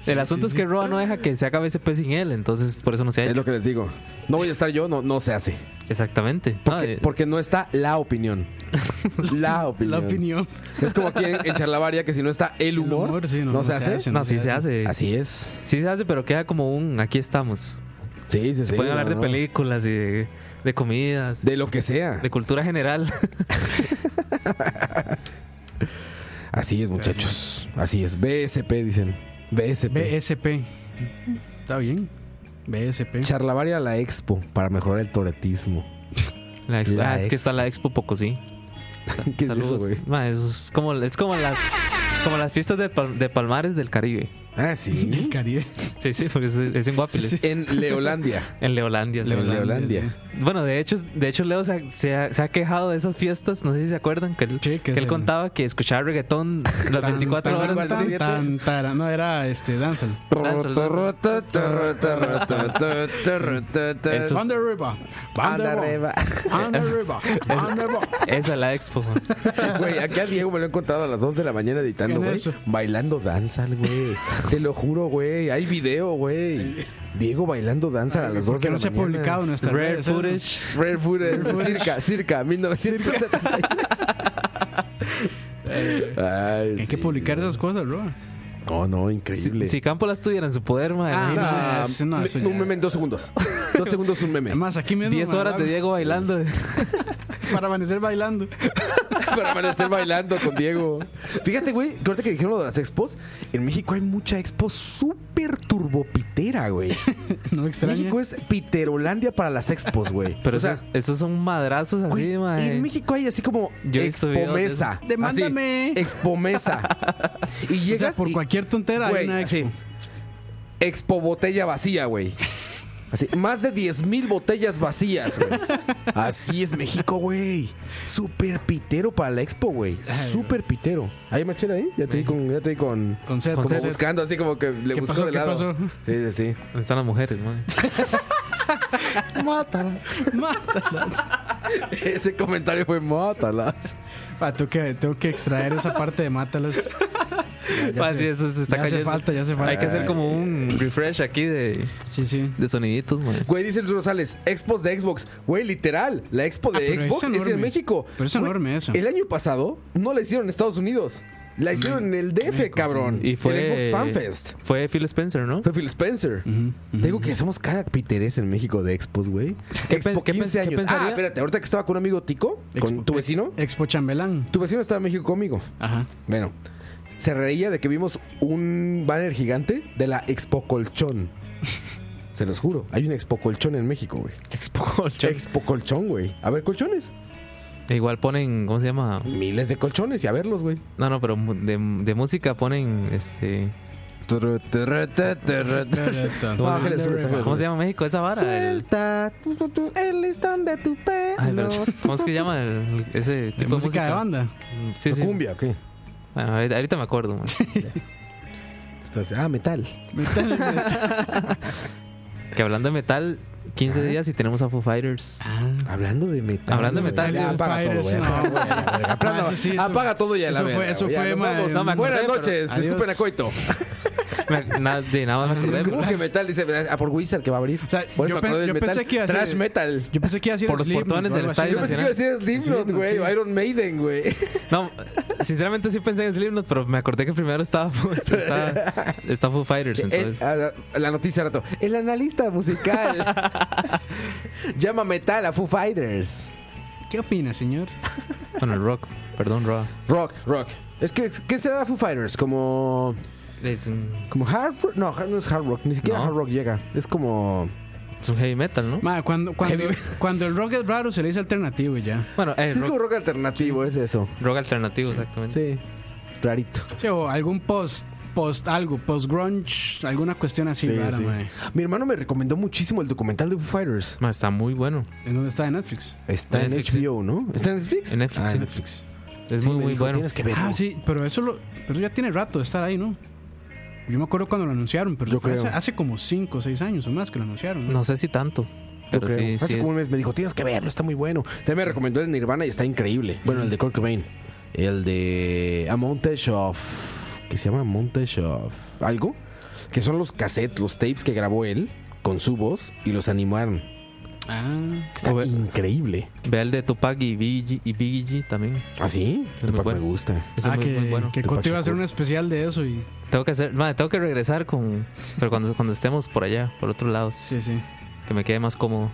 S5: el asunto
S3: sí,
S5: es que Roa no deja que se haga BCP sin él, entonces por eso no se ha
S4: Es
S5: hecho.
S4: lo que les digo. No voy a estar yo, no, no se hace.
S5: Exactamente. No,
S4: Porque,
S5: eh,
S4: porque no está la opinión. La opinión.
S3: La opinión.
S4: Es como aquí en, en Charlavaria que si no está el humor,
S3: humor, sí,
S4: no, se hace.
S5: no, sí se hace.
S4: Así es.
S5: Sí se hace, pero queda como un aquí estamos.
S4: Sí, sí,
S5: Se
S4: sí.
S5: pueden hablar
S4: no,
S5: de
S4: no.
S5: películas y de, de comidas.
S4: De lo que sea.
S5: De cultura general. [LAUGHS]
S4: Así es, muchachos. Así es. BSP, dicen. BSP.
S3: BSP. Está bien. BSP.
S4: Charlavaria a la expo para mejorar el toretismo.
S5: La expo-
S4: La
S5: ah, es
S4: expo.
S5: que está la expo poco, sí.
S4: ¿Qué es eso, güey?
S5: Ma, eso es como, es como las como las fiestas de, Pal- de Palmares del Caribe.
S4: Ah, sí.
S3: Del Caribe.
S5: Sí, sí, porque es, es en Guapiles.
S4: En Leolandia.
S5: En Leolandia. sí.
S4: En Leolandia.
S5: Bueno, de hecho, de hecho Leo se ha, se ha- se ha quejado de esas fiestas, no sé si se acuerdan, que él, que
S3: es
S5: él
S3: el-
S5: contaba que escuchaba reggaetón las 24
S3: Tan,
S5: horas del
S3: tan,
S5: día.
S3: tan, tara. No, era este, Danzel.
S5: Danza, Eso es-
S3: Under River.
S4: Banda Reba.
S3: Under River. Under River.
S5: Esa es la
S3: [LAUGHS]
S5: expo. man.
S4: Güey, acá Diego me lo he encontrado a las 2 de la mañana editando,
S3: ¿Qué
S4: güey.
S3: es eso?
S4: Bailando danza, güey. Te lo juro, güey. Hay video, güey. Diego bailando danza a las 2 de
S3: Porque
S4: la
S3: no se ha
S4: mañana.
S3: publicado en ¿eh? nuestra
S5: Rare footage.
S4: Rare Footage, circa, circa, 1976.
S3: [LAUGHS]
S4: Ay,
S3: Hay
S4: sí.
S3: que publicar esas cosas, bro.
S4: No, no,
S5: Si,
S4: increíble.
S5: si Campo las tuviera en su poder, man,
S3: Ah,
S5: imagínate.
S4: Ah,
S3: no, eso no,
S4: me-
S3: eso ya-
S4: un meme en dos segundos. Dos segundos un meme.
S3: Además, aquí mismo.
S5: 10
S3: me
S5: horas de
S3: hago
S5: Diego bailando.
S3: Para amanecer bailando. [LAUGHS]
S4: Para amanecer bailando con Diego. Fíjate, güey, que ahorita que dijeron lo de las expos, en México hay mucha expo súper turbopitera, güey.
S3: No me extraña.
S4: México es Piterolandia para las expos, güey.
S5: [LAUGHS] Pero
S4: o sea,
S5: eso- esos son madrazos así,
S4: güey,
S5: man.
S4: en México hay así como
S5: Yo he visto videos de eso.
S4: expomesa.
S3: Demándame.
S4: Así, expomesa.
S5: [LAUGHS]
S4: y
S3: O sea,
S4: llegas
S3: por
S4: y-
S3: cualquier tontera hay
S4: Güey,
S3: una
S4: así.
S3: expo.
S4: Expo botella vacía, güey. Así, más de 10 mil botellas vacías, güey. Así es México, güey. Súper pitero para la expo, güey. Súper pitero. ¿Hay machera ahí? Ya te vi con. Ya te vi con.
S3: Con Z.
S4: como
S3: Con Z.
S4: buscando, así como que le
S3: ¿Qué
S4: buscó
S3: pasó?
S4: de
S3: ¿Qué
S4: lado.
S3: pasó?
S4: Sí, sí, sí. [LAUGHS]
S5: ¿Dónde están las mujeres, man?
S3: Mátala. [LAUGHS] Mátalas.
S4: Ese comentario fue mátalas.
S3: Ah, tengo, que, tengo que extraer esa parte de mátalas. Ya, [LAUGHS] ya
S5: Man,
S3: sé.
S5: sí, eso se está
S3: Ya hace
S5: cayendo.
S3: falta, ya hace falta.
S5: Hay que hacer como un refresh aquí de,
S3: Sí, sí.
S5: de soniditos, man.
S4: Güey, dice Luis Rosales, expos de Xbox. Güey, literal, la expo de
S3: Ah, pero
S4: Xbox
S3: es
S4: es, en
S3: enorme.
S4: México.
S3: Pero es
S4: Güey,
S3: enorme eso.
S4: El año pasado no la hicieron en Estados Unidos. La hicieron en el DF, cabrón.
S5: Y fue.
S4: En Xbox Fan Fest.
S5: Fue Phil Spencer, ¿no?
S4: Fue Phil Spencer. Te digo que somos cada piterés en México de expos, güey.
S5: ¿Qué
S4: Expo
S5: pen- qué
S4: 15
S5: pens- qué
S4: años. ah,
S5: pensaría?
S4: espérate, ahorita que estaba con un amigo tico, con
S3: Expo- eh,
S4: tu vecino.
S3: Expo Chambelán.
S4: Tu vecino estaba en México conmigo.
S3: Ajá.
S4: Bueno, se reía de que vimos un banner gigante de la Expo Colchón. Se los juro, hay una Expo Colchón en México, güey.
S5: Expo Colchón.
S4: Expo Colchón, güey. A ver colchones.
S5: E Igual ponen, ¿cómo se llama?
S4: Miles de colchones y a verlos, güey.
S5: No, no, pero mu- de, de música ponen este. ¿Cómo,
S4: [LAUGHS] Bájale,
S5: se,
S4: sube,
S3: Pues
S4: sube,
S5: ¿cómo se
S4: sube.
S5: llama México? Esa vara. El-
S3: Ah,
S4: Suelta tu, tu, tu, el listón de tu pelo.
S5: Ay, pero, ¿Cómo es que llama el- ese tipo
S3: De
S5: de
S3: música de banda.
S5: Sí, sí.
S4: Cumbia, ¿o qué?
S5: Bueno, ahorita, ahorita me acuerdo. man.
S4: Entonces, ah, metal.
S5: que hablando de metal, 15 días y tenemos a Foo Fighters.
S3: Ah.
S4: Hablando de metal.
S5: Hablando de
S4: güey.
S5: metal,
S4: Ya,
S5: Foo
S4: apaga todo,
S3: Fighters,
S4: güey.
S3: no,
S4: apaga, güey, ya,
S3: [LAUGHS]
S4: güey. Apaga-
S3: No, eso Ah, sí, eso-
S4: Apaga todo ya la
S3: eso
S4: verga,
S3: fue- eso
S4: güey. Ya,
S3: fue,
S4: nos
S3: ma-
S4: vamos.
S3: no me
S5: acordé,
S4: Buenas
S5: pero-
S4: noches. Disculpen a
S3: Adiós. [LAUGHS]
S4: Coito.
S5: Me- na- de nada más me
S4: [LAUGHS]
S5: acordé,
S4: ¿Cómo
S5: pero-
S4: que metal? Dice, ah, por Wizard que va a abrir.
S3: O sea,
S4: Por eso
S3: yo
S4: me
S3: pen-
S4: acordé del
S3: yo
S4: metal.
S3: pensé que iba a ser-
S4: Trash metal.
S3: Yo pensé que iba a ser
S5: Por los
S3: Slipknot
S5: portones
S3: o
S5: del
S3: algo así.
S5: estadio
S4: Yo pensé que iba a decir Slipknot,
S3: Slipknot,
S4: güey.
S3: sí.
S4: Iron Maiden, güey.
S5: No, sinceramente sí pensé en Slipknot, pero me acordé que primero estaba, pues, estaba, está Foo Fighters,
S4: [LAUGHS]
S5: entonces.
S4: Eh, a la, a la noticia rato. El analista musical
S3: [LAUGHS]
S4: llama metal a Foo Fighters.
S3: ¿Qué opina, señor?
S5: Bueno, el rock, perdón, rock.
S4: Rock, rock. Es que, ¿qué será Foo Fighters? Como.
S5: Es un,
S4: Como hard rock. No, hard- no es hard rock. Ni siquiera
S5: No.
S4: hard rock llega. Es como.
S5: es un heavy metal, ¿no?
S3: Ma, cuando, cuando,
S4: Heavy-
S3: cuando el rock es raro, se le dice alternativo y ya.
S5: Bueno, eh,
S4: Es como
S5: rock,
S4: rock alternativo, es eso.
S5: rock alternativo, exactamente.
S4: Sí. Rarito.
S3: Sí, o algún post, post algo, post grunge, alguna cuestión así
S4: Sí,
S3: rara,
S4: sí.
S3: mae.
S4: Mi hermano me recomendó muchísimo el documental de Foo Fighters.
S5: Ma, está muy bueno.
S3: ¿En dónde está? ¿En Netflix?
S4: Está en
S5: Netflix, sí.
S4: HBO, ¿no? ¿Está en Netflix?
S5: En Netflix,
S4: Ah,
S5: sí.
S4: Netflix.
S5: Es
S4: Sí,
S5: muy,
S4: me
S5: muy
S4: dijo,
S5: bueno.
S4: Tienes que verlo.
S3: Ah, sí, pero eso lo, pero ya tiene rato de estar ahí, ¿no? Yo me acuerdo cuando lo anunciaron, pero
S4: Yo
S3: fue hace,
S4: creo.
S3: hace como 5 o 6 años o más que lo anunciaron.
S5: No sé si tanto,
S4: Yo
S5: pero
S4: creo.
S5: sí,
S4: Hace
S5: sí.
S4: como un mes me dijo, tienes que verlo, está muy bueno. También me recomendó el de Nirvana y está increíble. Bueno, el de Kurt Cobain. El de A Montage of... ¿Qué se llama? Montage of... ¿Algo? Que son los cassettes, los tapes que grabó él con su voz y los animaron.
S3: Ah,
S4: Está
S5: Oye.
S4: increíble.
S5: Ve el de Tupac y Biggie, y Biggie también.
S4: ¿Así?
S5: muy
S4: Tupac
S5: bueno.
S4: me gusta.
S5: Ese
S3: ah,
S5: es muy,
S3: que,
S5: muy bueno.
S3: que
S4: Tupac
S3: Coto iba a hacer
S4: Shakur.
S3: un especial de eso y...
S5: Tengo que hacer, ma, tengo que regresar con pero cuando, cuando estemos por allá, por otros lados.
S3: Sí, sí.
S5: que me quede más cómodo.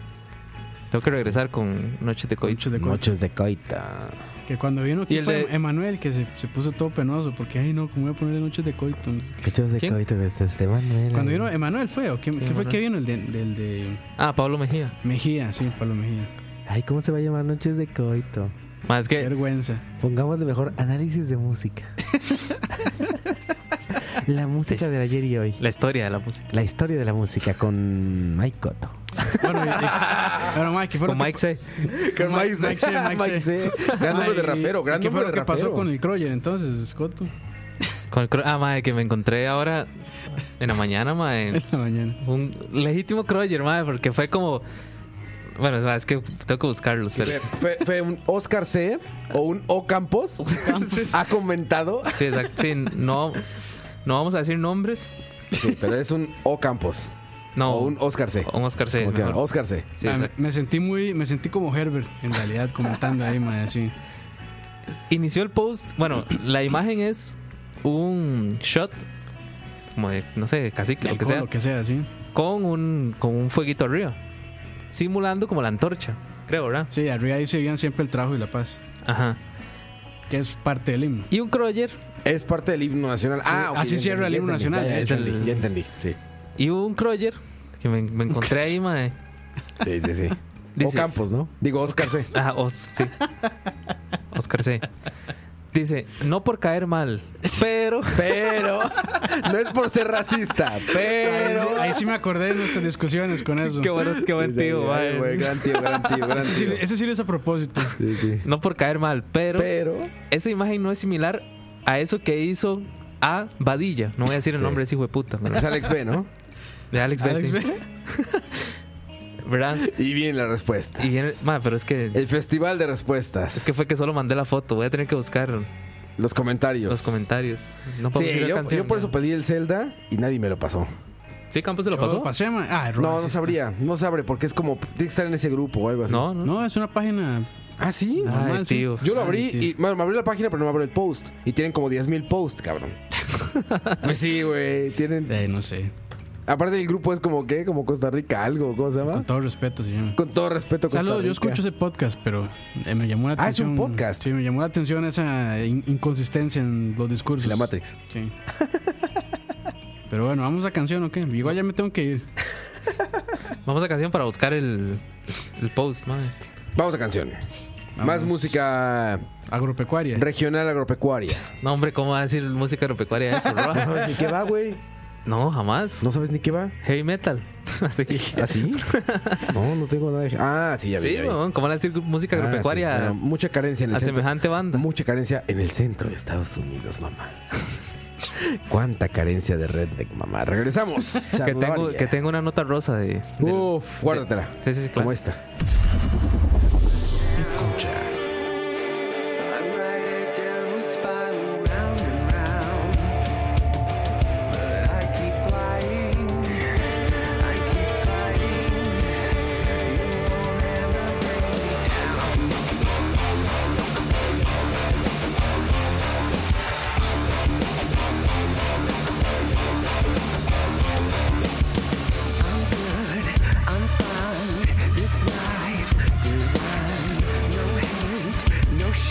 S5: Tengo que regresar con Noches de Coito.
S8: Noches de coita.
S3: Que cuando vino
S5: Y
S3: aquí
S5: el
S3: fue
S5: de-
S3: Emanuel, que se, se puso todo penoso, porque, ay, no, ¿cómo voy a ponerle noches de coito?
S8: Noches de
S3: ¿Quién?
S8: coita desde este Manuel.
S3: Cuando vino Emanuel, ¿fue? ¿O quién,
S5: Sí,
S3: ¿Qué fue
S5: Emanuel.
S3: que vino? El de- del de
S5: Ah, Pablo Mejía.
S3: Mejía, sí, Pablo Mejía.
S8: Ay, ¿cómo se va a llamar Noches de coito?
S5: Más es
S3: Qué
S5: que
S3: vergüenza.
S8: Pongámosle mejor análisis de música. la música del ayer y hoy.
S5: la historia de la música.
S8: La historia de la música con Mike Cotto.
S3: Bueno, y- y-
S5: [LAUGHS]
S3: pero, Mike, ¿qué fue lo
S5: Con
S3: que-
S5: Mike C.
S4: Con
S5: [LAUGHS]
S4: Mike C.
S3: Mike C, Mike
S4: Mike C.
S3: C.
S4: Gran nombre de
S3: Ay,
S4: rapero, gran
S3: ¿y ¿Qué fue
S4: nombre
S3: lo
S4: de
S3: que pasó
S4: rapero.
S3: con el Croyer entonces, Scotto?
S5: Con el cro- ah, madre, que me encontré ahora en la mañana, madre.
S3: En la mañana.
S5: Un legítimo Croyer, madre, porque fue como. Bueno, madre, es que tengo que buscarlos, pero.
S4: Fue, fue- fue un Oscar C o un O Campos. ha comentado.
S5: Sí, exacto. Sí, no, no vamos a decir nombres.
S4: Sí, pero es un O Campos.
S5: No.
S4: O un Oscar C.
S5: un Oscar C.
S4: Como quieran,
S5: mejor.
S4: Oscar C.
S5: Sí,
S3: Ah, me,
S5: exacto.
S3: me sentí muy, me sentí como Herbert, en realidad, comentando ahí,
S4: [LAUGHS]
S3: madre, así.
S5: Inició el post. Bueno, la imagen es un shot, como de, no sé, casi
S3: de
S5: lo que
S3: alcohol,
S5: sea,
S3: Lo que sea, sí.
S5: con un, con un fueguito arriba, simulando como la antorcha, creo, ¿verdad?
S3: Sí, arriba ahí se veían siempre el trabajo y la paz,
S5: Ajá.
S3: que es parte del himno.
S5: Y un Croyer
S4: Es parte del himno nacional. Ah, ok,
S3: así
S4: ya
S3: cierra
S4: entendí,
S3: el himno
S4: ya
S3: nacional,
S4: entendí,
S3: ya
S4: Ya,
S3: es
S4: entendí,
S3: el-
S4: ya entendí. Sí,
S5: Y hubo un Croyer que me, me encontré ahí, madre.
S4: sí, sí. sí.
S5: Dice-
S4: O Campos, ¿no? Digo, Oscar C.
S5: Ah, Os- sí. Oscar C. Dice, no por caer mal, pero
S4: [LAUGHS] Pero no es por ser racista, pero.
S3: Ahí sí me acordé de nuestras discusiones con
S4: [LAUGHS]
S3: eso.
S5: qué bueno, qué buen tío,
S4: Ay, güey,
S5: madre.
S4: gran tío, gran tío, gran
S3: Sí,
S4: tío.
S3: eso sí lo es a propósito.
S4: Sí, sí.
S5: No por caer mal, pero
S4: Pero.
S5: esa imagen no es similar a eso que hizo a Badilla. No voy a decir el nombre de ese hijo de puta, pero-
S4: Es Alex B, ¿no?
S5: de Alex,
S3: Alex
S5: Bessing. ¿Verdad?
S4: Y viene la respuesta.
S5: Y viene, ma, pero es que
S4: El festival de respuestas.
S5: es que fue que solo mandé la foto. Voy a tener que buscar
S4: Los comentarios.
S5: los comentarios. No puedo
S4: Sí,
S5: decir la
S4: yo,
S5: canción,
S4: yo por
S5: ya.
S4: eso pedí el Zelda y nadie me lo pasó.
S5: Sí, Campos se lo
S3: Yo
S5: pasó.
S3: pasé, madre. Ah, error,
S4: No,
S3: sí
S4: no
S3: está.
S4: sabría. No sabré porque es como. Tiene que estar en ese grupo o algo así.
S5: No, no.
S3: No, es una página.
S4: ¿Ah, sí?
S5: Ay,
S3: normal, sí.
S5: tío.
S4: Yo lo abrí
S3: Ay, sí.
S4: y. Bueno, me abrió la página, pero no me abrió el post. Y tienen como 10.000 posts, cabrón.
S3: [LAUGHS]
S4: pues sí, güey. Tienen.
S3: Eh, no sé.
S4: Aparte, el grupo es como, ¿qué? Como Costa Rica, algo. ¿Cómo se
S3: Con
S4: llama?
S3: todo respeto, señor.
S4: Con todo respeto, Costa
S3: Saludos, yo
S4: Rica.
S3: escucho ese podcast, pero eh, me llamó la
S4: Ah, es
S3: atención.
S4: un podcast.
S3: Sí, me llamó la atención esa in- inconsistencia en los discursos.
S4: La Matrix.
S3: Sí. Pero bueno, vamos a canción, ¿o qué? Igual ya me tengo que ir.
S5: Vamos a canción para buscar el, el post, madre.
S4: Vamos a canción. Más
S3: Vamos.
S4: música
S3: Agropecuaria.
S4: regional agropecuaria.
S5: No, hombre, ¿cómo va a decir música agropecuaria eso,
S4: [LAUGHS] No
S5: bro?
S4: sabes ni qué va, güey.
S5: No, jamás.
S4: No sabes ni qué va.
S5: Heavy metal. [LAUGHS] Así que.
S3: [LAUGHS]
S4: ¿Así? no, no tengo nada de. Ah, sí, ya vi.
S5: Sí,
S4: ya vi.
S5: weón, ¿cómo van a decir música
S4: Ah, sí.
S5: agropecuaria
S4: Bueno, mucha carencia en el
S5: a
S4: centro.
S5: semejante banda?
S4: Mucha carencia en el centro de Estados Unidos,
S5: [LAUGHS]
S4: mamá. Cuánta carencia de redneck, mamá. Regresamos.
S5: [LAUGHS] Que tengo,
S4: Charlavaria.
S5: que tengo una nota rosa de. del-
S4: Uf, guárdatela.
S5: Sí, sí, sí, claro.
S4: Como esta.
S7: Escucha.
S10: I'm right at downward spiral, round and round. But I keep flying, I keep fighting. You won't ever bring me down. I'm good, I'm fine. This life divine, no hate.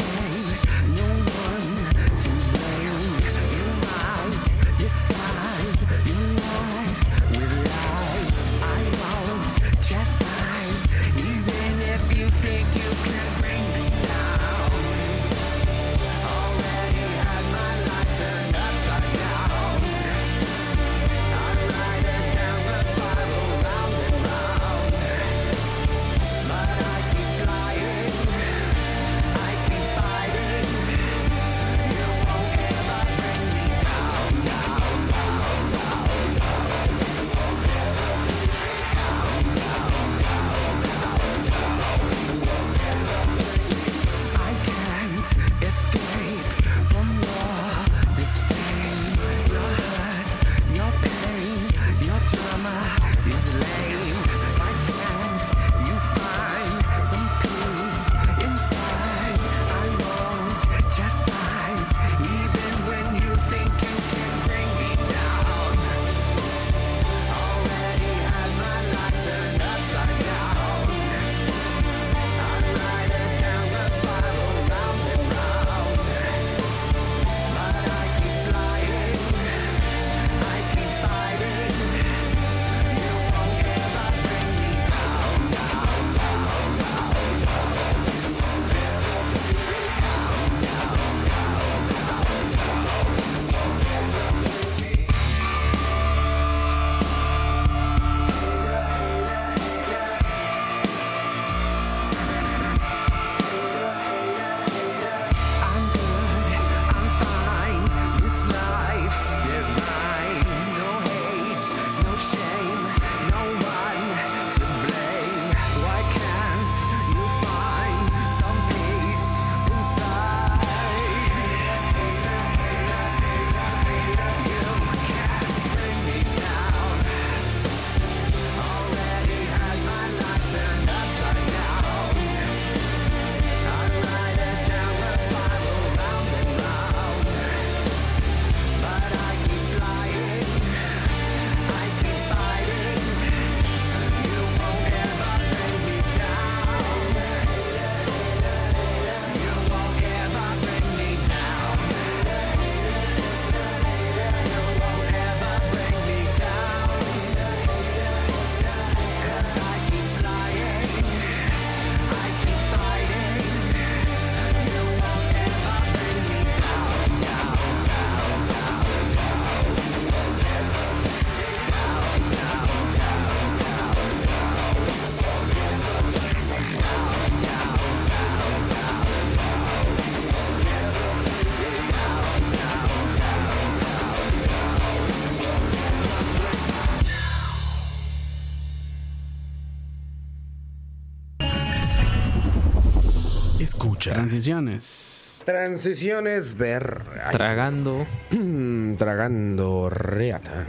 S7: escucha.
S3: Transiciones.
S4: Transiciones ver. ay,
S5: Tragando.
S4: [CLEARS THROAT] Tragando reata.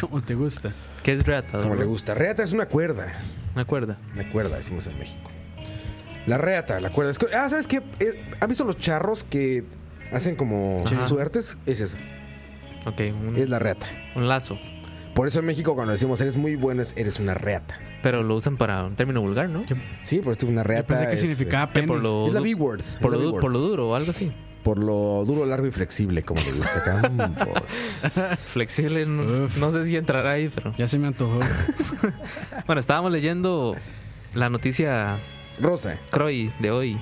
S3: ¿Cómo te gusta?
S5: ¿Qué es reata?
S4: Como le
S5: bro?
S4: gusta. Reata es una cuerda.
S5: Una cuerda.
S4: La cuerda, decimos en México. La reata, la cuerda. Es cu- Ah, ¿sabes qué? Eh, ¿Han visto los charros que hacen como
S5: Sí.
S4: suertes? Es eso.
S5: Ok, un,
S4: Es la reata.
S5: un lazo.
S4: Por eso en México cuando decimos eres muy bueno, es- eres una reata.
S5: Pero lo usan para un término vulgar, ¿no?
S4: Sí, por esto una reata.
S3: Pensé que
S4: es, eh,
S3: significaba
S5: Que por
S3: pene.
S5: lo,
S4: es la
S5: du-
S4: B-word.
S5: por,
S4: es la
S5: lo, du-
S4: B-word.
S5: por lo duro o algo
S4: [LAUGHS]
S5: así.
S4: Por lo duro, largo y flexible, como le gusta a
S5: [LAUGHS]
S4: Campos.
S5: Flexible, no,
S3: Uf.
S5: no sé si entrará ahí, pero.
S3: Ya se me
S4: [LAUGHS]
S3: antojó.
S5: Bueno, estábamos leyendo la noticia
S4: Rosa.
S5: Croy de hoy.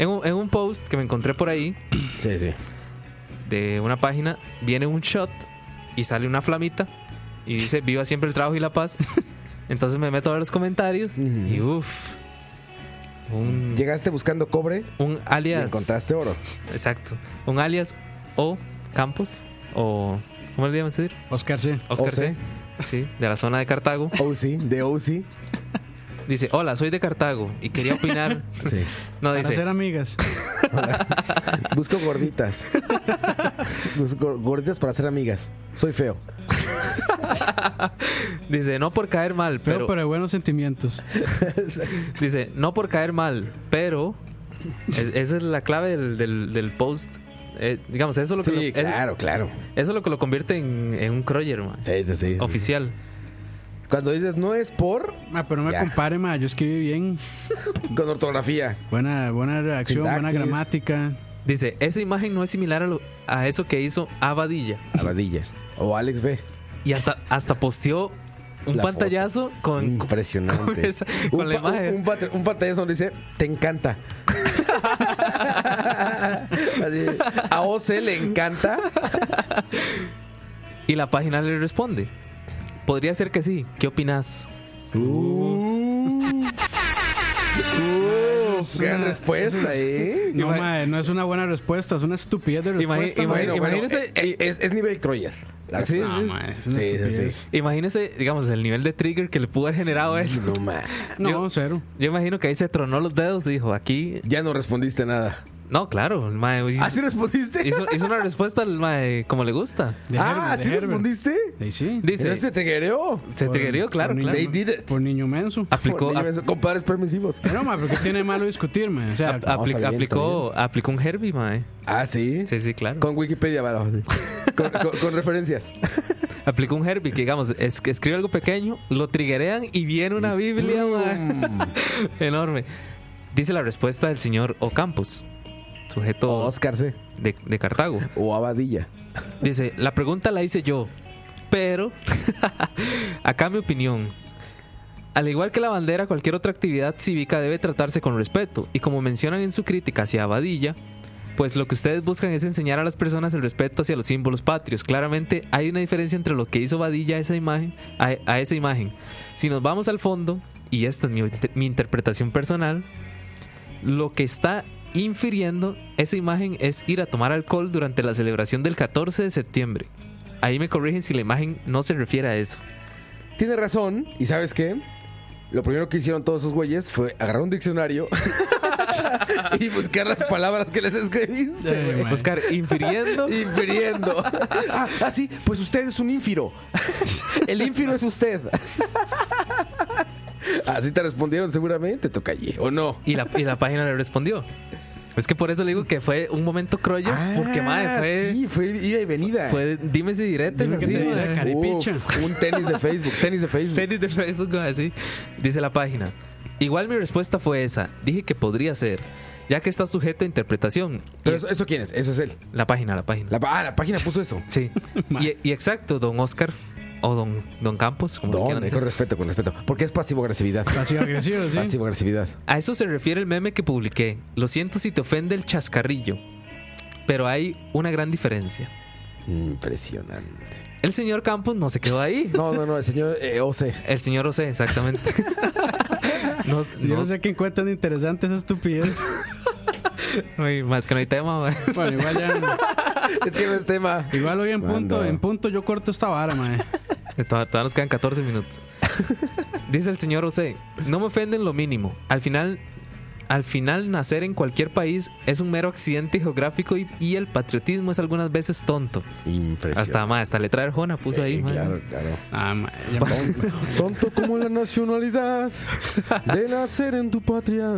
S5: En un, en un post que me encontré por ahí
S4: Sí, sí.
S5: de una página, viene un shot y sale una flamita y dice: Viva siempre el trabajo y la paz. Entonces me meto a ver los comentarios y uff. Un,
S4: Llegaste buscando cobre
S5: un
S4: y
S5: alias.
S4: encontraste oro.
S5: Exacto. Un alias O Campos o. ¿Cómo le llamas decir?
S3: Oscar, sí.
S5: Oscar
S4: OC.
S5: C. Sí, de la zona de Cartago.
S4: OC, de OC.
S5: [LAUGHS]
S4: Sí.
S5: Dice, hola, soy de Cartago y quería opinar. No,
S3: Para ser
S5: dice,
S3: amigas.
S4: Busco
S5: [LAUGHS]
S4: gorditas. Busco gorditas para ser amigas. Soy feo.
S5: dice, no por caer mal,
S3: Feo, pero,
S5: pero...
S3: buenos sentimientos.
S5: Dice, no por caer mal, pero... Es- esa es la clave del, del- del post. Eh, digamos, eso es lo que... lo,
S4: Sí,
S5: es-
S4: claro, claro.
S5: Eso es lo que lo convierte en, en un croyer, man.
S4: Sí, sí, sí. sí.
S5: Oficial.
S4: Cuando dices no es por,
S3: Ah, pero no me
S4: Ya.
S3: compare, ma. Yo escribí bien.
S4: con ortografía.
S3: Buena, buena redacción, buena
S4: Sintaxis.
S3: gramática.
S5: Dice, esa imagen no es similar a, lo- a eso que hizo Abadilla.
S4: Abadilla. O Alex B.
S5: Y hasta, hasta posteó un
S4: La Mm,
S5: pantallazo con...
S4: Impresionante.
S5: con esa- con
S4: un,
S5: la
S4: pa-
S5: imagen.
S4: un pat- un pantallazo donde dice, te
S5: [LAUGHS]
S4: encanta. Así, a OC le encanta.
S5: Y la página le responde, podría ser que sí, ¿qué opinas?
S4: Gran respuesta, ¿eh?
S3: No,
S5: Ima-
S3: ma, no es una buena respuesta, es una estupidez de
S5: Ima-
S3: respuesta. ma.
S5: Bueno, imagínese-
S4: eh, es, es nivel Croyer. La-
S5: Sí,
S3: No,
S5: sí.
S3: ma, es una
S4: Sí, sí,
S3: estupidez.
S4: sí.
S5: Imagínese, digamos, el nivel de trigger que le pudo haber generado eso.
S4: No, man.
S3: No,
S5: Yo-
S3: cero.
S5: Yo imagino que ahí se tronó los dedos y dijo, aquí...
S4: Ya no respondiste nada.
S5: No, claro, el mae hizo,
S4: ¿Así respondiste?
S5: hizo- hizo una respuesta al mae como le gusta.
S3: De
S4: ah,
S3: Herbert, de
S4: ¿sí
S3: Herbert.
S4: respondiste?
S3: Sí, sí.
S4: ¿Pero
S5: Dice,
S4: este te guerreó?
S5: se
S3: Por-
S5: triggerió, claro,
S3: por niño-
S5: claro.
S4: They did it.
S3: Por niño menso.
S5: Aplicó,
S4: Por- Con padres permisivos.
S3: Pero, ma, ¿por qué tiene malo discutirme? O sea,
S5: ap- apli-
S4: está bien,
S5: aplicó, aplicó un Herbie, mae.
S4: Ah, ¿sí?
S5: Sí, sí, claro.
S4: Con Wikipedia, varo.
S5: [LAUGHS]
S4: Con, con- con referencias.
S5: Aplicó un Herbie que, digamos, es- que escribe algo pequeño, lo triggerean y viene una
S4: Mm.
S5: Biblia, mae. [LAUGHS] Enorme. Dice la respuesta del señor Ocampos,
S4: O
S5: sujeto
S4: Oscar C.
S5: de- de Cartago.
S4: O Abadilla.
S5: Dice, la pregunta la hice yo, pero [LAUGHS] acá mi opinión. Al igual que la bandera, cualquier otra actividad cívica debe tratarse con respeto. Y como mencionan en su crítica hacia Abadilla, pues lo que ustedes buscan es enseñar a las personas el respeto hacia los símbolos patrios. Claramente hay una diferencia entre lo que hizo Abadilla a esa imagen, a, a esa imagen. Si nos vamos al fondo, y esta es mi, inter- mi interpretación personal, lo que está infiriendo esa imagen es ir a tomar alcohol durante la celebración del 14 de septiembre. Ahí me corrigen si la imagen no se refiere a eso.
S4: Tiene razón. ¿Y sabes qué? Lo primero que hicieron todos esos güeyes fue agarrar un diccionario [LAUGHS] y buscar las palabras que les escribiste.
S3: eh,
S4: güey.
S3: ma,
S5: Oscar, [LAUGHS] infiriendo.
S4: Infiriendo. Ah, ah, sí, pues usted es un ínfiro. El ínfiro es usted. Así te respondieron seguramente, Tocalle, ¿o no?
S5: Y la, y la página le respondió. Es que por eso le digo que fue un momento croyer, porque madre, fue,
S4: Ah, Sí, fue ida y venida.
S5: fue dimes y diretes
S3: Dime que
S5: así,
S3: te diré,
S5: madre.
S3: Caripicha.
S4: Uf, un tenis de Facebook, tenis de Facebook.
S5: Tenis de Facebook, así. Dice la página. Igual mi respuesta fue esa. Dije que podría ser, ya que está sujeta a interpretación. Y-
S4: Pero eso, ¿eso quién es? Eso es él.
S5: la página, la página.
S4: La, pa- ah, la página puso eso.
S5: Sí. y, y exacto, don Oscar o don, don Campos. Como lo quieran
S4: ¿Dónde?
S5: decir.
S4: Con respeto, con respeto. Porque es pasivo-agresividad.
S3: Pasivo-agresivo, sí.
S4: Pasivo-agresividad.
S5: A eso se refiere el meme que publiqué. Lo siento si te ofende el chascarrillo. Pero hay una gran diferencia.
S4: Impresionante.
S5: El señor Campos no se quedó ahí.
S4: [LAUGHS] No, no, no, el señor eh, OC.
S5: El señor José, exactamente. No,
S3: Yo
S5: no,
S3: no sé qué encuentran interesante esa estupidez.
S5: no hay más que no hay tema. ma. [LAUGHS]
S3: Bueno, igual ya.
S4: Es que no es tema.
S3: Igual hoy en punto,
S4: Mando.
S3: en punto yo corto esta vara, eh. mae.
S5: Tod- Todavía nos quedan 14 minutos. Dice el señor José, no me ofenden lo mínimo. Al final, al final nacer en cualquier país es un mero accidente geográfico y, y el patriotismo es algunas veces tonto.
S4: Impresionante.
S5: Hasta más, hasta letra de Arjona puso
S4: Sí,
S5: ahí. ma.
S4: Claro, claro.
S3: Ah,
S5: Tonto.
S4: Tonto como la nacionalidad de nacer en tu patria.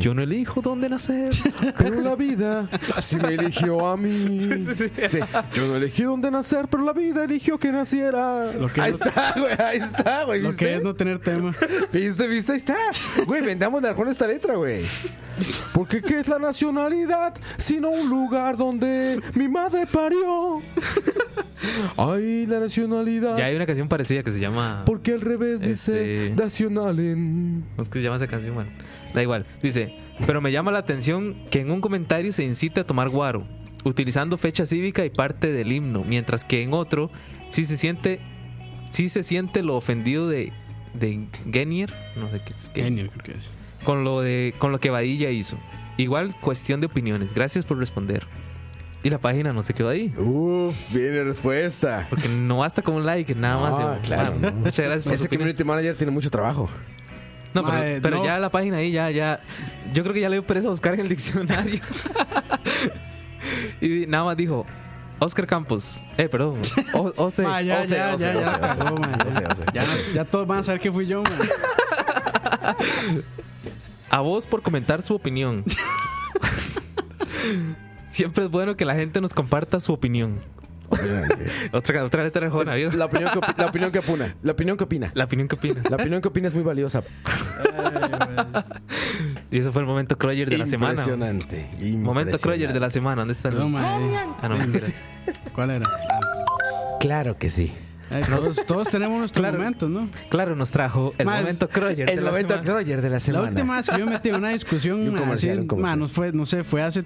S5: Yo no elijo
S4: [LAUGHS]
S5: dónde nacer.
S4: Pero la vida sí me eligió a mí. Sí, Yo no elegí dónde nacer, pero la vida eligió que naciera.
S3: Lo que
S4: ahí
S3: es-
S4: está, güey, ahí está, güey.
S3: Lo que
S4: ¿viste?
S3: es no tener tema.
S4: ¿Viste? ¿Viste? Ahí está. Güey, vendamos de Arjona esta letra, güey. Porque ¿qué es la nacionalidad? Sino un lugar donde mi madre parió. Ay, la nacionalidad.
S5: Ya hay una canción parecida que se llama.
S4: Porque al revés dice
S5: Este-
S4: nacional en...
S5: ¿Cómo es que se llama esa canción? Bueno, da igual. Dice, pero me llama la atención que en un comentario se incite a tomar guaro, utilizando fecha cívica y parte del himno, mientras que en otro sí se siente, sí se siente lo ofendido de, de Genier, no sé qué es Genier,
S3: Genio, creo que es.
S5: con lo de, con lo que Badilla hizo. Igual cuestión de opiniones. Gracias por responder. Y la página no se quedó ahí.
S4: Uf, viene respuesta.
S5: Porque no basta con un like, nada más.
S4: Ah,
S5: yo,
S4: claro.
S5: "Ah, Muchas gracias por su
S4: Ese
S5: opinión".
S4: community manager tiene mucho
S5: [LAUGHS]
S4: trabajo.
S5: No, pero,
S3: Mae,
S5: pero
S3: no.
S5: ya la página ahí, ya, ya. Yo creo que ya le dio pereza a buscar en
S3: [LAUGHS]
S5: el diccionario. y nada más dijo, Oscar Campos. Eh, perdón. O,
S3: [LAUGHS]
S5: Ose.
S3: Ma, ya,
S4: Ose,
S3: ya,
S4: ose,
S3: ya, ya,
S4: ose,
S3: pasó,
S4: ose,
S3: ma, ya.
S4: ose, ose,
S3: Ya
S4: ose.
S3: nos- ya todos van a saber que fui yo, man.
S5: A vos por comentar
S3: [LAUGHS]
S5: su opinión. Siempre es bueno que la gente nos comparta su opinión. Otra, otra letra de Jona, ¿vieron?
S4: La opinión, que opi- la opinión que opina. La opinión que opina.
S5: La opinión que opina.
S4: La opinión que opina es muy valiosa.
S5: Y eso fue el momento Croyer de la semana.
S4: Impresionante.
S5: Momento
S4: impresionante.
S5: Croyer de la semana. ¿Dónde está el.?
S3: No, ma, eh.
S5: Ah, no, mentira.
S3: ¿Cuál era?
S4: Claro que sí.
S3: Eh, todos, todos tenemos nuestros momentos, ¿no?
S5: Claro, nos trajo el
S3: Más-
S5: momento Croyer de
S4: El
S5: la
S4: momento
S5: semana.
S4: Croyer de la
S3: La
S4: semana.
S3: última vez que yo me metí en
S4: [LAUGHS]
S3: una discusión,
S4: un
S3: ma,
S4: comercial,
S3: así,
S4: un comercial.
S3: ma, no, fue, no sé, fue hace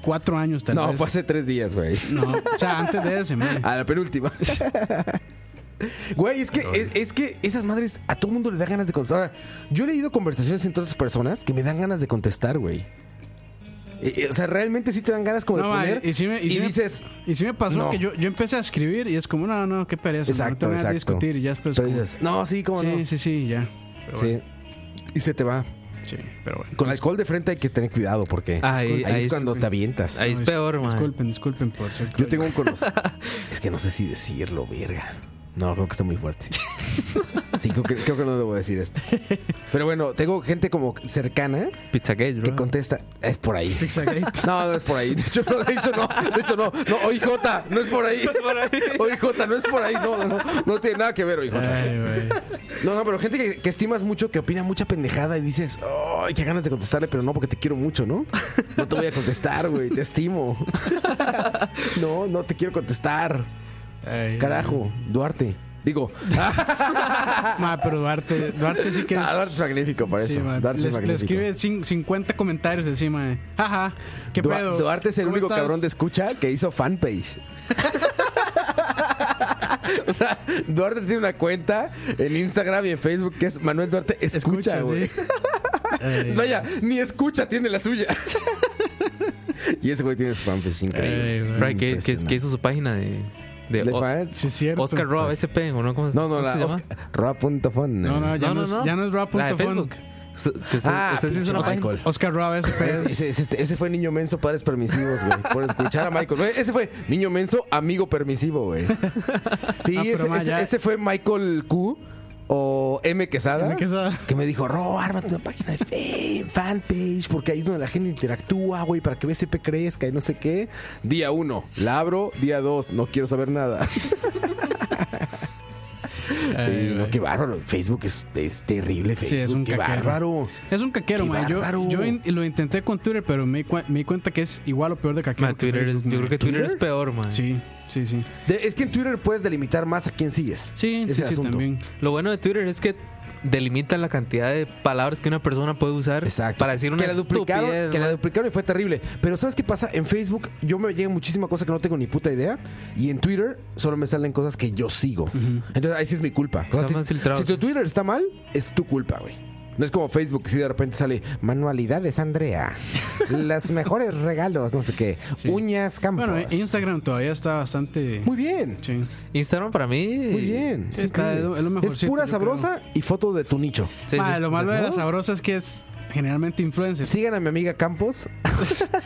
S3: cuatro años tal
S4: [LAUGHS] No,
S3: vez.
S4: fue hace Ah, tres días, güey.
S3: No, o sea, antes de
S4: [LAUGHS]
S3: ese, man.
S4: A la penúltima. Güey, es que, es, es que esas madres a todo mundo le da ganas de contestar. Ahora, yo he leído conversaciones entre otras personas que me dan ganas de contestar, güey. Eh, eh, o sea, realmente sí te dan ganas como
S3: No,
S4: de
S3: ma,
S4: poner.
S3: y sí me- y sí me-
S4: dices.
S3: Y sí me pasó
S4: No.
S3: que yo, yo empecé a escribir y es como, no, no, qué pereza, ma, no te
S4: Exacto,
S3: voy a
S4: exacto.
S3: discutir y ya después.
S4: Pero
S3: como-
S4: dices, no, sí, cómo
S3: sí,
S4: no.
S3: sí, sí, ya. Pero
S4: Sí.
S3: bueno, Pues
S4: Y se te va.
S3: sí, pero bueno.
S4: Con alcohol de frente hay que tener cuidado porque
S3: Ah,
S5: Ahí-
S4: ahí,
S5: ahí
S4: es
S5: es-
S4: cuando te avientas.
S5: Ahí es
S3: No, dis-
S5: peor, man.
S3: Disculpen, disculpen por ser.
S4: Yo tengo un [LAUGHS] conocido. es que no sé si decirlo, verga. No, creo que está muy fuerte. sí, creo que, creo que no debo decir esto. Pero bueno, tengo gente como cercana
S5: Pizzagate, bro.
S4: que contesta. Es por ahí.
S3: Pizzagate.
S4: [LAUGHS] No, no es por ahí. De hecho, no, de hecho, no. De hecho, no. No, OIJ, [LAUGHS] no es por ahí. OIJ, no es por ahí. No, no, no. No tiene nada que ver, OIJ.
S3: Ay, güey.
S4: [LAUGHS] No, no, pero gente que, que estimas mucho, que opina mucha pendejada y dices, ¡ay, qué ganas de contestarle! Pero no, porque te quiero mucho, ¿no? No te voy a contestar, güey, te
S3: [LAUGHS]
S4: estimo. No, no te quiero contestar.
S3: Ay,
S4: Carajo, Duarte. Digo,
S3: Ma, pero Duarte, Duarte sí que es.
S4: Ah, [LAUGHS] Duarte es magnífico para
S3: Sí,
S4: eso.
S3: ma,
S4: Duarte
S3: le,
S4: es
S3: le
S4: magnífico.
S3: escribe cin- 50 comentarios encima de. Jaja, qué
S4: Dua-
S3: pedo.
S4: Duarte es el
S3: ¿Cómo
S4: único
S3: estás?"
S4: cabrón de escucha que hizo fanpage. [LAUGHS] o sea, Duarte tiene una cuenta en Instagram y en Facebook que es Manuel Duarte Escucha,
S3: Escucha,
S4: güey.
S3: sí. Eh, Ay,
S4: Vaya, ni escucha tiene la suya. [LAUGHS] y ese güey tiene su fanpage increíble.
S3: Ay, güey.
S5: Right, que, que- que hizo su página de, de
S4: ¿De
S5: O-
S4: fans?
S3: Sí, es cierto. Pues.
S5: Oscar Rob SP o no ¿Cómo-
S4: No, no,
S5: cómo
S4: la
S5: se llama?
S4: Oscar- Ra.fun.
S3: No, no, ya no, es- ya no es
S5: La de
S3: Rob.fun.
S5: Facebook. Su- que usted-
S4: Ah,
S5: usted sí hizo
S4: pinche
S5: una página.
S4: Michael.
S3: Oscar Rob
S4: Ese,
S3: SP.
S4: ese- este, ese- ese fue niño menso, padres permisivos, güey. Por escuchar a Michael. Güey, Ese fue niño menso, amigo permisivo,
S3: [LAUGHS]
S4: güey. Sí,
S3: Ah, pero
S4: ese,
S3: ma,
S4: ese-
S3: ya-
S4: ese fue Michael Q o M Quesada.
S3: M. Quesada.
S4: Que me dijo, Ro, ármate una página de fe- fanpage, porque ahí es donde la gente interactúa, güey, para que BCP crezca y no sé qué. Día uno, la abro. Día dos, no quiero saber
S3: [LAUGHS]
S4: nada.
S3: eh,
S4: Sí, no, qué bárbaro. Facebook es, es terrible,
S3: Sí,
S4: Facebook.
S3: es un
S4: qué
S3: caquero.
S4: bárbaro.
S3: Es un caquero,
S4: Qué
S3: man. Yo,
S4: bárbaro.
S3: yo in- lo intenté con Twitter, pero me, di cua- me di cuenta que es igual o peor de caquero.
S5: Man,
S3: que
S5: Twitter es-
S3: Facebook,
S5: yo creo
S3: man.
S5: que Twitter es peor, man.
S3: Sí, sí, sí.
S4: De- es que en Twitter puedes delimitar más a quién sigues.
S3: Sí,
S4: Es
S3: sí,
S4: el
S3: sí,
S4: asunto.
S3: también.
S5: Lo bueno de Twitter es que delimitan la cantidad de palabras que una persona puede usar
S4: Exacto.
S5: para decir una
S4: que la duplicaron,
S5: estupidez,
S4: que la
S5: man.
S4: duplicaron y fue terrible. Pero ¿sabes qué pasa? En Facebook yo me llega muchísima cosa que no tengo ni puta idea y en Twitter solo me salen cosas que yo sigo. Entonces ahí sí es mi culpa. O sea,
S5: Están más
S4: si,
S5: filtrados.
S4: si tu Twitter está mal, es tu culpa, güey. No es como Facebook que si de repente sale manualidades Andrea, las mejores regalos, no sé qué, uñas Campos.
S3: Bueno, eh, Instagram todavía está bastante.
S4: Muy bien.
S3: Sí.
S5: Instagram para mí.
S4: Muy bien.
S3: Sí, está-
S4: increíble.
S3: es lo
S4: es
S3: mejorcito,
S4: pura
S3: yo
S4: sabrosa y foto de tu nicho.
S5: Sí,
S3: Ma,
S5: sí.
S3: lo malo de la sabrosa es que es generalmente influencers.
S4: Sigan a mi amiga Campos. [LAUGHS]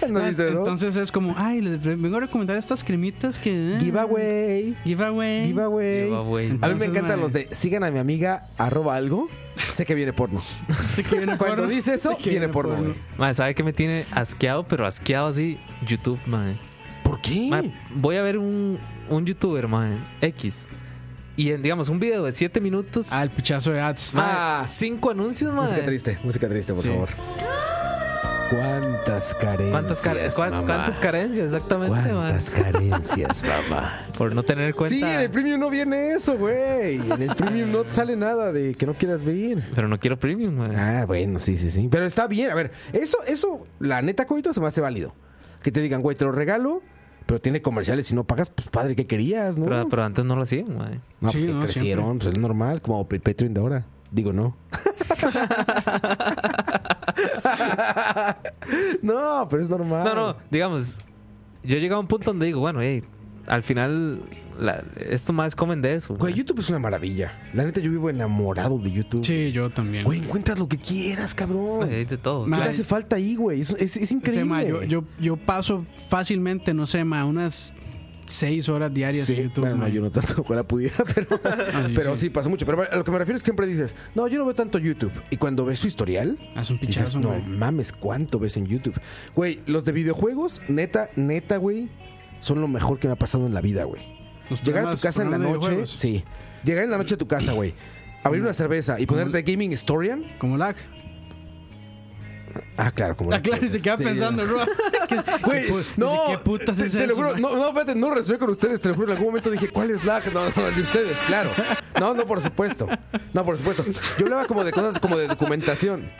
S4: Nos dice dos.
S3: Ah, Entonces es como, ay, les re- vengo a recomendar estas cremitas que. eh,
S4: Giveaway.
S3: Giveaway.
S4: Giveaway.
S5: Giveaway.
S4: a mí me
S3: Entonces,
S4: encantan
S3: madre.
S4: los de sigan a mi amiga arroba algo. Sé que viene porno.
S3: Sí que viene
S4: Cuando
S3: porno.
S4: dice eso,
S3: Sí que
S4: viene porno, güey.
S5: Mae, ¿sabe que me tiene asqueado, pero asqueado así? YouTube, mae.
S4: ¿Por qué?
S5: Mae, voy a ver un, un youtuber, mae, X. Y en, digamos, un video de 7 minutos.
S3: Ah, el pichazo de ads.
S5: mae,
S4: Ah.
S5: cinco anuncios, mae.
S4: Música triste, música triste, por
S3: Sí.
S4: favor. ¿Cuántas carencias?
S5: ¿Cuántas, car- cuán-
S4: mamá?
S5: cuántas carencias? Exactamente, mae.
S4: [LAUGHS]
S12: Las carencias,
S5: [LAUGHS]
S12: mamá.
S5: Por no tener cuenta.
S4: Sí, en el premium no viene eso, güey. En el premium no sale nada de que no quieras ver.
S5: Pero no quiero premium, mae.
S4: Ah, bueno, sí, sí, sí. Pero está bien. A ver, eso, eso, la neta, coito, se me hace válido. Que te digan, güey, te lo regalo, pero tiene comerciales. Si no pagas, pues padre, ¿qué querías, no?
S5: Pero, pero antes no lo hacían, mae.
S4: no,
S3: Sí,
S4: pues que
S3: no,
S4: crecieron, pues es normal, como el Patreon de ahora. Digo,
S3: [LAUGHS]
S4: no. no, pero es normal.
S5: No, no, digamos, yo he llegado a un punto donde digo, bueno, hey, al final, la- estos más comen de eso.
S4: Güey,
S5: mae.
S4: YouTube es una maravilla. La neta, yo vivo enamorado de YouTube.
S3: Sí, yo también.
S4: Güey, encuentras lo que quieras, cabrón.
S5: Hay de todo.
S4: ¿Qué
S3: Ma-
S4: te hace falta ahí, güey? Es, es- es
S3: O sea,
S4: increíble.
S3: ma, yo, yo, yo paso fácilmente, no sé, ma, unas seis horas diarias
S4: Sí,
S3: en YouTube.
S4: bueno, no,
S3: ma.
S4: yo no tanto, ojalá pudiera, [LAUGHS] pero,
S3: sí,
S4: pero
S3: sí.
S4: sí. pasa mucho. Pero a lo que me refiero es que siempre dices, no, yo no veo tanto YouTube. Y cuando ves su historial,
S3: Haz un
S4: dices,
S3: pichazo,
S4: no
S3: ma.
S4: mames, ¿cuánto ves en YouTube? Güey, los de videojuegos, neta, neta, güey, son lo mejor que me ha pasado en la vida, güey.
S3: Los
S4: Llegar a tu
S3: programas-
S4: casa en la
S3: programas de
S4: noche,
S3: videojuegos.
S4: sí. Llegar en la noche a tu casa, güey. Abrir una cerveza y ponerte Gaming Historian. [LAUGHS]
S3: Como lag.
S4: Ah, claro, como.
S3: Ah, claro, y se queda
S4: Sí,
S3: pensando, Roa. ¿Qué-
S4: [LAUGHS] Güey,
S3: qué pu-
S4: no,
S3: ¿Qué putas
S4: te,
S3: es
S4: te
S3: eso?
S4: lo juro,
S3: ma?
S4: no, no, espérate, no resuelve con ustedes, te lo juro, en algún momento dije, ¿cuál es lag? No, no, el de ustedes, claro. No, no, por supuesto. No, por supuesto. Yo hablaba como de cosas como de documentación.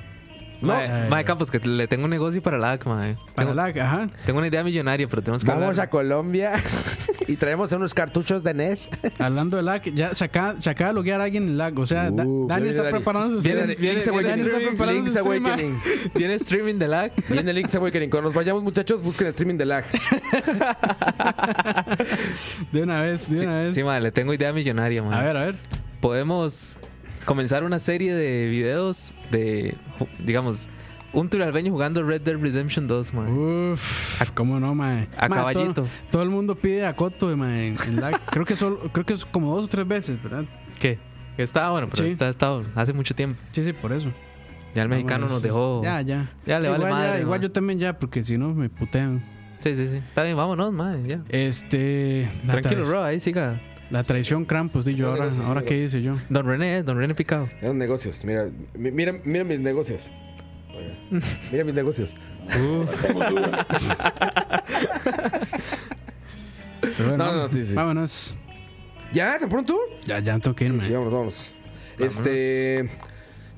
S4: No,
S5: Mae, mae, Campos, que le tengo un negocio para la AC, mae.
S3: Para
S5: Tengo,
S3: lag, ajá.
S5: tengo una idea millonaria, pero tenemos que
S4: vamos
S5: hablar.
S4: a Colombia [LAUGHS] y traemos unos cartuchos de E NES.
S3: Hablando de lag, ya se acaba, se acaba de loguear a alguien en lag. O sea, Da-
S4: Uh,
S3: Dani
S4: viene
S3: está
S4: Dani.
S3: preparando
S5: Viene
S3: ustedes.
S5: Dani.
S4: Link's
S5: viene-
S4: Awakening.
S3: viene- viene-
S4: Link's
S3: viene- viene-
S4: Awakening.
S5: Tiene streaming de lag.
S4: Viene Link's Awakening. Cuando nos vayamos, muchachos, busquen streaming de lag.
S3: De una vez, de
S5: Sí,
S3: una vez.
S5: sí, mae, le tengo idea millonaria, mae.
S3: a ver, a ver.
S5: Podemos comenzar una serie de videos de, ju- digamos, un turalbeño jugando Red Dead Redemption 2, mae.
S3: Uf, ¿cómo no, mae?
S5: A
S3: Mae,
S5: caballito.
S3: Todo, todo el mundo pide a Coto, mae, en lag. Creo que, solo, creo que es como dos o tres veces, ¿verdad?
S5: ¿Qué? Está bueno, pero
S3: Sí.
S5: está, está hace mucho tiempo.
S3: Sí, sí, por eso.
S5: Ya el mexicano
S3: Vamos,
S5: nos dejó.
S3: Ya, ya.
S5: Ya le
S3: igual,
S5: vale
S3: ya,
S5: madre,
S3: igual
S5: mae.
S3: yo también ya, porque si no me putean.
S5: Sí, sí, sí. Está bien, vámonos, mae. Ya.
S3: Este. La
S5: Tranquilo,
S3: trai-
S5: bro, ahí siga.
S3: La traición Krampus, di yo. Ahora,
S4: negocios,
S3: ahora
S4: son
S3: qué hice yo.
S5: Don René, eh, Don René Picado.
S4: Eran negocios. Mira, mi- mira, mira mis negocios. Mira mis negocios.
S9: Como tú.
S3: Pero bueno,
S4: No, no, sí, sí.
S3: Vámonos.
S4: ¿Ya? ¿Tan pronto?
S3: Ya, ya toqué,
S4: Sí, vámonos, vámonos. Este.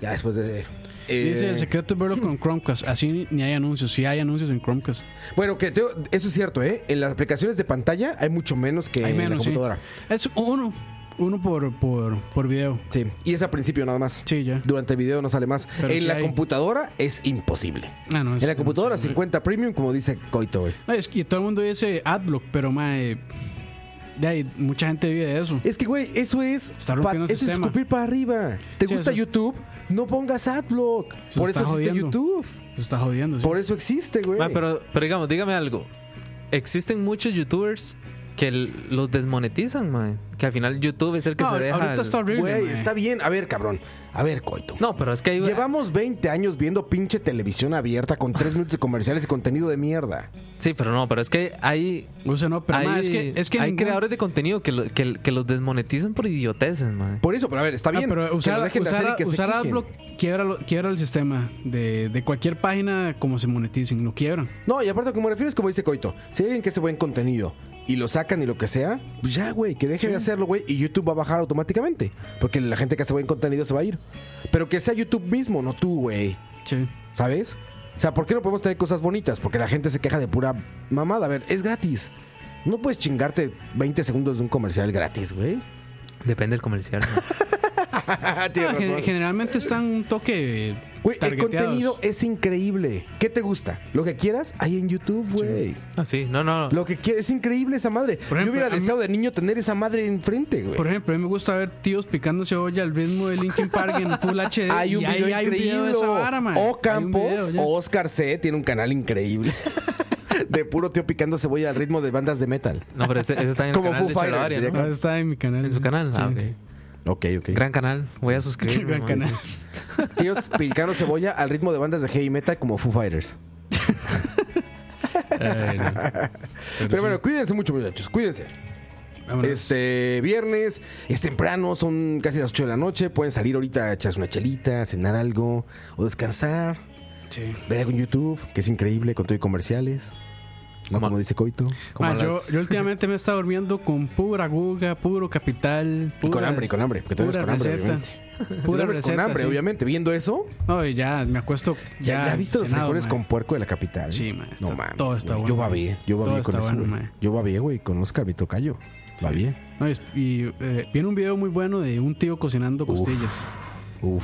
S4: Ya después de. eh,
S3: Dice, el secreto es verlo con Chromecast. Así ni- ni hay anuncios. Sí hay anuncios en Chromecast.
S4: Bueno, que tengo- eso es cierto, ¿eh? En las aplicaciones de pantalla hay mucho menos que
S3: Hay
S4: en la
S3: menos, sí.
S4: computadora.
S3: Es uno. Uno por, por, por video.
S4: Sí. Y es al principio nada más.
S3: Sí, ya.
S4: Durante el video no sale más.
S3: Pero
S4: en
S3: sí
S4: la
S3: hay.
S4: computadora es imposible.
S3: Ah, no, es-
S4: en la computadora 50 premium, como dice Coito, güey.
S3: No, es que todo el mundo dice Adblock, pero mae. De ahí, mucha gente vive de eso.
S4: Es que, güey, eso es.
S3: Está
S4: pa-
S3: rompiendo el
S4: eso es
S3: sistema.
S4: escupir para arriba. ¿Te
S3: Sí,
S4: gusta
S3: eso es-
S4: YouTube? No pongas adblock.
S3: Se
S4: Por
S3: está
S4: eso existe
S3: jodiendo.
S4: YouTube.
S3: Se está jodiendo. sí.
S4: Por eso existe, güey.
S5: Mae, pero, pero digamos, dígame algo. Existen muchos youtubers que el- los desmonetizan, mae. Que al final YouTube es el que
S3: No,
S5: se deja.
S3: ahorita
S5: el-
S3: está horrible.
S4: Güey,
S3: mae.
S4: está bien. A ver, cabrón. A ver, Coito.
S5: No, pero es que hay.
S3: ah.
S4: Llevamos 20 años viendo pinche televisión abierta con 3 minutos de comerciales y contenido de mierda.
S5: Sí, pero no, pero es que hay.
S3: O sea, no, pero
S5: hay
S3: mae, es que, es que
S5: hay
S3: ningún-
S5: creadores de contenido que, lo- que, que los desmonetizan por idioteces, mae.
S4: Por eso, pero a ver, está
S3: Ah,
S4: bien.
S3: pero
S4: que
S3: usar,
S4: lo dejen de
S3: usar-
S4: hacer y que
S3: usar
S4: se quejen.
S3: Adblock quiebra, lo- quiebra el sistema de, de cualquier página como se moneticen, lo quiebran.
S4: No, y aparte, como me refiero, es como dice Coito. Si hay alguien que hace buen contenido y lo sacan y lo que sea, pues ya, güey, que deje de hacerlo, güey, y YouTube va a bajar automáticamente. Porque la gente que hace buen contenido se va a ir. Pero que sea YouTube mismo, no tú, güey.
S3: Sí.
S4: ¿Sabes? O sea, ¿por qué no podemos tener cosas bonitas? Porque la gente se queja de pura mamada. A ver, es gratis. No puedes chingarte 20 segundos de un comercial gratis, güey.
S5: Depende del comercial. mae.
S3: Ah, gen- generalmente están un toque
S4: Güey, el
S3: Ah, Targeteados.
S4: contenido es increíble. ¿Qué te gusta? Lo que quieras, ahí en YouTube, güey.
S5: Ah, sí, no, no.
S4: Lo que quieras, es increíble esa madre. Yo
S3: ejemplo,
S4: hubiera
S3: a mí-
S4: deseado de niño tener esa madre enfrente, güey.
S3: Por ejemplo, a mí me gusta ver tíos picando cebolla al ritmo de Linkin Park en
S4: [LAUGHS]
S3: Full HD.
S4: Hay un
S3: y
S4: video
S3: ahí hay un
S4: increíble.
S3: video de esa vara, man. Hay
S4: o
S3: un
S4: Campos, oh,
S3: video, ya.
S4: o Oscar C. tiene un canal
S3: [LAUGHS]
S4: increíble. de puro tío picando cebolla al ritmo de bandas de metal.
S5: No, pero ese, ese está en el
S4: Como
S5: canal
S4: Foo
S5: de
S4: Fighters,
S5: Chalabaria,
S4: sería
S5: ¿no?
S3: Ah, está en mi canal.
S5: En su canal. Ah,
S3: [LAUGHS]
S5: ok.
S4: Ok, ok.
S5: Gran canal. Voy a
S3: Gran
S5: suscribirme. man.
S3: canal.
S4: Tíos picando cebolla al ritmo de bandas de heavy metal como Foo Fighters.
S3: Ay, no.
S5: [LAUGHS]
S4: Pero, bueno, cuídense mucho, muchachos. Cuídense.
S3: Vámonos.
S4: Este viernes es temprano, son casi las 8 de la noche. Pueden salir ahorita a echarse una chelita, cenar algo o descansar.
S3: [LAUGHS] Sí.
S4: Ver algo en YouTube, que es increíble, con todo y comerciales. No como dice Coito.
S5: Como
S3: Man,
S5: las-
S3: yo, yo últimamente me he estado durmiendo con pura guga, puro capital.
S4: Y con
S3: puras-
S4: hambre, y con hambre. Porque te duermes
S3: pura
S4: con hambre,
S3: receta. [LAUGHS]
S4: obviamente. Te
S3: Pura
S4: duermes con
S3: receta,
S4: hambre,
S3: sí.
S4: obviamente. Viendo eso,
S3: No, y ya me acuesto.
S4: ya,
S3: Ya,
S4: ya viste los
S3: cenado,
S4: frijoles
S3: man.
S4: con puerco de la capital.
S3: Sí, man, está-
S4: no mames.
S3: todo está
S4: güey.
S3: bueno,
S4: Yo babié, yo
S3: Todo
S4: babié con
S3: está
S4: eso.
S3: bueno,
S4: güey.
S3: man.
S4: Yo babié, güey, con Oscar, mi tocayo. Babié.
S3: No, es- y eh, viene un video muy bueno de un tío cocinando costillas.
S4: Uf.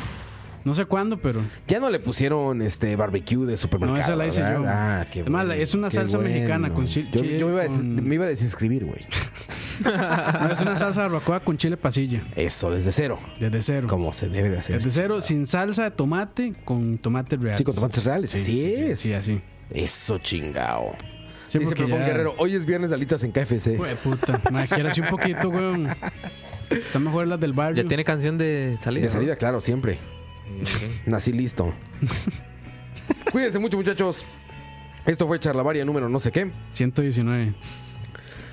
S3: No sé cuándo, pero.
S4: Ya no le pusieron este barbecue de supermercado.
S3: No, esa la hice
S4: ¿verdad?
S3: yo.
S4: Ah, qué
S3: Es más,
S4: bueno,
S3: es una
S4: qué
S3: salsa mexicana con chil-
S4: Yo,
S3: chile
S4: yo me, iba a des-
S3: con-
S4: me iba a desinscribir, güey.
S3: no, es una salsa de barbacoa con chile pasilla.
S4: Eso, desde cero.
S3: Desde cero.
S4: Como se debe de hacer.
S3: Desde cero, sin salsa de tomate, con tomate real.
S4: Sí, con tomates reales.
S3: Sí,
S4: así
S3: sí, sí,
S4: es.
S3: sí, así.
S4: Eso, chingao.
S3: Sí,
S4: Dice
S3: porque
S4: Pepón
S3: ya- [LAUGHS]
S4: Guerrero, hoy es viernes de alitas en KFC.
S3: Güey, puta. Me quiero así un poquito, weón. Están mejor las del barrio.
S5: Ya tiene canción de salida.
S4: De salida, claro, siempre.
S5: ¿no? Ok.
S4: Nací
S5: [LAUGHS]
S4: listo. Cuídense mucho, muchachos. Esto fue Charlavaria número no sé qué.
S3: 119.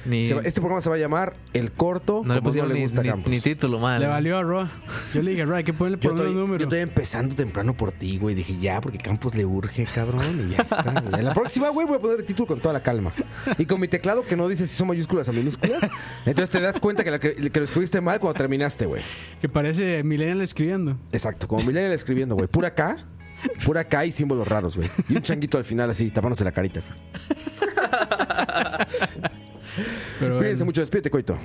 S5: Ni-
S4: Se va- este programa se va a llamar El Corto,
S5: no le
S4: como no
S5: pusieron
S4: le
S5: ni,
S4: gusta a
S5: ni-
S4: Campos.
S5: ni título, man.
S3: Le valió a Roa. Yo le dije, Roa, hay que ponerle
S4: [LAUGHS] Yo
S3: por
S4: estoy,
S3: los
S4: yo
S3: números.
S4: estoy empezando temprano por ti, güey. Dije, ya, porque Campos le urge, cabrón. Y ya
S5: [LAUGHS]
S4: está, güey. En la próxima, güey, voy a poner el título con toda la calma. Y con mi teclado que no dice si son mayúsculas o minúsculas. Entonces te das cuenta que, la- que- que lo escribiste mal cuando terminaste, güey.
S3: Que parece Millennial escribiendo.
S4: Exacto, como Millennial escribiendo, güey. Pura K, pura K y símbolos raros, güey. Y un changuito al final así, tapándose la carita así.
S3: Pero
S4: Cuídense
S3: bueno,
S4: mucho, despídete, coito.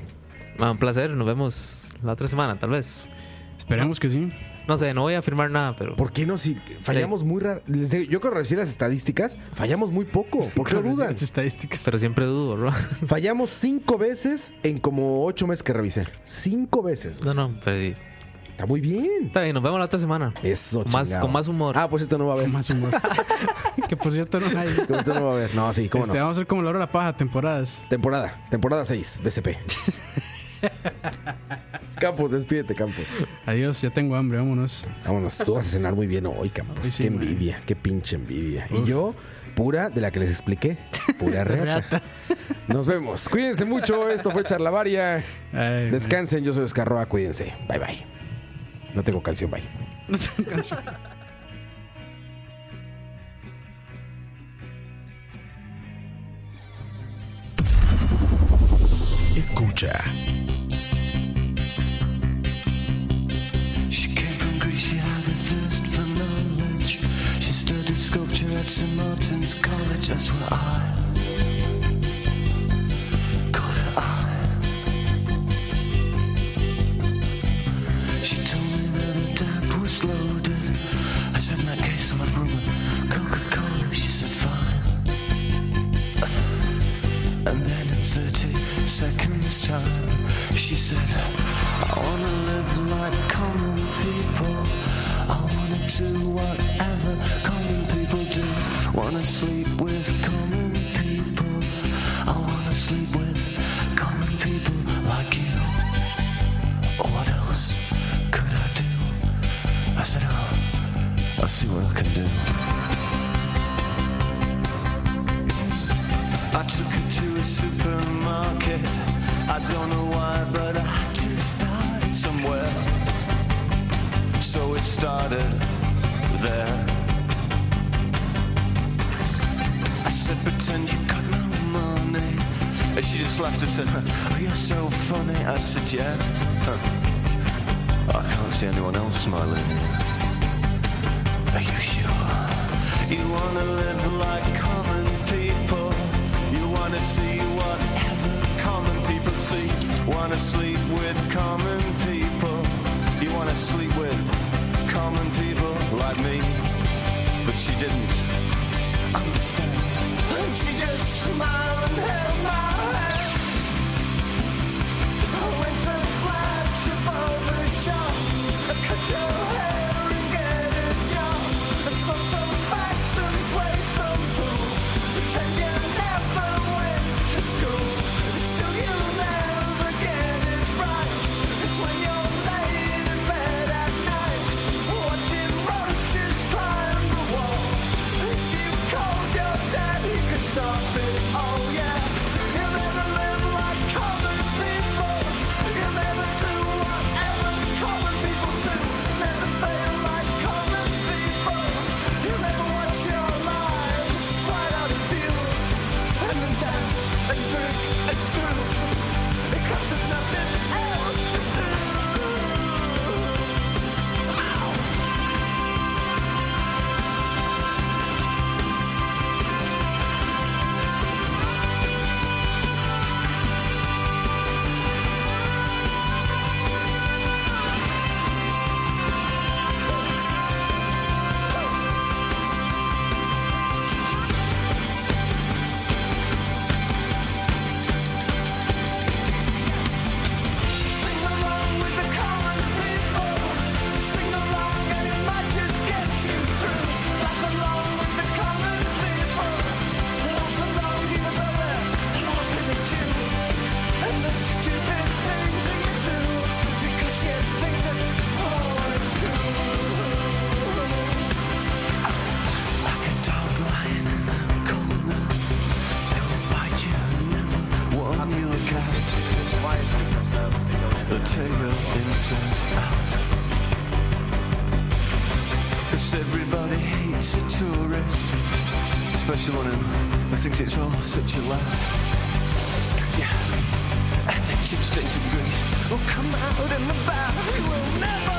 S5: Man, un placer. Nos vemos la otra semana, tal vez.
S3: esperemos que sí.
S5: No sé, no voy a afirmar nada, pero.
S4: ¿Por qué no? Si fallamos muy raro. Les digo, Yo creo que revisé las estadísticas, fallamos muy poco. ¿Por qué lo dudan?
S3: Las estadísticas.
S5: Pero siempre dudo, bro.
S4: Fallamos cinco veces en como ocho meses que revisé. Cinco veces. güey.
S5: [LAUGHS] No, no, pero sí.
S4: Está muy bien.
S5: Está bien, nos vemos la otra semana.
S4: Eso,
S5: Más-
S4: chingado.
S5: con más humor.
S4: Ah, por cierto, no va a haber.
S3: Más humor. [LAUGHS] que por cierto no hay.
S4: Por cierto, no va a haber. No, sí, cómo
S3: Este,
S5: ah.
S4: no.
S3: Vamos a hacer como la hora de la paja, temporadas.
S4: Temporada. Temporada 6, BCP.
S5: [LAUGHS]
S4: Campos, despídete, Campos.
S3: Adiós, ya tengo hambre, vámonos.
S4: Vámonos, tú vas Ah, a cenar muy bien hoy, Campos.
S3: Hoy sí,
S4: qué
S3: man.
S4: envidia, qué pinche envidia. Y yo, pura de la que les expliqué, pura reata. Nos vemos. Cuídense mucho. Esto fue Charlavaria.
S3: Ay, man.
S4: Descansen. Yo soy Oscar Roa. Cuídense. Bye, bye. No tengo canción, bye.
S13: Escucha.
S10: She came from Greece, she had a thirst for knowledge. She studied sculpture at St. Martin's College, that's where I caught her eye. She told me that her dad was loaded. I said, in that case, I'll have rum and Coca-Cola. She said, fine. And then in 30 seconds time, she said, I wanna live like common people. I wanna do whatever common people do. Wanna sleep with common people. I wanna sleep with common people like you. What else could I do? I said, oh, I'll see what I can do. I took her to a supermarket. I don't know why, but I just started somewhere. So it started there. I said, pretend you got no money. And she just laughed and said, oh, you're so funny. I said, yeah. Huh. I can't see anyone else smiling. Are you sure? You wanna live like common people. You wanna see whatever common people see. Wanna sleep with common people. You wanna sleep with common people like me.
S2: but she didn't understand. She just smiled and held my hand. I went to flash above the shop. I cut your hair and get a job. I smoked some packs and played some pool. Pretend you never went to school. Still you never get it right. It's when you're laying in bed at night, watching roaches climb the wall. If you called your dad, he could stop it. Oh yeah. You'll never live like common people. You'll never do whatever common people do. Never fail like common people. You'll never watch your lives slide out of view. And then dance and drink and screw. Because there's nothing else to do. Sing along with the common people. Sing along and it might just get you through. Laugh along with the common people. Laugh along even though they're laughing at you. And the stupid things that you do because you think that all is cool. Like a dog lying in a corner, they will bite you, never warn you. Look out! They take your innocence out. 'Cause everybody hates a tourist, especially one who thinks it's all such a laugh. Yeah, and the chipsticks in Greece will come out in the bath. You will never